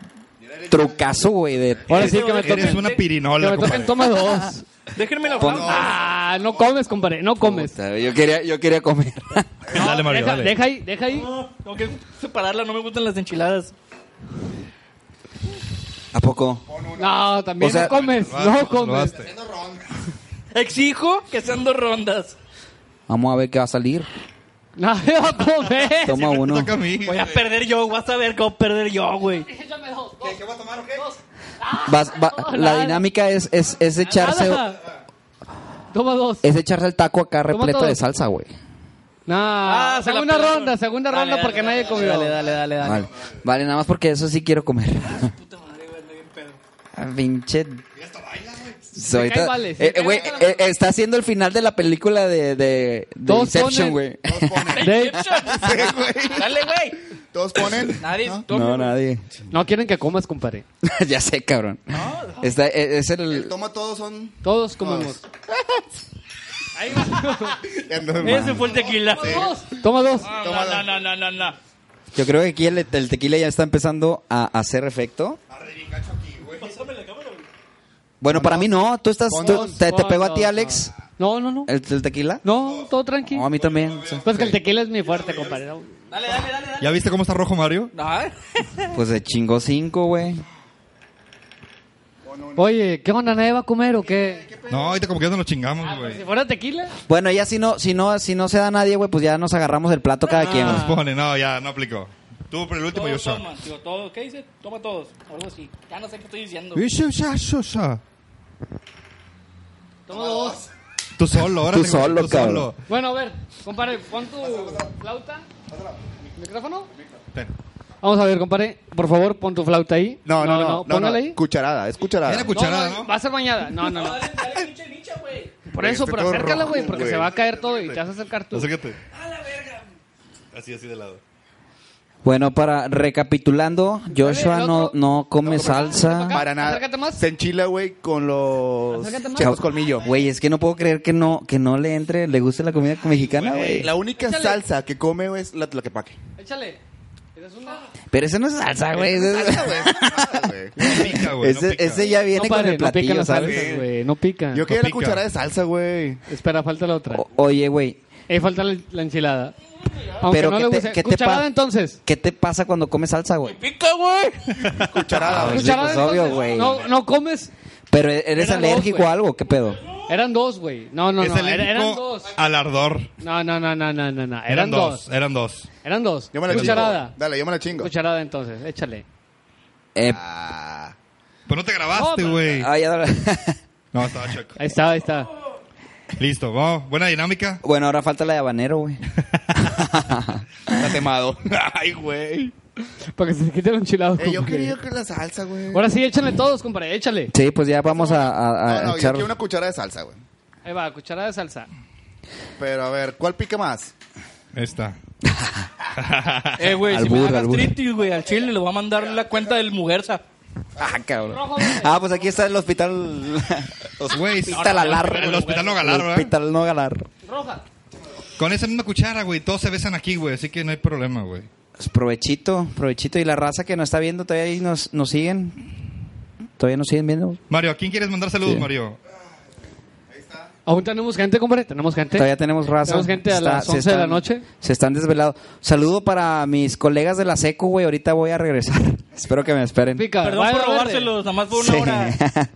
Speaker 5: trucazo, güey. De...
Speaker 2: Ahora sí que me
Speaker 4: Eres
Speaker 2: toquen.
Speaker 4: una
Speaker 2: Que
Speaker 4: pirinola,
Speaker 2: me toquen,
Speaker 4: compadre.
Speaker 2: toma dos.
Speaker 1: Déjenme la
Speaker 5: Pon-
Speaker 2: Ah, no comes, compadre, no comes.
Speaker 5: Puta, Yo quería, yo quería comer.
Speaker 4: Dale, Mario,
Speaker 2: deja,
Speaker 4: dale.
Speaker 2: deja ahí, deja ahí.
Speaker 1: No, tengo que separarla, no me gustan las enchiladas.
Speaker 5: ¿A poco?
Speaker 2: No, también
Speaker 5: O sea,
Speaker 2: no comes,
Speaker 4: Lo
Speaker 2: no
Speaker 4: vas- lo
Speaker 2: comes.
Speaker 4: vas-
Speaker 1: Exijo que sean dos rondas.
Speaker 5: Vamos a ver qué va a salir.
Speaker 2: No, no comes.
Speaker 5: Toma uno.
Speaker 4: Toca a mí,
Speaker 1: Voy a
Speaker 4: güey.
Speaker 1: perder yo, vas a ver cómo perder yo, güey.
Speaker 5: Vas- va- la dinámica es, es, es echarse
Speaker 2: Nada. Toma dos.
Speaker 5: es echarse el taco acá
Speaker 2: Toma
Speaker 5: repleto
Speaker 2: todo.
Speaker 5: de salsa, güey.
Speaker 2: No,
Speaker 1: Ah, se la
Speaker 2: segunda
Speaker 1: pelaron.
Speaker 2: ronda, segunda
Speaker 1: Dale,
Speaker 2: ronda
Speaker 1: dale,
Speaker 2: porque
Speaker 1: dale,
Speaker 2: nadie
Speaker 1: dale,
Speaker 2: comió.
Speaker 1: Dale, dale, dale. dale.
Speaker 5: Vale. vale, nada más porque eso sí quiero comer.
Speaker 1: Puta madre, güey, ando bien pedo.
Speaker 5: Ah, Pinche.
Speaker 2: Se
Speaker 5: Ahorita-
Speaker 2: cae vale, se
Speaker 5: eh,
Speaker 2: cae
Speaker 5: güey,
Speaker 2: vale.
Speaker 5: eh, eh, está haciendo el final de la película de, de, de
Speaker 2: Dos
Speaker 5: Inception,
Speaker 2: ponen-
Speaker 5: güey.
Speaker 2: De-
Speaker 1: Dale, güey.
Speaker 3: Todos ponen.
Speaker 1: Nadie. toma.
Speaker 5: No, nadie.
Speaker 2: no quieren que comas, compadre.
Speaker 5: ya sé, cabrón. Está, eh, es el.
Speaker 3: El toma todos son.
Speaker 2: Todos comemos.
Speaker 1: Ahí va.
Speaker 3: Ya
Speaker 2: Eh,
Speaker 3: no,
Speaker 1: Ese fue el tequila.
Speaker 2: Toma dos.
Speaker 1: No, no, no, no, no, no.
Speaker 5: Yo creo que aquí el, el tequila ya está empezando a hacer efecto.
Speaker 1: Pásame la cámara, güey.
Speaker 5: Bueno, para mí no. Tú estás. tú-
Speaker 2: Dos,
Speaker 5: te, te
Speaker 2: dos,
Speaker 5: pegó a ti,
Speaker 2: dos,
Speaker 5: Alex,
Speaker 2: No, no, no.
Speaker 5: el, el tequila.
Speaker 2: No, todo tranqui.
Speaker 5: No, a mí también. sí.
Speaker 2: Pues que el tequila es mi fuerte, compadre.
Speaker 1: Dale, dale, dale, dale.
Speaker 4: ¿Ya viste cómo está rojo Mario?
Speaker 1: No,
Speaker 5: Pues se chingó cinco, güey.
Speaker 2: Oye, ¿qué onda? ¿Nadie va a comer o qué?
Speaker 4: No, ahorita como que ya nos lo chingamos,
Speaker 2: Si
Speaker 4: güey.
Speaker 2: fuera tequila.
Speaker 5: Bueno, ya si no, si no, si no se da nadie, güey, pues ya nos agarramos el plato cada quien.
Speaker 4: Nos
Speaker 5: güey.
Speaker 4: pone, no, ya, no aplicó. Tú por el último, yo
Speaker 1: todos
Speaker 4: soy.
Speaker 1: toman. Digo, todo, ¿qué dice? Toma todos. O algo así. Ya no sé qué estoy diciendo. Toma dos.
Speaker 4: Tú solo, ahora
Speaker 5: Tú
Speaker 4: te
Speaker 5: solo,
Speaker 4: encuentras
Speaker 5: cabrón.
Speaker 2: Bueno, a ver, compadre, pon tu flauta. ¿Micrófono?
Speaker 4: Ten.
Speaker 2: Vamos a ver, compadre. Por favor, pon tu flauta ahí.
Speaker 3: No, no, no. no,
Speaker 2: Póngala
Speaker 3: no,
Speaker 2: ahí.
Speaker 3: Cucharada, es
Speaker 4: Era
Speaker 3: cucharada.
Speaker 2: No,
Speaker 4: cucharada, ¿no?
Speaker 2: no, Va a ser bañada. No, no, no.
Speaker 1: Dale, dale, pinche bicha, güey.
Speaker 2: Por eso,
Speaker 3: Este
Speaker 2: pero
Speaker 3: todo
Speaker 2: acércala,
Speaker 3: rojo,
Speaker 2: güey, porque
Speaker 3: güey.
Speaker 2: se va a caer todo y te vas a acercar tú.
Speaker 4: Acércate.
Speaker 1: A la verga.
Speaker 4: Así, así de lado.
Speaker 5: Bueno, para recapitulando, Joshua
Speaker 2: Dale, el
Speaker 5: no,
Speaker 2: otro.
Speaker 5: no come
Speaker 2: acá.
Speaker 5: salsa.
Speaker 3: Para nada.
Speaker 2: Acércate más.
Speaker 3: Se enchila, güey, con los.
Speaker 2: Acércate más.
Speaker 3: Chefos pues, colmillo.
Speaker 5: Güey, es que no puedo creer que no, que no le entre, le guste la comida mexicana, güey.
Speaker 3: La única
Speaker 2: Échale.
Speaker 3: salsa que come güey, es la tlaquepaque.
Speaker 2: Échale. Esa es una.
Speaker 5: Pero ese no es salsa, güey. Ese,
Speaker 2: Ah,
Speaker 4: No pica, güey. no
Speaker 5: ese-
Speaker 4: pica.
Speaker 5: ese ya viene con
Speaker 2: Compadre,
Speaker 5: el platillo,
Speaker 2: no pican las
Speaker 5: ¿sabes?
Speaker 2: salsas, güey. No pica.
Speaker 3: Yo quería la
Speaker 4: pica.
Speaker 3: cucharada de salsa, güey.
Speaker 2: Espera, falta la otra.
Speaker 5: O- oye, güey,
Speaker 2: Eh, falta la, la enchilada. Aunque
Speaker 5: Pero
Speaker 2: no
Speaker 5: ¿qué
Speaker 2: le
Speaker 5: te-
Speaker 2: guste.
Speaker 5: qué te
Speaker 2: Cucharada
Speaker 5: pa-
Speaker 2: entonces.
Speaker 5: ¿qué te pasa cuando comes salsa, güey?
Speaker 1: Pica, güey.
Speaker 3: Cucharada,
Speaker 5: Ah,
Speaker 3: güey.
Speaker 5: pues
Speaker 2: Cucharada
Speaker 5: sí, pues, obvio,
Speaker 2: entonces.
Speaker 5: güey.
Speaker 2: No, no comes.
Speaker 5: Pero eres
Speaker 2: Eran dos,
Speaker 5: alérgico
Speaker 2: güey.
Speaker 5: a algo, ¿qué pedo?
Speaker 2: Eran dos, güey. No, no,
Speaker 4: es
Speaker 2: no.
Speaker 4: el
Speaker 2: era- eran
Speaker 4: épico
Speaker 2: dos.
Speaker 4: al ardor.
Speaker 2: No, no, no, no, no, no. no. Eran,
Speaker 4: Eran
Speaker 2: dos.
Speaker 4: dos, eran dos.
Speaker 2: Eran dos.
Speaker 3: Yo me la
Speaker 2: Cucharada.
Speaker 3: chingo. Dale, yo me la chingo.
Speaker 2: Cucharada entonces. Échale.
Speaker 5: Eh,
Speaker 3: Ah.
Speaker 4: Pero no te
Speaker 2: No,
Speaker 4: grabaste,
Speaker 2: pero-
Speaker 4: güey.
Speaker 5: ah, ya no-
Speaker 4: No, estaba chueco.
Speaker 2: Ahí está, ahí está.
Speaker 4: Listo, vamos. Buena dinámica.
Speaker 5: bueno, ahora falta la de habanero, güey.
Speaker 3: Está temado. Ay, güey.
Speaker 2: Para que se quite el enchilado.
Speaker 3: Eh, yo
Speaker 2: compadre.
Speaker 3: quería que la salsa, güey.
Speaker 2: Ahora sí, échale todos, compadre. Échale.
Speaker 5: Sí, pues ya vamos a, a- a
Speaker 3: No, no, yo
Speaker 5: echar.
Speaker 3: quiero una cucharada de salsa, güey.
Speaker 2: Ahí va, cucharada de salsa.
Speaker 3: Pero a ver, ¿cuál pica más?
Speaker 4: Ahí está.
Speaker 1: Eh, güey,
Speaker 5: Al
Speaker 1: si me da
Speaker 5: burro, al burro.
Speaker 1: gastritis, güey, al chile le voy a mandar la cuenta del Muguerza.
Speaker 5: Ah, cabrón. Ah, pues aquí está el hospital.
Speaker 4: Güey,
Speaker 5: Hospital Alar.
Speaker 4: El hospital no galar,
Speaker 5: El
Speaker 4: ¿verdad?
Speaker 5: hospital no galar.
Speaker 2: Roja.
Speaker 4: Con esa misma cuchara, güey. Todos se besan aquí, güey. Así que no hay problema, güey.
Speaker 5: Pues provechito, provechito. Y la raza que nos está viendo todavía ahí nos, nos siguen. Todavía nos siguen viendo.
Speaker 4: Mario, ¿a quién quieres mandar saludos,
Speaker 5: Sí.
Speaker 4: Mario?
Speaker 2: Aún tenemos gente, compadre. Tenemos gente.
Speaker 5: Todavía tenemos raza.
Speaker 2: Tenemos gente a las
Speaker 5: se
Speaker 2: 11 de la noche.
Speaker 5: Se están desvelados. Saludo para mis colegas de la SECO, güey. Ahorita voy a regresar. Espero que me esperen.
Speaker 2: Pica.
Speaker 1: Perdón por
Speaker 2: vaya verde.
Speaker 1: robárselos, nada más por una
Speaker 5: Sí.
Speaker 1: hora.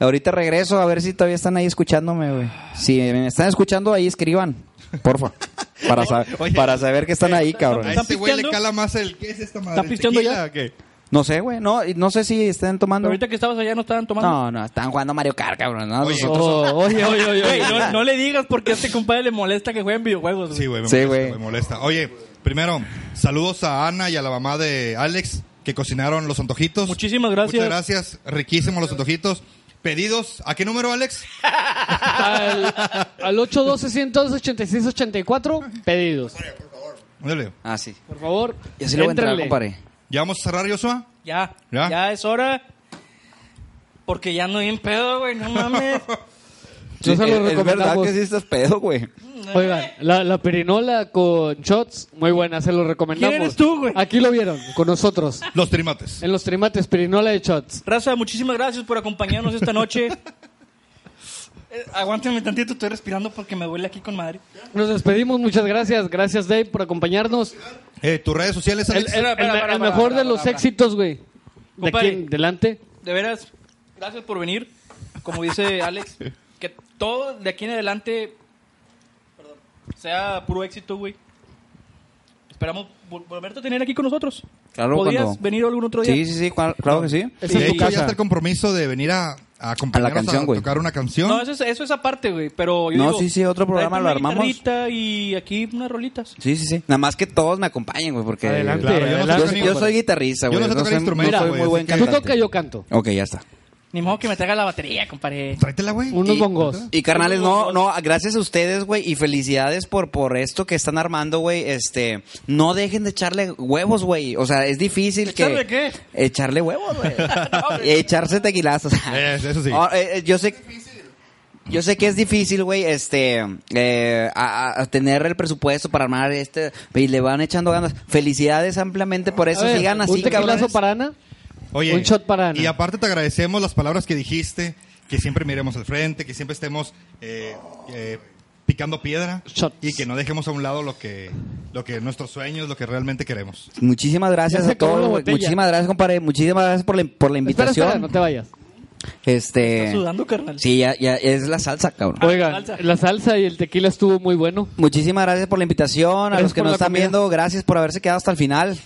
Speaker 5: Ahorita regreso a ver si todavía están ahí escuchándome, güey. Si me están escuchando, ahí escriban. Porfa. Para, sa-
Speaker 4: Oye.
Speaker 5: para saber que están ahí, cabrón.
Speaker 4: A
Speaker 1: ¿Están
Speaker 4: este güey le
Speaker 1: pisteando?
Speaker 4: cala más el... ¿Qué es esta madre?
Speaker 1: ¿Están pisteando
Speaker 4: ¿Tequila
Speaker 1: ya?
Speaker 4: o qué?
Speaker 5: No sé, güey. No, y no sé si están
Speaker 1: Pero
Speaker 5: tomando.
Speaker 1: ahorita que estabas allá no estaban tomando.
Speaker 5: No, no, están jugando Mario Kart, cabrón. No,
Speaker 4: Oye.
Speaker 5: nosotros-
Speaker 2: Oh, oye, oye, oye.
Speaker 1: Güey, no, no le digas porque a este compadre le molesta que jueguen videojuegos.
Speaker 4: Sí, güey, me,
Speaker 5: Sí,
Speaker 4: molesta,
Speaker 5: güey.
Speaker 4: me molesta. Oye, primero, saludos a Ana y a la mamá de Alex que cocinaron los antojitos.
Speaker 1: Muchísimas gracias.
Speaker 4: Muchas gracias. Riquísimos los antojitos. Pedidos, ¿a qué número, Alex?
Speaker 2: Al, al 812-186-84, pedidos.
Speaker 4: Ándale.
Speaker 5: Ah, sí.
Speaker 2: Por favor,
Speaker 5: Yo sí le voy a entrar,
Speaker 2: éntrenle.
Speaker 5: compadre.
Speaker 4: ¿Ya vamos a cerrar, Joshua?
Speaker 1: Ya,
Speaker 4: ¿Ya?
Speaker 1: ya, es hora. Porque ya no hay en pedo, güey, no mames.
Speaker 2: No se lo
Speaker 5: es, es verdad
Speaker 2: recomendamos.
Speaker 5: que sí estás pedo, güey.
Speaker 2: Oigan, la, la perinola con shots, muy buena, se lo recomendamos.
Speaker 1: ¿Quién eres tú, güey?
Speaker 2: Aquí lo vieron, con nosotros.
Speaker 4: Los trimates.
Speaker 2: En los trimates, perinola de shots.
Speaker 1: Raza, muchísimas gracias por acompañarnos esta noche. Eh, Aguántenme tantito, estoy respirando porque me duele aquí con madre.
Speaker 2: Nos despedimos, muchas gracias. Gracias, Dave, por acompañarnos.
Speaker 4: Eh, ¿Tus redes sociales,
Speaker 2: El,
Speaker 4: Alex?
Speaker 2: el-
Speaker 1: Espera,
Speaker 2: el-
Speaker 1: espera, espera,
Speaker 2: el
Speaker 1: espera,
Speaker 2: mejor de
Speaker 1: espera,
Speaker 2: los
Speaker 1: espera.
Speaker 2: éxitos, güey. De aquí
Speaker 1: Compadre.
Speaker 2: en adelante.
Speaker 1: De veras, gracias por venir. Como dice Alex, que todo de aquí en adelante perdón, sea puro éxito, güey. Esperamos vol- volverte a tener aquí con nosotros.
Speaker 5: Claro,
Speaker 1: ¿Podrías
Speaker 5: cuando-
Speaker 1: venir algún otro día?
Speaker 5: Sí, sí, sí, cual- claro que sí.
Speaker 2: Esa
Speaker 4: De
Speaker 2: es tu
Speaker 4: hecho, ya está
Speaker 2: casa.
Speaker 4: el compromiso de venir a, a acompañarnos a
Speaker 5: canción, güey.
Speaker 4: tocar una canción.
Speaker 1: No, eso es, eso es aparte, güey. Pero yo
Speaker 5: No,
Speaker 1: digo,
Speaker 5: sí, sí, otro programa
Speaker 1: tráete
Speaker 5: lo
Speaker 1: una
Speaker 5: armamos.
Speaker 1: guitarrita Y aquí unas rolitas.
Speaker 5: Sí, sí, sí. Nada más que todos me acompañen, güey, porque...
Speaker 2: Adelante,
Speaker 4: Claro, yo no
Speaker 5: Yo,
Speaker 4: Claro,
Speaker 2: adelante.
Speaker 4: sí,
Speaker 5: yo
Speaker 4: güey.
Speaker 5: soy guitarrista,
Speaker 4: Yo
Speaker 5: güey.
Speaker 4: no sé tocar
Speaker 5: soy-
Speaker 4: instrumento,
Speaker 5: soy
Speaker 4: güey,
Speaker 5: muy
Speaker 4: así
Speaker 5: buen
Speaker 4: que-
Speaker 2: Tú
Speaker 5: cantante.
Speaker 2: toca, yo canto.
Speaker 5: Ok, ya está.
Speaker 1: Ni modo que me traiga la batería, compadre.
Speaker 4: Tráetela, güey.
Speaker 2: Unos
Speaker 5: Y-
Speaker 2: bongos.
Speaker 5: Y carnales, no, no, gracias a ustedes, güey, y felicidades por, por esto que están armando, güey. Este, no dejen de echarle huevos, güey. O sea, es difícil que.
Speaker 1: ¿Echarle qué?
Speaker 5: Echarle huevos, güey. Echarse tequilazos.
Speaker 4: Es- eso sí.
Speaker 5: Ah, eh, eh, yo sé. Yo sé que es difícil, güey, este, eh, a, a- a tener el presupuesto para armar este, y le van echando ganas. Felicidades ampliamente por eso,
Speaker 2: A ver,
Speaker 5: sigan así,
Speaker 2: un tequilazo
Speaker 5: cabrones.
Speaker 2: para Ana.
Speaker 4: Oye,
Speaker 2: Un shot para Ana.
Speaker 4: Y aparte te agradecemos las palabras que dijiste, que siempre miremos al frente, que siempre estemos eh, eh, picando piedra
Speaker 2: Shots.
Speaker 4: y que no dejemos a un lado lo que, lo que nuestros sueños, lo que realmente queremos.
Speaker 5: Muchísimas gracias
Speaker 2: Ya se
Speaker 5: a
Speaker 2: acabó la
Speaker 5: todos, güey.
Speaker 2: botella.
Speaker 5: Muchísimas gracias, compadre. Muchísimas gracias por la, por la
Speaker 2: Espera,
Speaker 5: invitación.
Speaker 2: espera, no te vayas.
Speaker 5: Este.
Speaker 1: Estás sudando, carnal.
Speaker 5: Sí, ya, ya es la salsa, cabrón.
Speaker 2: Oigan,
Speaker 1: salsa.
Speaker 2: la salsa y el tequila estuvo muy bueno.
Speaker 5: Muchísimas gracias por la invitación. A
Speaker 2: Gracias
Speaker 5: los que
Speaker 2: por
Speaker 5: nos
Speaker 2: la
Speaker 5: están
Speaker 2: comida.
Speaker 5: viendo, gracias por haberse quedado hasta el final.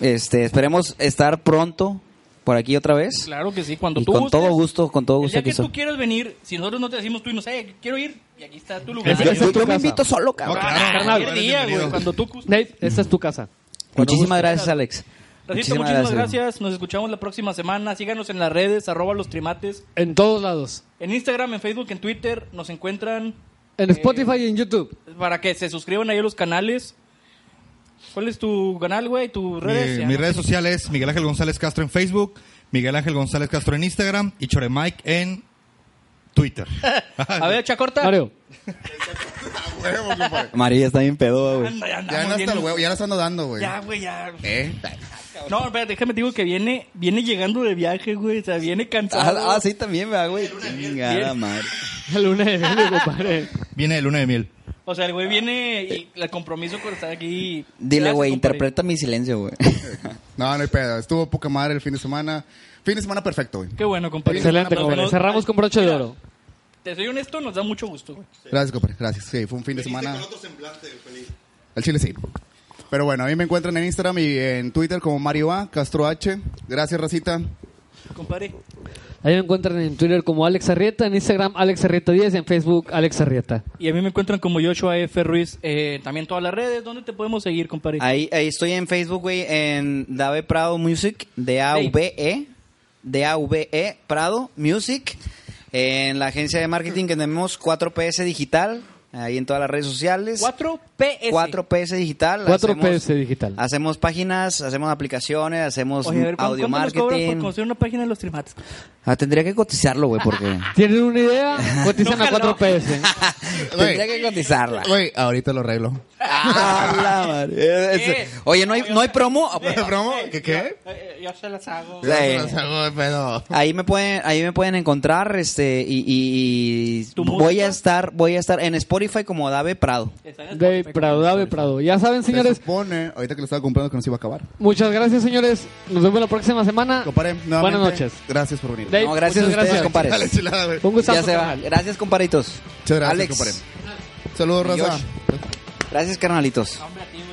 Speaker 5: Este, esperemos estar pronto por aquí otra vez.
Speaker 1: Claro que sí, cuando
Speaker 5: Y
Speaker 1: tú
Speaker 5: con
Speaker 1: gustes.
Speaker 5: todo gusto, con todo
Speaker 1: El
Speaker 5: gusto
Speaker 1: día
Speaker 5: aquí
Speaker 1: que
Speaker 5: estoy.
Speaker 1: tú quieras venir, si nosotros no te decimos tú y no sé, quiero ir, y aquí está tu lugar.
Speaker 2: Es que
Speaker 1: Yo-
Speaker 2: es tu
Speaker 5: Yo
Speaker 2: casa.
Speaker 5: me invito solo, cabrón.
Speaker 4: No, claro,
Speaker 1: Carnal,
Speaker 4: eres
Speaker 1: el Ah, día, güey,
Speaker 4: bienvenido.
Speaker 1: cuando tú gustes.
Speaker 2: Nate, esta es tu casa.
Speaker 5: Muchísimas gracias, Alex.
Speaker 1: Racito, muchísimas gracias. Nos escuchamos la próxima semana. Síganos en las redes, arroba los trimates.
Speaker 2: En todos lados.
Speaker 1: En Instagram, en Facebook, en Twitter. Nos encuentran
Speaker 2: En
Speaker 1: Eh.
Speaker 2: Spotify y en YouTube.
Speaker 1: para que se suscriban ahí a los canales. ¿Cuál es tu canal, güey? ¿Tus redes?
Speaker 4: Mi,
Speaker 1: Ya,
Speaker 4: mis
Speaker 1: ¿no?
Speaker 4: redes sociales, Miguel Ángel González Castro en Facebook, Miguel Ángel González Castro en Instagram y Chore Mike en Twitter.
Speaker 1: A ver, Chacorta.
Speaker 2: Mario.
Speaker 3: Huevo, compadre.
Speaker 5: María está bien pedo, güey.
Speaker 1: Anda, ya andamos
Speaker 3: Ya no
Speaker 1: bien-
Speaker 3: hasta el huevo, ya la están dando, güey.
Speaker 1: Ya, güey, ya.
Speaker 3: ¿Eh?
Speaker 1: No, espera, déjame te digo que viene, viene llegando de viaje, güey. O sea, viene cansado.
Speaker 5: Ah, ah, sí, también, ¿verdad, güey. Chingada
Speaker 1: Bien.
Speaker 5: madre.
Speaker 2: La luna de miel, compadre.
Speaker 4: Viene el luna de miel.
Speaker 1: O sea, el güey viene y el compromiso con estar aquí.
Speaker 5: Dile,
Speaker 1: Gracias, compadre.
Speaker 5: güey, interpreta mi silencio, güey.
Speaker 3: No, no hay pedo. Estuvo poca madre el fin de semana. Fin de semana perfecto, güey.
Speaker 1: Qué bueno, compadre.
Speaker 2: Excelente,
Speaker 1: Nos-
Speaker 2: compadre.
Speaker 1: nos-
Speaker 2: Cerramos con broche de
Speaker 1: Mira,
Speaker 2: oro.
Speaker 1: Te soy honesto, nos da mucho gusto, güey.
Speaker 3: Gracias, compadre. Gracias. Sí, fue un fin de semana. El chile sí. Pero bueno, ahí me encuentran en Instagram y en Twitter como Mario A, Castro H. Gracias, Racita.
Speaker 1: Compadre.
Speaker 2: Ahí me encuentran en Twitter como Alex Arrieta, en Instagram Alex Arrieta 10, en Facebook Alex Arrieta.
Speaker 1: Y a mí me encuentran como Joshua F. Ruiz. eh, también todas las redes. ¿Dónde te podemos seguir, compadre?
Speaker 5: Ahí, ahí estoy en Facebook, güey, en Dave Prado Music, D-A-V-E, D-A-V-E E Prado Music, en la agencia de marketing que tenemos 4PS Digital, ahí en todas las redes sociales.
Speaker 1: 4PS.
Speaker 5: 4PS Digital.
Speaker 2: 4PS Digital.
Speaker 5: Hacemos páginas, hacemos aplicaciones, hacemos
Speaker 1: Oye, a ver, ¿cuán-
Speaker 5: audio
Speaker 1: ¿cuánto nos cobran por
Speaker 5: marketing.
Speaker 1: conocer una página de los trimates?
Speaker 5: Ah, tendría que cotizarlo, güey, porque...
Speaker 2: ¿Tienen una idea? Cotizan
Speaker 1: No
Speaker 2: a
Speaker 1: jaló.
Speaker 2: 4PS.
Speaker 5: tendría que cotizarla.
Speaker 3: Güey, ahorita lo arreglo.
Speaker 5: Ah, la madre.
Speaker 1: ¿Qué?
Speaker 5: Oye, ¿no hay, no hay promo?
Speaker 1: eh,
Speaker 3: ¿Promo? ¿Qué qué?
Speaker 1: yo eh, se las hago.
Speaker 2: Eh.
Speaker 5: Sí.
Speaker 3: No se hago de pedo.
Speaker 5: Ahí me pueden, ahí me pueden encontrar, este, y, y- y
Speaker 1: ¿Tu
Speaker 5: voy
Speaker 1: música?
Speaker 5: a estar, voy a estar en Spotify como Dave Prado.
Speaker 2: De Prado, Dave Prado. Ya saben,
Speaker 3: Se
Speaker 2: señores.
Speaker 3: supone, ahorita que lo estaba comprando, que nos iba a acabar.
Speaker 2: Muchas gracias, señores. Nos vemos la próxima semana.
Speaker 3: Compadre, nuevamente.
Speaker 2: Buenas noches.
Speaker 3: Gracias por venir.
Speaker 2: Dave,
Speaker 5: No, gracias a
Speaker 2: muchas
Speaker 5: ustedes, compadre.
Speaker 3: Dale, chilada, güey.
Speaker 2: Un gustazo,
Speaker 5: ya se va.
Speaker 2: carnal.
Speaker 5: Gracias, comparitos.
Speaker 3: Muchas gracias,
Speaker 5: Alex.
Speaker 3: compadre. Saludos, Raza.
Speaker 5: Gracias, carnalitos.
Speaker 1: Hombre, a ti, güey.